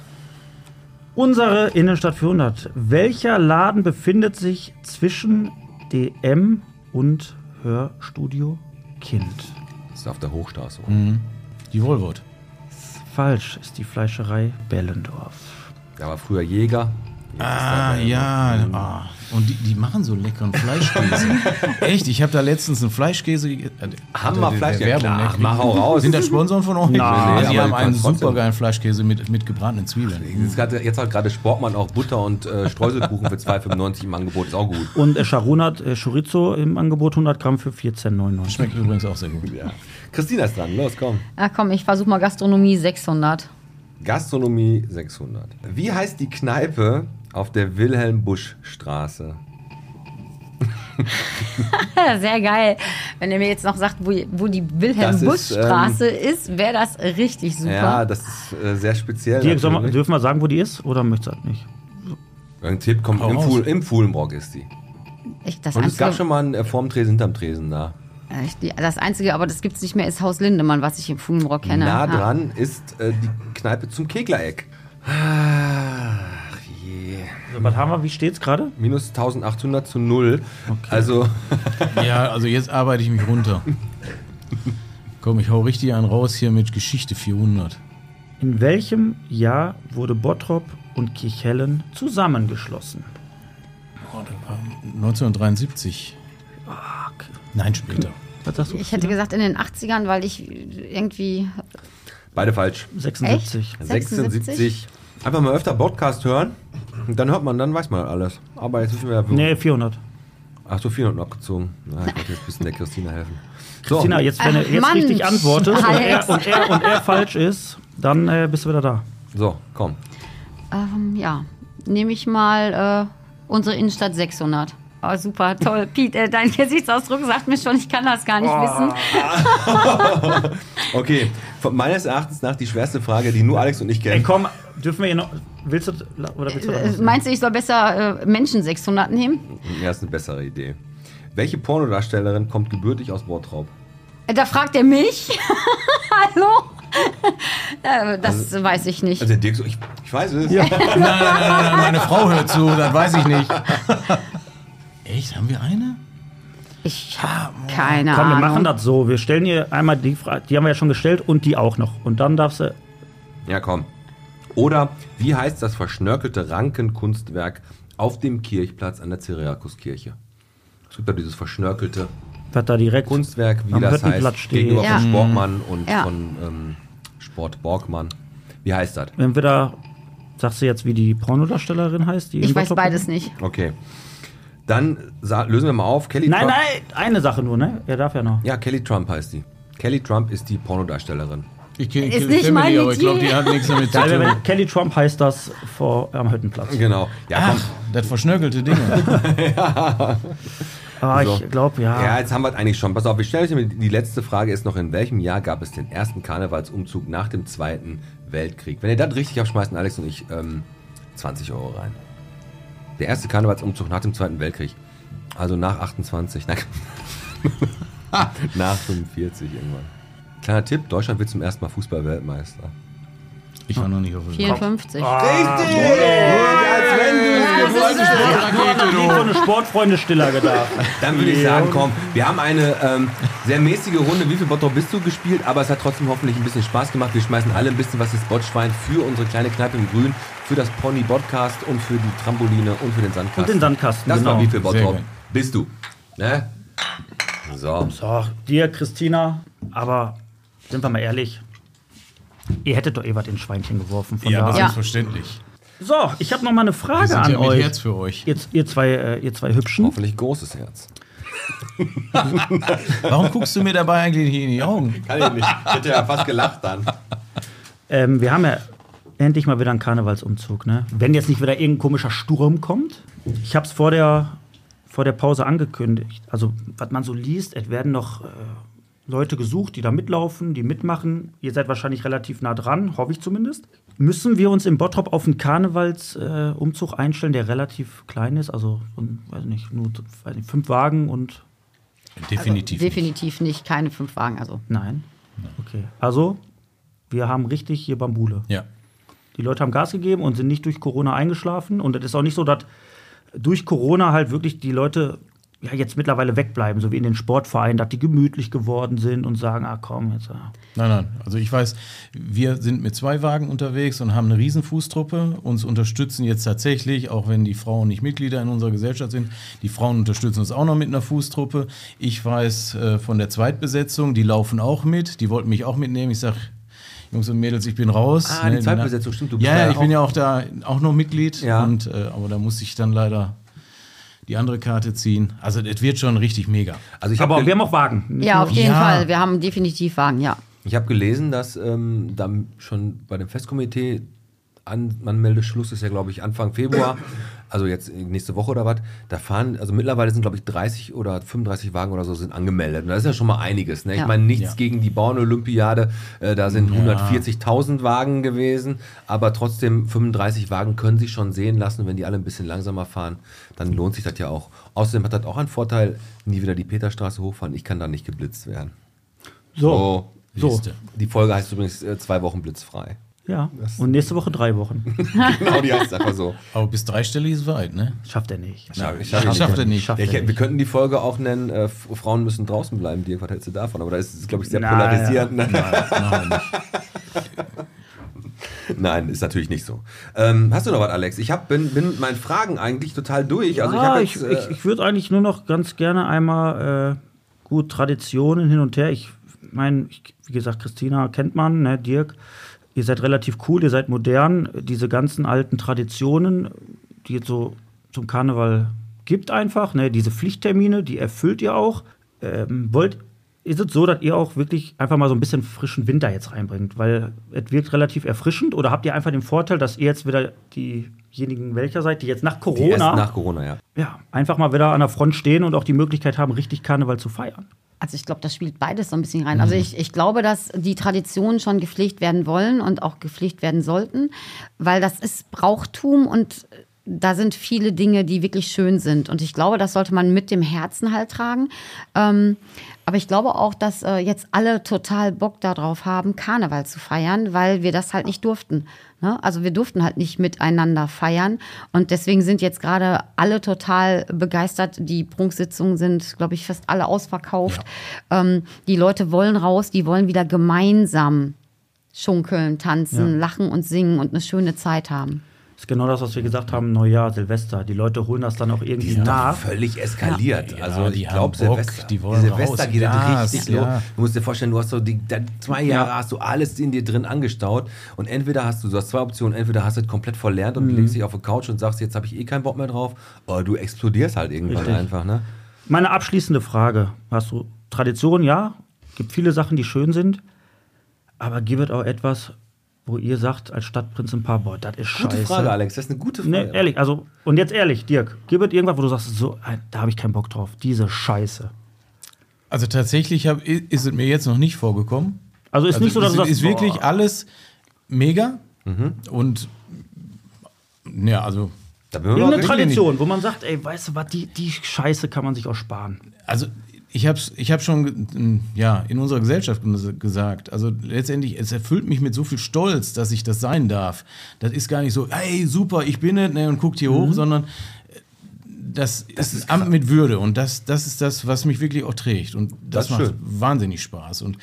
Speaker 2: Unsere Innenstadt 400. Welcher Laden befindet sich zwischen DM und Hörstudio Kind?
Speaker 1: Das ist auf der Hochstraße.
Speaker 5: Mhm. Die Volvot.
Speaker 2: Falsch ist die Fleischerei Bellendorf.
Speaker 1: Da war früher Jäger. Jetzt
Speaker 5: Ah,
Speaker 1: Äh, ähm,
Speaker 5: ja. Ah. Und die, die machen so leckeren
Speaker 1: [LAUGHS]
Speaker 5: Fleischkäse. Echt, ich habe da letztens einen Fleischkäse gegessen.
Speaker 1: Hammerfleisch. Ja,
Speaker 5: Werbung,
Speaker 1: klar,
Speaker 5: ne?
Speaker 1: mach auch raus.
Speaker 5: Sind das Sponsoren von euch?
Speaker 1: nee, aber
Speaker 5: Sie
Speaker 1: die
Speaker 5: haben einen
Speaker 1: kannst trotzdem-
Speaker 5: supergeilen Fleischkäse mit, mit gebratenen Zwiebeln.
Speaker 1: Jetzt hat, jetzt hat gerade Sportmann auch Butter und äh, Streuselkuchen für 2,95 im Angebot. Ist auch gut.
Speaker 2: Und äh, Charun hat äh, Chorizo im Angebot 100 Gramm für 14,99.
Speaker 5: Schmeckt übrigens auch sehr gut.
Speaker 1: Christina ist dran. Los, komm.
Speaker 4: na komm, ich versuche mal Gastronomie 600.
Speaker 1: Gastronomie 600. Wie heißt die Kneipe auf der Wilhelm-Busch-Straße?
Speaker 4: Ja, [LAUGHS] sehr geil. Wenn ihr mir jetzt noch sagt, wo, wo die Wilhelm-Busch-Straße ist, wäre das richtig super.
Speaker 1: ähm, Ja, das ist äh, sehr speziell.
Speaker 2: Dirk, soll man,
Speaker 1: natürlich.
Speaker 2: dürfen wir sagen, wo die ist? Oder möchtest du das nicht?
Speaker 1: Ein Tipp kommt
Speaker 5: Hau
Speaker 1: im,
Speaker 5: raus.
Speaker 1: Fuhl, im Fuhlenbrock ist die.
Speaker 4: ich, das
Speaker 1: Und es gab
Speaker 4: Einzige-
Speaker 1: schon mal einen äh, vorm Tresen, hinterm Tresen da.
Speaker 4: Äh, Ich, die- das Einzige, aber das gibt's nicht mehr, ist Haus Lindemann, was ich im Fugenrock kenne.
Speaker 1: Nah
Speaker 4: Ah.
Speaker 1: dran ist äh, die Kneipe zum Keglereck. Ach je.
Speaker 2: So, Also, was haben wir? Wie steht's gerade?
Speaker 1: Minus 1800 zu 0. Also, [LAUGHS]
Speaker 5: Ja, also jetzt arbeite ich mich runter. Komm, ich hau richtig einen raus hier mit Geschichte 400.
Speaker 2: In welchem Jahr wurde Bottrop und Kirchhellen zusammengeschlossen?
Speaker 5: 1973. Nein, später.
Speaker 2: Was sagst du?
Speaker 4: Ich hätte gesagt in den 80ern, weil ich irgendwie.
Speaker 1: beide falsch.
Speaker 2: 76.
Speaker 4: Echt?
Speaker 1: 76. Einfach mal öfter Podcast hören. Und dann hört man, dann weiß man alles. Aber jetzt müssen wir ja.
Speaker 2: Nee, 400.
Speaker 1: Ach so, 400 abgezogen. Na, ich wollte jetzt ein bisschen der Christina helfen. So,
Speaker 2: Christina, jetzt, wenn du
Speaker 4: Ach,
Speaker 2: jetzt
Speaker 4: Mann.
Speaker 2: richtig antwortest und er,
Speaker 4: Alex.
Speaker 2: und, er, und er falsch ist, dann äh, bist du wieder da.
Speaker 1: so, komm.
Speaker 4: Ähm, ja, nehme ich mal äh, unsere Innenstadt 600. Oh, super, toll. Pete, äh, dein Gesichtsausdruck sagt mir schon, ich kann das gar nicht wissen.
Speaker 1: Okay, von meines Erachtens nach die schwerste Frage, die nur Alex und ich
Speaker 2: Ey,
Speaker 1: kennen.
Speaker 2: komm, dürfen wir hier noch. Willst du. Oder willst du was anderes?
Speaker 4: Äh, Meinst du, ich soll besser äh, Menschen 600 nehmen?
Speaker 1: Ja, ist eine bessere Idee. Welche Pornodarstellerin kommt gebürtig aus Bottrop?
Speaker 4: Äh, da fragt er mich. [LAUGHS] Hallo? äh, das weiß ich nicht.
Speaker 1: Also der Dirk so, ich, ich weiß es.
Speaker 5: Nein, nein, nein, nein, nein, Ah, meine Frau hört zu, das weiß ich nicht. [LAUGHS] Echt, haben wir eine?
Speaker 4: ich habe keine
Speaker 2: Komm, wir
Speaker 4: Ahnung.
Speaker 2: machen das so. Wir stellen hier einmal die Frage, die haben wir ja schon gestellt und die auch noch. Und dann darfst du.
Speaker 1: Ja, komm. Oder wie heißt das verschnörkelte Rankenkunstwerk auf dem Kirchplatz an der Cyriakuskirche? Es gibt da dieses verschnörkelte
Speaker 2: Was da direkt.
Speaker 1: Kunstwerk, wie
Speaker 2: Am
Speaker 1: das
Speaker 2: Hüttenplatz
Speaker 1: heißt,
Speaker 2: steht.
Speaker 1: gegenüber
Speaker 4: Ja.
Speaker 1: von Sportmann und
Speaker 4: Ja.
Speaker 1: von ähm, Sport Borgmann. Wie heißt das?
Speaker 2: Entweder sagst du jetzt, wie die Pornodarstellerin heißt. Die in
Speaker 4: Ich weiß
Speaker 2: Bottrop- um.
Speaker 4: beides nicht.
Speaker 1: Okay. Dann sa- lösen wir mal auf. Kelly
Speaker 2: Nein,
Speaker 1: Trump.
Speaker 2: nein, eine Sache nur, ne? Er darf ja noch.
Speaker 1: Ja, Kelly Trump heißt die. Kelly Trump ist die Pornodarstellerin.
Speaker 5: Ich kenne
Speaker 4: Ist nicht mein
Speaker 5: aber ich glaube, die
Speaker 4: Metier.
Speaker 5: hat nichts damit zu
Speaker 2: Geil wäre, Also, wenn
Speaker 5: tun.
Speaker 2: Kelly Trump heißt das vor, am Hüttenplatz.
Speaker 1: Genau. Ja, komm.
Speaker 5: Das verschnörkelte Ding.
Speaker 2: Ah,
Speaker 1: So.
Speaker 2: ich glaube, ja.
Speaker 1: Ja, jetzt haben wir es eigentlich schon. Pass auf, ich stelle euch mal die- die letzte Frage ist noch, in welchem Jahr gab es den ersten Karnevalsumzug nach dem Zweiten Weltkrieg? Wenn ihr das richtig habt, schmeißen Alex und ich ähm, 20 Euro rein. Der erste Karnevalsumzug nach dem Zweiten Weltkrieg. Also nach 28. Nein. [LAUGHS] nach 45 irgendwann. Kleiner Tipp, Deutschland wird zum ersten Mal Fußball-Weltmeister.
Speaker 5: Ich war noch nicht auf der
Speaker 4: 54.
Speaker 2: Ah.
Speaker 1: Richtig! Als wenn du
Speaker 2: Ich hätte so eine Sportfreunde-Stiller da.
Speaker 1: Dann würde ich sagen, komm, wir haben eine ähm, sehr mäßige Runde. Wie viel Bottrop bist du gespielt? Aber es hat trotzdem hoffentlich ein bisschen Spaß gemacht. Wir schmeißen alle ein bisschen was ins Botschwein für unsere kleine Kneipe im Grün, für das Pony Podcast und für die Trampoline und für den Sandkasten.
Speaker 2: Und den Sandkasten,
Speaker 1: Das war
Speaker 2: genau.
Speaker 1: wie viel Bottrop
Speaker 5: gut.
Speaker 1: bist du? Ne? So.
Speaker 2: So, dir, Christina, aber sind wir mal ehrlich, ihr hättet doch eh was ins Schweinchen geworfen. Von
Speaker 5: Ja, aber
Speaker 2: daher.
Speaker 4: Ja.
Speaker 5: selbstverständlich.
Speaker 2: So, ich habe noch mal eine
Speaker 5: Wir
Speaker 2: Frage
Speaker 5: sind
Speaker 2: an
Speaker 5: ja mit
Speaker 2: euch.
Speaker 5: Herz für euch.
Speaker 2: Ihr, ihr, zwei, äh, ihr zwei Hübschen.
Speaker 1: Hoffentlich großes Herz.
Speaker 5: Warum guckst du mir dabei eigentlich nicht in die Augen?
Speaker 1: Kann ich nicht. Ich hätte ja fast gelacht dann.
Speaker 2: Ähm, wir haben ja endlich mal wieder einen Karnevalsumzug, ne? Wenn jetzt nicht wieder irgendein komischer Sturm kommt. Ich habe es vor der, vor der Pause angekündigt. Also, was man so liest, es werden noch äh, Leute gesucht, die da mitlaufen, die mitmachen. Ihr seid wahrscheinlich relativ nah dran, hoffe ich zumindest. Müssen wir uns im Bottrop auf einen Karnevalsumzug äh, Umzug einstellen, der relativ klein ist? Also, von, weiß nicht, nur weiß nicht, fünf Wagen und.
Speaker 4: Also,
Speaker 5: Definitiv. nicht.
Speaker 4: Definitiv nicht, keine fünf Wagen. Also
Speaker 2: Nein. Okay. Also, wir haben richtig hier Bambule.
Speaker 5: Ja.
Speaker 2: Die Leute haben Gas gegeben und sind nicht durch Corona eingeschlafen. Und es ist auch nicht so, dass durch Corona halt wirklich die Leute ja, jetzt mittlerweile wegbleiben, so wie in den Sportvereinen, dass die gemütlich geworden sind und sagen, ah komm, jetzt. ah.
Speaker 5: Nein, nein. Also ich weiß, wir sind mit zwei Wagen unterwegs und haben eine Riesenfußtruppe. Uns unterstützen jetzt tatsächlich, auch wenn die Frauen nicht Mitglieder in unserer Gesellschaft sind, die Frauen unterstützen uns auch noch mit einer Fußtruppe. Ich weiß äh, von der Zweitbesetzung, die laufen auch mit, die wollten mich auch mitnehmen. Ich sage, Jungs und Mädels, ich bin raus.
Speaker 1: Ah, die Zweitbesetzung, stimmt, du
Speaker 5: Du
Speaker 1: bist
Speaker 5: bist ja,
Speaker 1: da
Speaker 5: ja, ich bin
Speaker 1: auch-
Speaker 5: ja auch da auch noch Mitglied.
Speaker 1: Ja.
Speaker 5: Und, äh, aber da muss ich dann leider die andere Karte ziehen. Also es wird schon richtig mega.
Speaker 1: Also ich
Speaker 2: Aber
Speaker 1: habe
Speaker 2: wir haben auch Wagen.
Speaker 4: ja, auf jeden
Speaker 5: Ja.
Speaker 4: Fall. Wir haben definitiv Wagen, ja.
Speaker 1: Ich habe gelesen, dass ähm, dann schon bei dem Festkomitee an Anmeldeschluss ist ja, glaube ich, Anfang Februar, also jetzt nächste Woche oder was, da fahren, also mittlerweile sind, glaube ich, 30 oder 35 Wagen oder so sind angemeldet. Und das ist ja schon mal einiges. Ne? Ich
Speaker 4: Ja.
Speaker 1: meine, nichts
Speaker 5: Ja.
Speaker 1: gegen die Bauernolympiade, äh, da sind 140.000 Wagen gewesen, aber trotzdem 35 Wagen können sich schon sehen lassen. Wenn die alle ein bisschen langsamer fahren, dann lohnt sich das ja auch. Außerdem hat das auch einen Vorteil, nie wieder die Peterstraße hochfahren, ich kann da nicht geblitzt werden.
Speaker 2: So. So.
Speaker 5: Liste.
Speaker 1: Die Folge heißt übrigens äh, zwei Wochen blitzfrei. [LAUGHS]
Speaker 2: Ja. Und nächste Woche drei Wochen.
Speaker 1: Genau, die heißt einfach so.
Speaker 5: Aber bis dreistellig ist weit, ne?
Speaker 2: Schafft er nicht.
Speaker 1: Schaffe ich,
Speaker 5: Schafft er nicht.
Speaker 2: Schafft
Speaker 1: Ich, wir
Speaker 2: er nicht.
Speaker 1: könnten die Folge auch nennen, äh, F- Frauen müssen draußen bleiben, Dirk, was hältst du davon? Aber da ist es, glaube ich, sehr
Speaker 2: Na,
Speaker 1: polarisierend. ne?
Speaker 5: Nein, nein,
Speaker 1: Nein, ist natürlich nicht so. Ähm, hast du noch was, Alex? Ich hab, bin, bin mit meinen Fragen eigentlich total durch. Also ich
Speaker 2: ah,
Speaker 1: habe
Speaker 2: ich,
Speaker 1: jetzt,
Speaker 2: ich,
Speaker 1: äh,
Speaker 2: ich, würde eigentlich nur noch ganz gerne einmal äh, gut Traditionen hin und her. Ich meine, ich, wie gesagt, Christina kennt man, ne, Dirk. Ihr seid relativ cool, ihr seid modern. Diese ganzen alten Traditionen, die es so zum Karneval gibt, einfach, ne, diese Pflichttermine, die erfüllt ihr auch. Ähm, wollt, ist es so, dass ihr auch wirklich einfach mal so ein bisschen frischen Winter jetzt reinbringt? Weil es wirkt relativ erfrischend. Oder habt ihr einfach den Vorteil, dass ihr jetzt wieder diejenigen welcher seid, die jetzt nach Corona
Speaker 1: die erst nach Corona, ja.
Speaker 2: ja, einfach mal wieder an der Front stehen und auch die Möglichkeit haben, richtig Karneval zu feiern.
Speaker 4: Also ich glaube, das spielt beides so ein bisschen rein. Also ich, ich glaube, dass die Traditionen schon gepflegt werden wollen und auch gepflegt werden sollten, weil das ist Brauchtum und äh, da sind viele Dinge, die wirklich schön sind. Und ich glaube, das sollte man mit dem Herzen halt tragen. Ähm, aber ich glaube auch, dass äh, jetzt alle total Bock darauf haben, Karneval zu feiern, weil wir das halt nicht durften. Ne? Also wir durften halt nicht miteinander feiern. Und deswegen sind jetzt gerade alle total begeistert. Die Prunksitzungen sind, glaube ich, fast alle ausverkauft. Ähm, die Leute wollen raus, die wollen wieder gemeinsam schunkeln, tanzen, lachen und singen und eine schöne Zeit haben.
Speaker 2: Das ist genau das, was wir gesagt haben, Neujahr, Silvester. Die Leute holen das dann auch irgendwie
Speaker 1: Die sind doch
Speaker 2: nach.
Speaker 1: völlig eskaliert.
Speaker 5: Ja,
Speaker 1: also
Speaker 5: die
Speaker 1: ich
Speaker 5: haben
Speaker 1: glaube
Speaker 5: Bock,
Speaker 1: Silvester,
Speaker 5: die wollen
Speaker 1: Silvester
Speaker 5: raus.
Speaker 1: geht
Speaker 5: Ja,
Speaker 1: das richtig
Speaker 5: ja.
Speaker 1: los. Du musst dir vorstellen, du hast so die, da, zwei Jahre hast du alles in dir drin angestaut und entweder hast du, du hast zwei Optionen, entweder hast du es komplett verlernt und
Speaker 5: Mhm.
Speaker 1: legst dich auf die Couch und sagst, jetzt habe ich eh keinen Bock mehr drauf, oder du explodierst halt irgendwann
Speaker 2: Richtig.
Speaker 1: einfach, ne?
Speaker 2: Meine abschließende Frage. Hast du Tradition, ja? Gibt viele Sachen, die schön sind, aber gibt es auch etwas, wo ihr sagt als Stadtprinz ein paar, boah, das ist scheiße.
Speaker 1: Alex. Das ist eine gute
Speaker 5: Ne,
Speaker 2: Nee, ehrlich, also, und jetzt ehrlich, Dirk, gib es irgendwas, wo du sagst, so, äh, da habe ich keinen Bock drauf, diese Scheiße.
Speaker 5: Also tatsächlich hab, i- ist es mir jetzt noch nicht vorgekommen.
Speaker 2: Also ist nicht so, dass
Speaker 5: es
Speaker 2: du sagst,
Speaker 5: ist wirklich
Speaker 2: boah. Mhm.
Speaker 5: alles mega und ja, also
Speaker 1: Da bin ich mal
Speaker 2: Irgendeine
Speaker 1: gespannt.
Speaker 2: Tradition, wo man sagt, ey, weißt du was, die, die Scheiße kann man sich auch sparen.
Speaker 5: also ich habe ich hab schon ge- ja, in unserer Gesellschaft ges- gesagt, also letztendlich, es erfüllt mich mit so viel Stolz, dass ich das sein darf. Das ist gar nicht so, hey, super, ich bin es ne, und guckt hier hoch, sondern äh, das, ist ein Amt mit Würde und das, das ist das, was mich wirklich auch trägt und
Speaker 1: Das
Speaker 5: das,
Speaker 1: ist
Speaker 5: macht
Speaker 1: schön.
Speaker 5: wahnsinnig Spaß. Und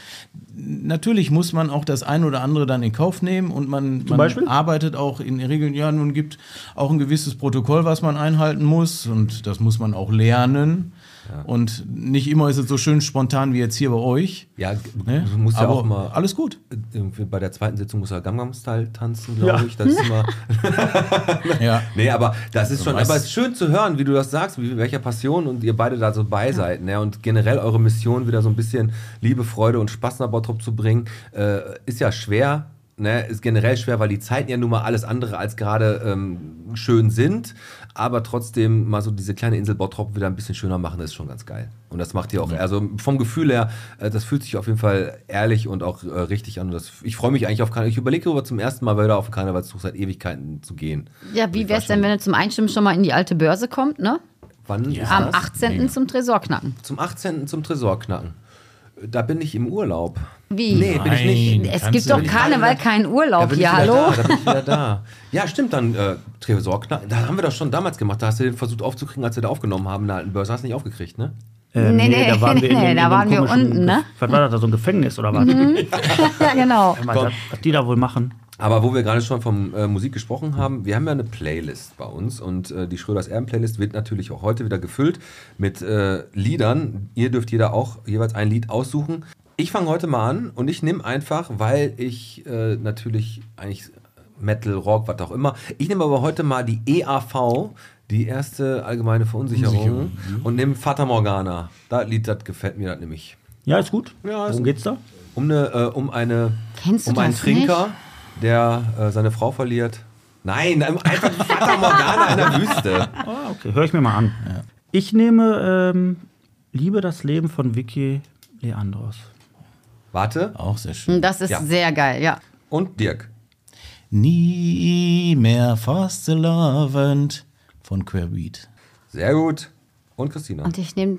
Speaker 5: natürlich muss man auch das ein oder andere dann in Kauf nehmen und man, man
Speaker 2: Beispiel?
Speaker 5: arbeitet auch in Regeln, ja, nun gibt auch ein gewisses Protokoll, was man einhalten muss und das muss man auch lernen. Und nicht immer ist es so schön spontan wie jetzt hier bei euch.
Speaker 1: Ja, du
Speaker 5: Ne?
Speaker 1: du musst ja
Speaker 5: Aber
Speaker 1: auch mal.
Speaker 5: Alles gut. [LAUGHS]
Speaker 1: Irgendwie bei der zweiten Sitzung muss er Gangnam-Style tanzen, glaube
Speaker 2: Ja.
Speaker 1: ich. Das ist
Speaker 5: [LAUGHS]
Speaker 1: immer.
Speaker 5: Ja.
Speaker 1: Nee, aber das ist schon.
Speaker 5: weißt-
Speaker 1: Aber es ist schön zu hören, wie du das sagst, wie, welcher Passion und ihr beide da so bei seid. Ne? Und generell eure Mission, wieder so ein bisschen Liebe, Freude und Spaß nach Bottrop zu bringen, äh, ist ja schwer. Ne? Ist generell schwer, weil die Zeiten ja nun mal alles andere als gerade ähm, schön sind. Aber trotzdem mal so diese kleine Insel Bottrop wieder ein bisschen schöner machen, ist schon ganz geil. Und das macht ihr auch. Also vom Gefühl her, äh, das fühlt sich auf jeden Fall ehrlich und auch äh, richtig an. Und das, ich freue mich eigentlich auf Karneval. Ich überlege darüber zum ersten Mal wieder auf den Karnevalszug seit Ewigkeiten zu gehen.
Speaker 4: Ja, wie
Speaker 1: Ich
Speaker 4: wär's
Speaker 1: war
Speaker 4: denn,
Speaker 1: schon-
Speaker 4: wenn ihr zum Einstimmen schon mal in die alte Börse kommt, ne?
Speaker 1: Wann ist
Speaker 4: Am
Speaker 1: das?
Speaker 4: 18. zum Tresor knacken.
Speaker 1: Zum 18. zum Tresor knacken. Da bin ich im Urlaub.
Speaker 4: Wie?
Speaker 1: Nee, bin ich
Speaker 5: Nein.
Speaker 1: nicht.
Speaker 4: Es
Speaker 5: Kannst
Speaker 4: gibt
Speaker 5: du
Speaker 4: doch
Speaker 5: nicht.
Speaker 4: Karneval keinen
Speaker 1: Da
Speaker 4: Urlaub
Speaker 1: bin
Speaker 4: hier,
Speaker 1: ich wieder
Speaker 4: hallo?
Speaker 1: Da, da bin ich wieder da. Ja, stimmt, dann äh, Tresor knacken. Da haben wir das schon damals gemacht. Da hast du den versucht aufzukriegen, als wir da aufgenommen haben in der alten Börse. Hast du nicht aufgekriegt, ne?
Speaker 2: Ähm,
Speaker 4: Nee, nee, [LAUGHS] nee, da
Speaker 2: einem
Speaker 4: waren wir
Speaker 2: komischen
Speaker 4: unten,
Speaker 2: Ge-
Speaker 4: ne? Mhm.
Speaker 2: Was war das da, so ein Gefängnis oder was?
Speaker 4: [LAUGHS] Ja, genau.
Speaker 2: Mal, was, was die da wohl machen?
Speaker 1: Aber wo wir gerade schon von äh, Musik gesprochen haben, wir haben ja eine Playlist bei uns und äh, die Schröders Erben Playlist wird natürlich auch heute wieder gefüllt mit äh, Liedern. Ihr dürft jeder auch jeweils ein Lied aussuchen. Ich fange heute mal an und ich nehme einfach, weil ich äh, natürlich eigentlich Metal, Rock, was auch immer. Ich nehme aber heute mal die EAV, die erste allgemeine Verunsicherung,
Speaker 5: Unsicherung,
Speaker 1: und nehme Fata Morgana. Das Lied, das gefällt mir, das nehme ich.
Speaker 2: Ja, ist gut.
Speaker 1: Ja, ist
Speaker 2: Worum
Speaker 1: gut.
Speaker 2: geht's da?
Speaker 1: Um eine, äh, um eine,
Speaker 4: Kennst du
Speaker 1: um einen
Speaker 4: das
Speaker 1: Trinker, der äh, seine Frau verliert. Nein, einfach Fata Morgana in der Wüste.
Speaker 2: Ah, okay, höre ich mir mal an. Ich nehme ähm, Liebe das Leben von Vicky Leandros.
Speaker 1: Warte.
Speaker 5: Auch sehr schön.
Speaker 4: Das ist
Speaker 1: Ja.
Speaker 4: sehr geil, ja.
Speaker 1: Und Dirk.
Speaker 5: Nie mehr fast lovend von Querbeat.
Speaker 1: Sehr gut. Und Christina.
Speaker 4: Und ich nehme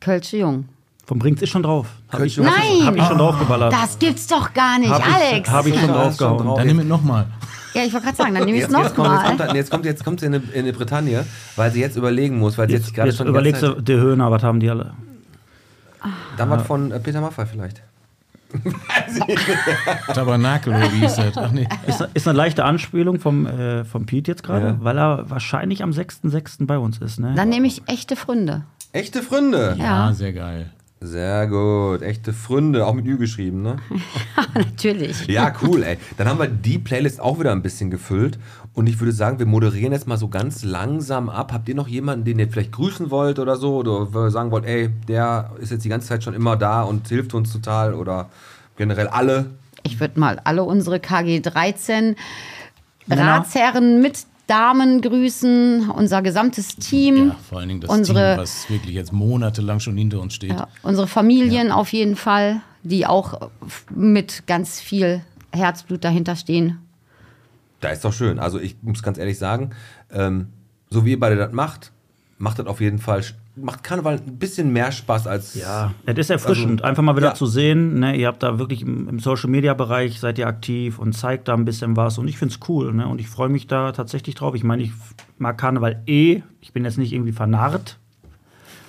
Speaker 4: Kölsche Jung.
Speaker 2: Vom Brinks ist schon drauf. Hab ich,
Speaker 1: Nein!
Speaker 2: hab ich schon draufgeballert.
Speaker 4: Oh, Das gibt's doch gar nicht,
Speaker 2: Hab ich-
Speaker 4: Alex.
Speaker 2: hab ich schon
Speaker 1: Ja, ist schon
Speaker 2: draufgehauen.
Speaker 1: drauf.
Speaker 5: Dann nimm es nochmal.
Speaker 4: ja, ich wollte gerade sagen, dann nehme ich es
Speaker 1: Jetzt, jetzt, kommt, jetzt, kommt,
Speaker 4: nochmal.
Speaker 1: dann- jetzt kommt jetzt kommt sie in eine, in eine Bretagne, weil sie jetzt überlegen muss, weil sie jetzt,
Speaker 2: Jetzt,
Speaker 1: gerade
Speaker 2: jetzt
Speaker 1: schon die ganze
Speaker 2: überlegst du, die Höhner, was haben die alle?
Speaker 1: Zeit- Dann was von äh, Peter Maffay vielleicht.
Speaker 5: Tabernakel, oder wie hieß das? Ach nee.
Speaker 2: Ist, ist eine leichte Anspielung vom, äh, vom Pete jetzt gerade,
Speaker 1: Ja.
Speaker 2: weil er wahrscheinlich am 6.6. bei uns ist. Ne?
Speaker 4: Dann nehme ich echte Fründe.
Speaker 1: Echte Fründe.
Speaker 5: Ja,
Speaker 4: Ja,
Speaker 5: sehr geil.
Speaker 1: Sehr gut. Echte Fründe. Auch mit Ü geschrieben, ne?
Speaker 4: natürlich.
Speaker 1: Ja, cool, ey. Dann haben wir die Playlist auch wieder ein bisschen gefüllt. Und ich würde sagen, wir moderieren jetzt mal so ganz langsam ab. Habt ihr noch jemanden, den ihr vielleicht grüßen wollt oder so? Oder wo ihr sagen wollt, ey, der ist jetzt die ganze Zeit schon immer da und hilft uns total? Oder generell alle?
Speaker 4: Ich würde mal alle unsere KG 13
Speaker 2: Männer.
Speaker 4: Ratsherren mit Damen grüßen, unser gesamtes Team,
Speaker 5: Ja, vor allen Dingen das
Speaker 4: unsere,
Speaker 5: Team, was wirklich jetzt monatelang schon hinter uns steht.
Speaker 4: ja, unsere Familien auf jeden Fall, die auch mit ganz viel Herzblut dahinter stehen.
Speaker 1: Da ist doch schön. Also ich muss ganz ehrlich sagen, ähm, so wie ihr beide das macht, macht das auf jeden Fall, sch- macht Karneval ein bisschen mehr Spaß als...
Speaker 2: Ja, es ist erfrischend,
Speaker 1: Also,
Speaker 2: einfach mal wieder
Speaker 1: ja.
Speaker 2: zu sehen. Ne? Ihr habt da wirklich im, im Social-Media-Bereich seid ihr aktiv und zeigt da ein bisschen was. Und ich finde es cool ne? und ich freue mich da tatsächlich drauf. Ich meine, ich f- mag Karneval eh. Ich bin jetzt nicht irgendwie vernarrt,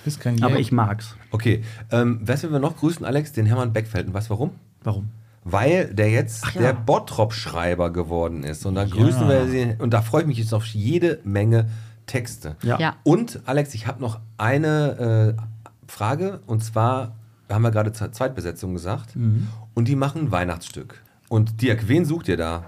Speaker 5: Bist kein
Speaker 2: aber
Speaker 5: Jäger.
Speaker 2: ich mag's.
Speaker 1: Okay, ähm, weißt du, wen wir noch grüßen, Alex? Den Hermann Beckfeld. Und weißt du warum?
Speaker 2: Warum?
Speaker 1: weil der jetzt der Bottrop-Schreiber geworden ist. Und da grüßen wir sie. Und da freue ich mich jetzt auf jede Menge Texte.
Speaker 2: Ja.
Speaker 4: Ja.
Speaker 1: Und Alex, ich habe noch eine äh, Frage. Und zwar, wir haben ja gerade Ze- Zweitbesetzung gesagt.
Speaker 2: Mhm.
Speaker 1: Und die machen ein Weihnachtsstück. Und Dirk, wen sucht ihr da?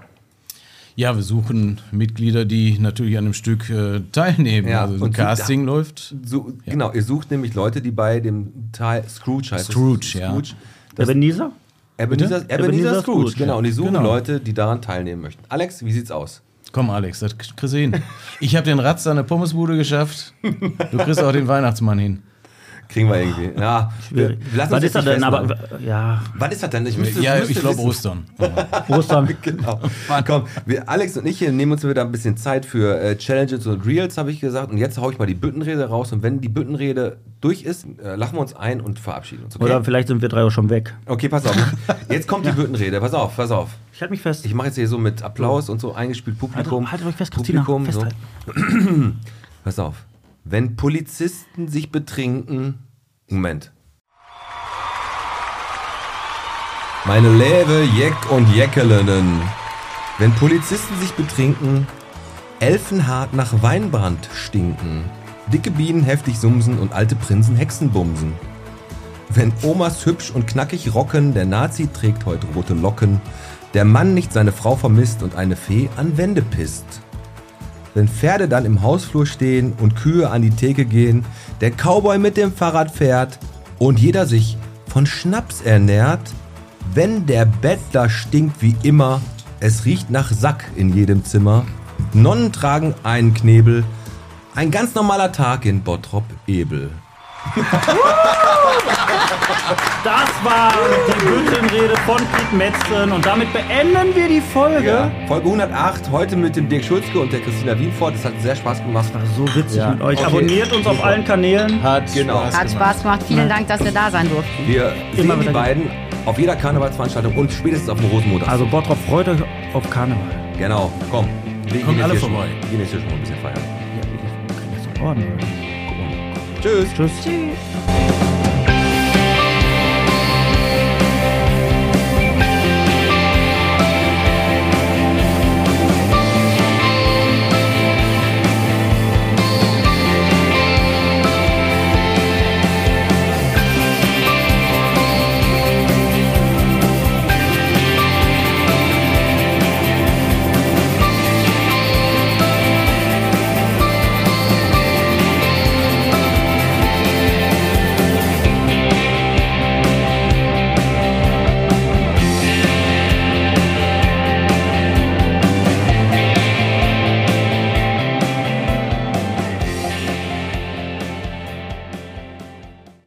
Speaker 5: Ja, wir suchen Mitglieder, die natürlich an dem Stück äh, teilnehmen.
Speaker 1: Ja,
Speaker 5: also ein
Speaker 1: und sind
Speaker 5: Casting läuft.
Speaker 1: So, Genau, ihr sucht nämlich Leute, die bei dem Teil Scrooge heißt es.
Speaker 5: Scrooge, ja.
Speaker 1: Scrooge,
Speaker 2: Der Beniser?
Speaker 1: Ebenezer, Ebenezer
Speaker 2: Ebenezer
Speaker 1: Scrooge,
Speaker 2: Scrooge,
Speaker 1: genau. Und die suchen
Speaker 5: Genau.
Speaker 1: Leute, die daran teilnehmen möchten. Alex, wie sieht's aus?
Speaker 5: Komm, Alex, das kriegst du hin. Ich habe den Ratz an der Pommesbude geschafft. Du kriegst auch den Weihnachtsmann hin.
Speaker 1: Kriegen wir irgendwie. Ja, wir, wir lassen uns
Speaker 2: Ah. Was
Speaker 1: jetzt
Speaker 2: ist das
Speaker 1: nicht
Speaker 2: denn?
Speaker 1: festmachen.
Speaker 2: Aber ja,
Speaker 1: Wann ist das denn? Ich müsste,
Speaker 5: Ja,
Speaker 1: müsste
Speaker 5: ich glaube
Speaker 1: wissen.
Speaker 5: Ostern.
Speaker 1: [LAUGHS]
Speaker 2: Ostern.
Speaker 1: Genau. Komm, wir, Alex und ich hier nehmen uns wieder ein bisschen Zeit für äh, Challenges und Reels, habe ich gesagt. Und jetzt haue ich mal die Büttenrede raus. Und wenn die Büttenrede durch ist, äh, lachen wir uns ein und verabschieden uns. Okay,
Speaker 2: Oder vielleicht sind wir drei Uhr schon weg.
Speaker 1: okay pass auf. Jetzt kommt die Büttenrede. Pass auf, pass auf.
Speaker 2: Ich halte mich fest.
Speaker 1: Ich mache jetzt hier so mit Applaus und so eingespielt Publikum.
Speaker 2: Haltet- haltet euch fest, Christina,
Speaker 1: so.
Speaker 2: festhalten.
Speaker 1: [CLEARS THROAT] Pass auf. Wenn Polizisten sich betrinken. Moment. Meine Läwe, Jeck und Jeckelenen. Wenn Polizisten sich betrinken, Elfenhart nach Weinbrand stinken, dicke Bienen heftig sumsen und alte Prinzen Hexen bumsen. Wenn Omas hübsch und knackig rocken, der Nazi trägt heute rote Locken, der Mann nicht seine Frau vermisst und eine Fee an Wände pisst. Wenn Pferde dann im Hausflur stehen und Kühe an die Theke gehen, der Cowboy mit dem Fahrrad fährt und jeder sich von Schnaps ernährt, wenn der Bettler stinkt wie immer, es riecht nach Sack in jedem Zimmer, Nonnen tragen einen Knebel, ein ganz normaler Tag in Bottrop-Ebel.
Speaker 2: Das war die Büttenrede von Piet Metzen und damit beenden wir die Folge.
Speaker 1: Ja. Folge 108, heute mit dem Dirk Schulzke und der Christina Wienfort. Das hat sehr Spaß gemacht.
Speaker 2: So witzig
Speaker 1: Ja.
Speaker 2: mit euch.
Speaker 1: Okay.
Speaker 2: Abonniert uns auf allen Kanälen.
Speaker 5: Hat
Speaker 1: Genau.
Speaker 5: Spaß
Speaker 4: Hat Spaß gemacht. Vielen Dank, dass wir da sein durften.
Speaker 1: Wir
Speaker 2: Immer
Speaker 1: sehen die
Speaker 2: wieder.
Speaker 1: beiden auf jeder Karnevalsveranstaltung und spätestens auf dem Rosenmontag.
Speaker 2: Also Bottrop, freut euch auf Karneval.
Speaker 1: genau, komm. Wir
Speaker 5: Kommt
Speaker 1: jetzt
Speaker 5: alle
Speaker 1: hier schon-
Speaker 5: vorbei.
Speaker 1: Gehen jetzt hier schon mal ein bisschen feiern.
Speaker 2: Ja, wir kriegen jetzt einen Orden.
Speaker 1: Tschüss.
Speaker 2: Tschüss.
Speaker 4: Tschüss.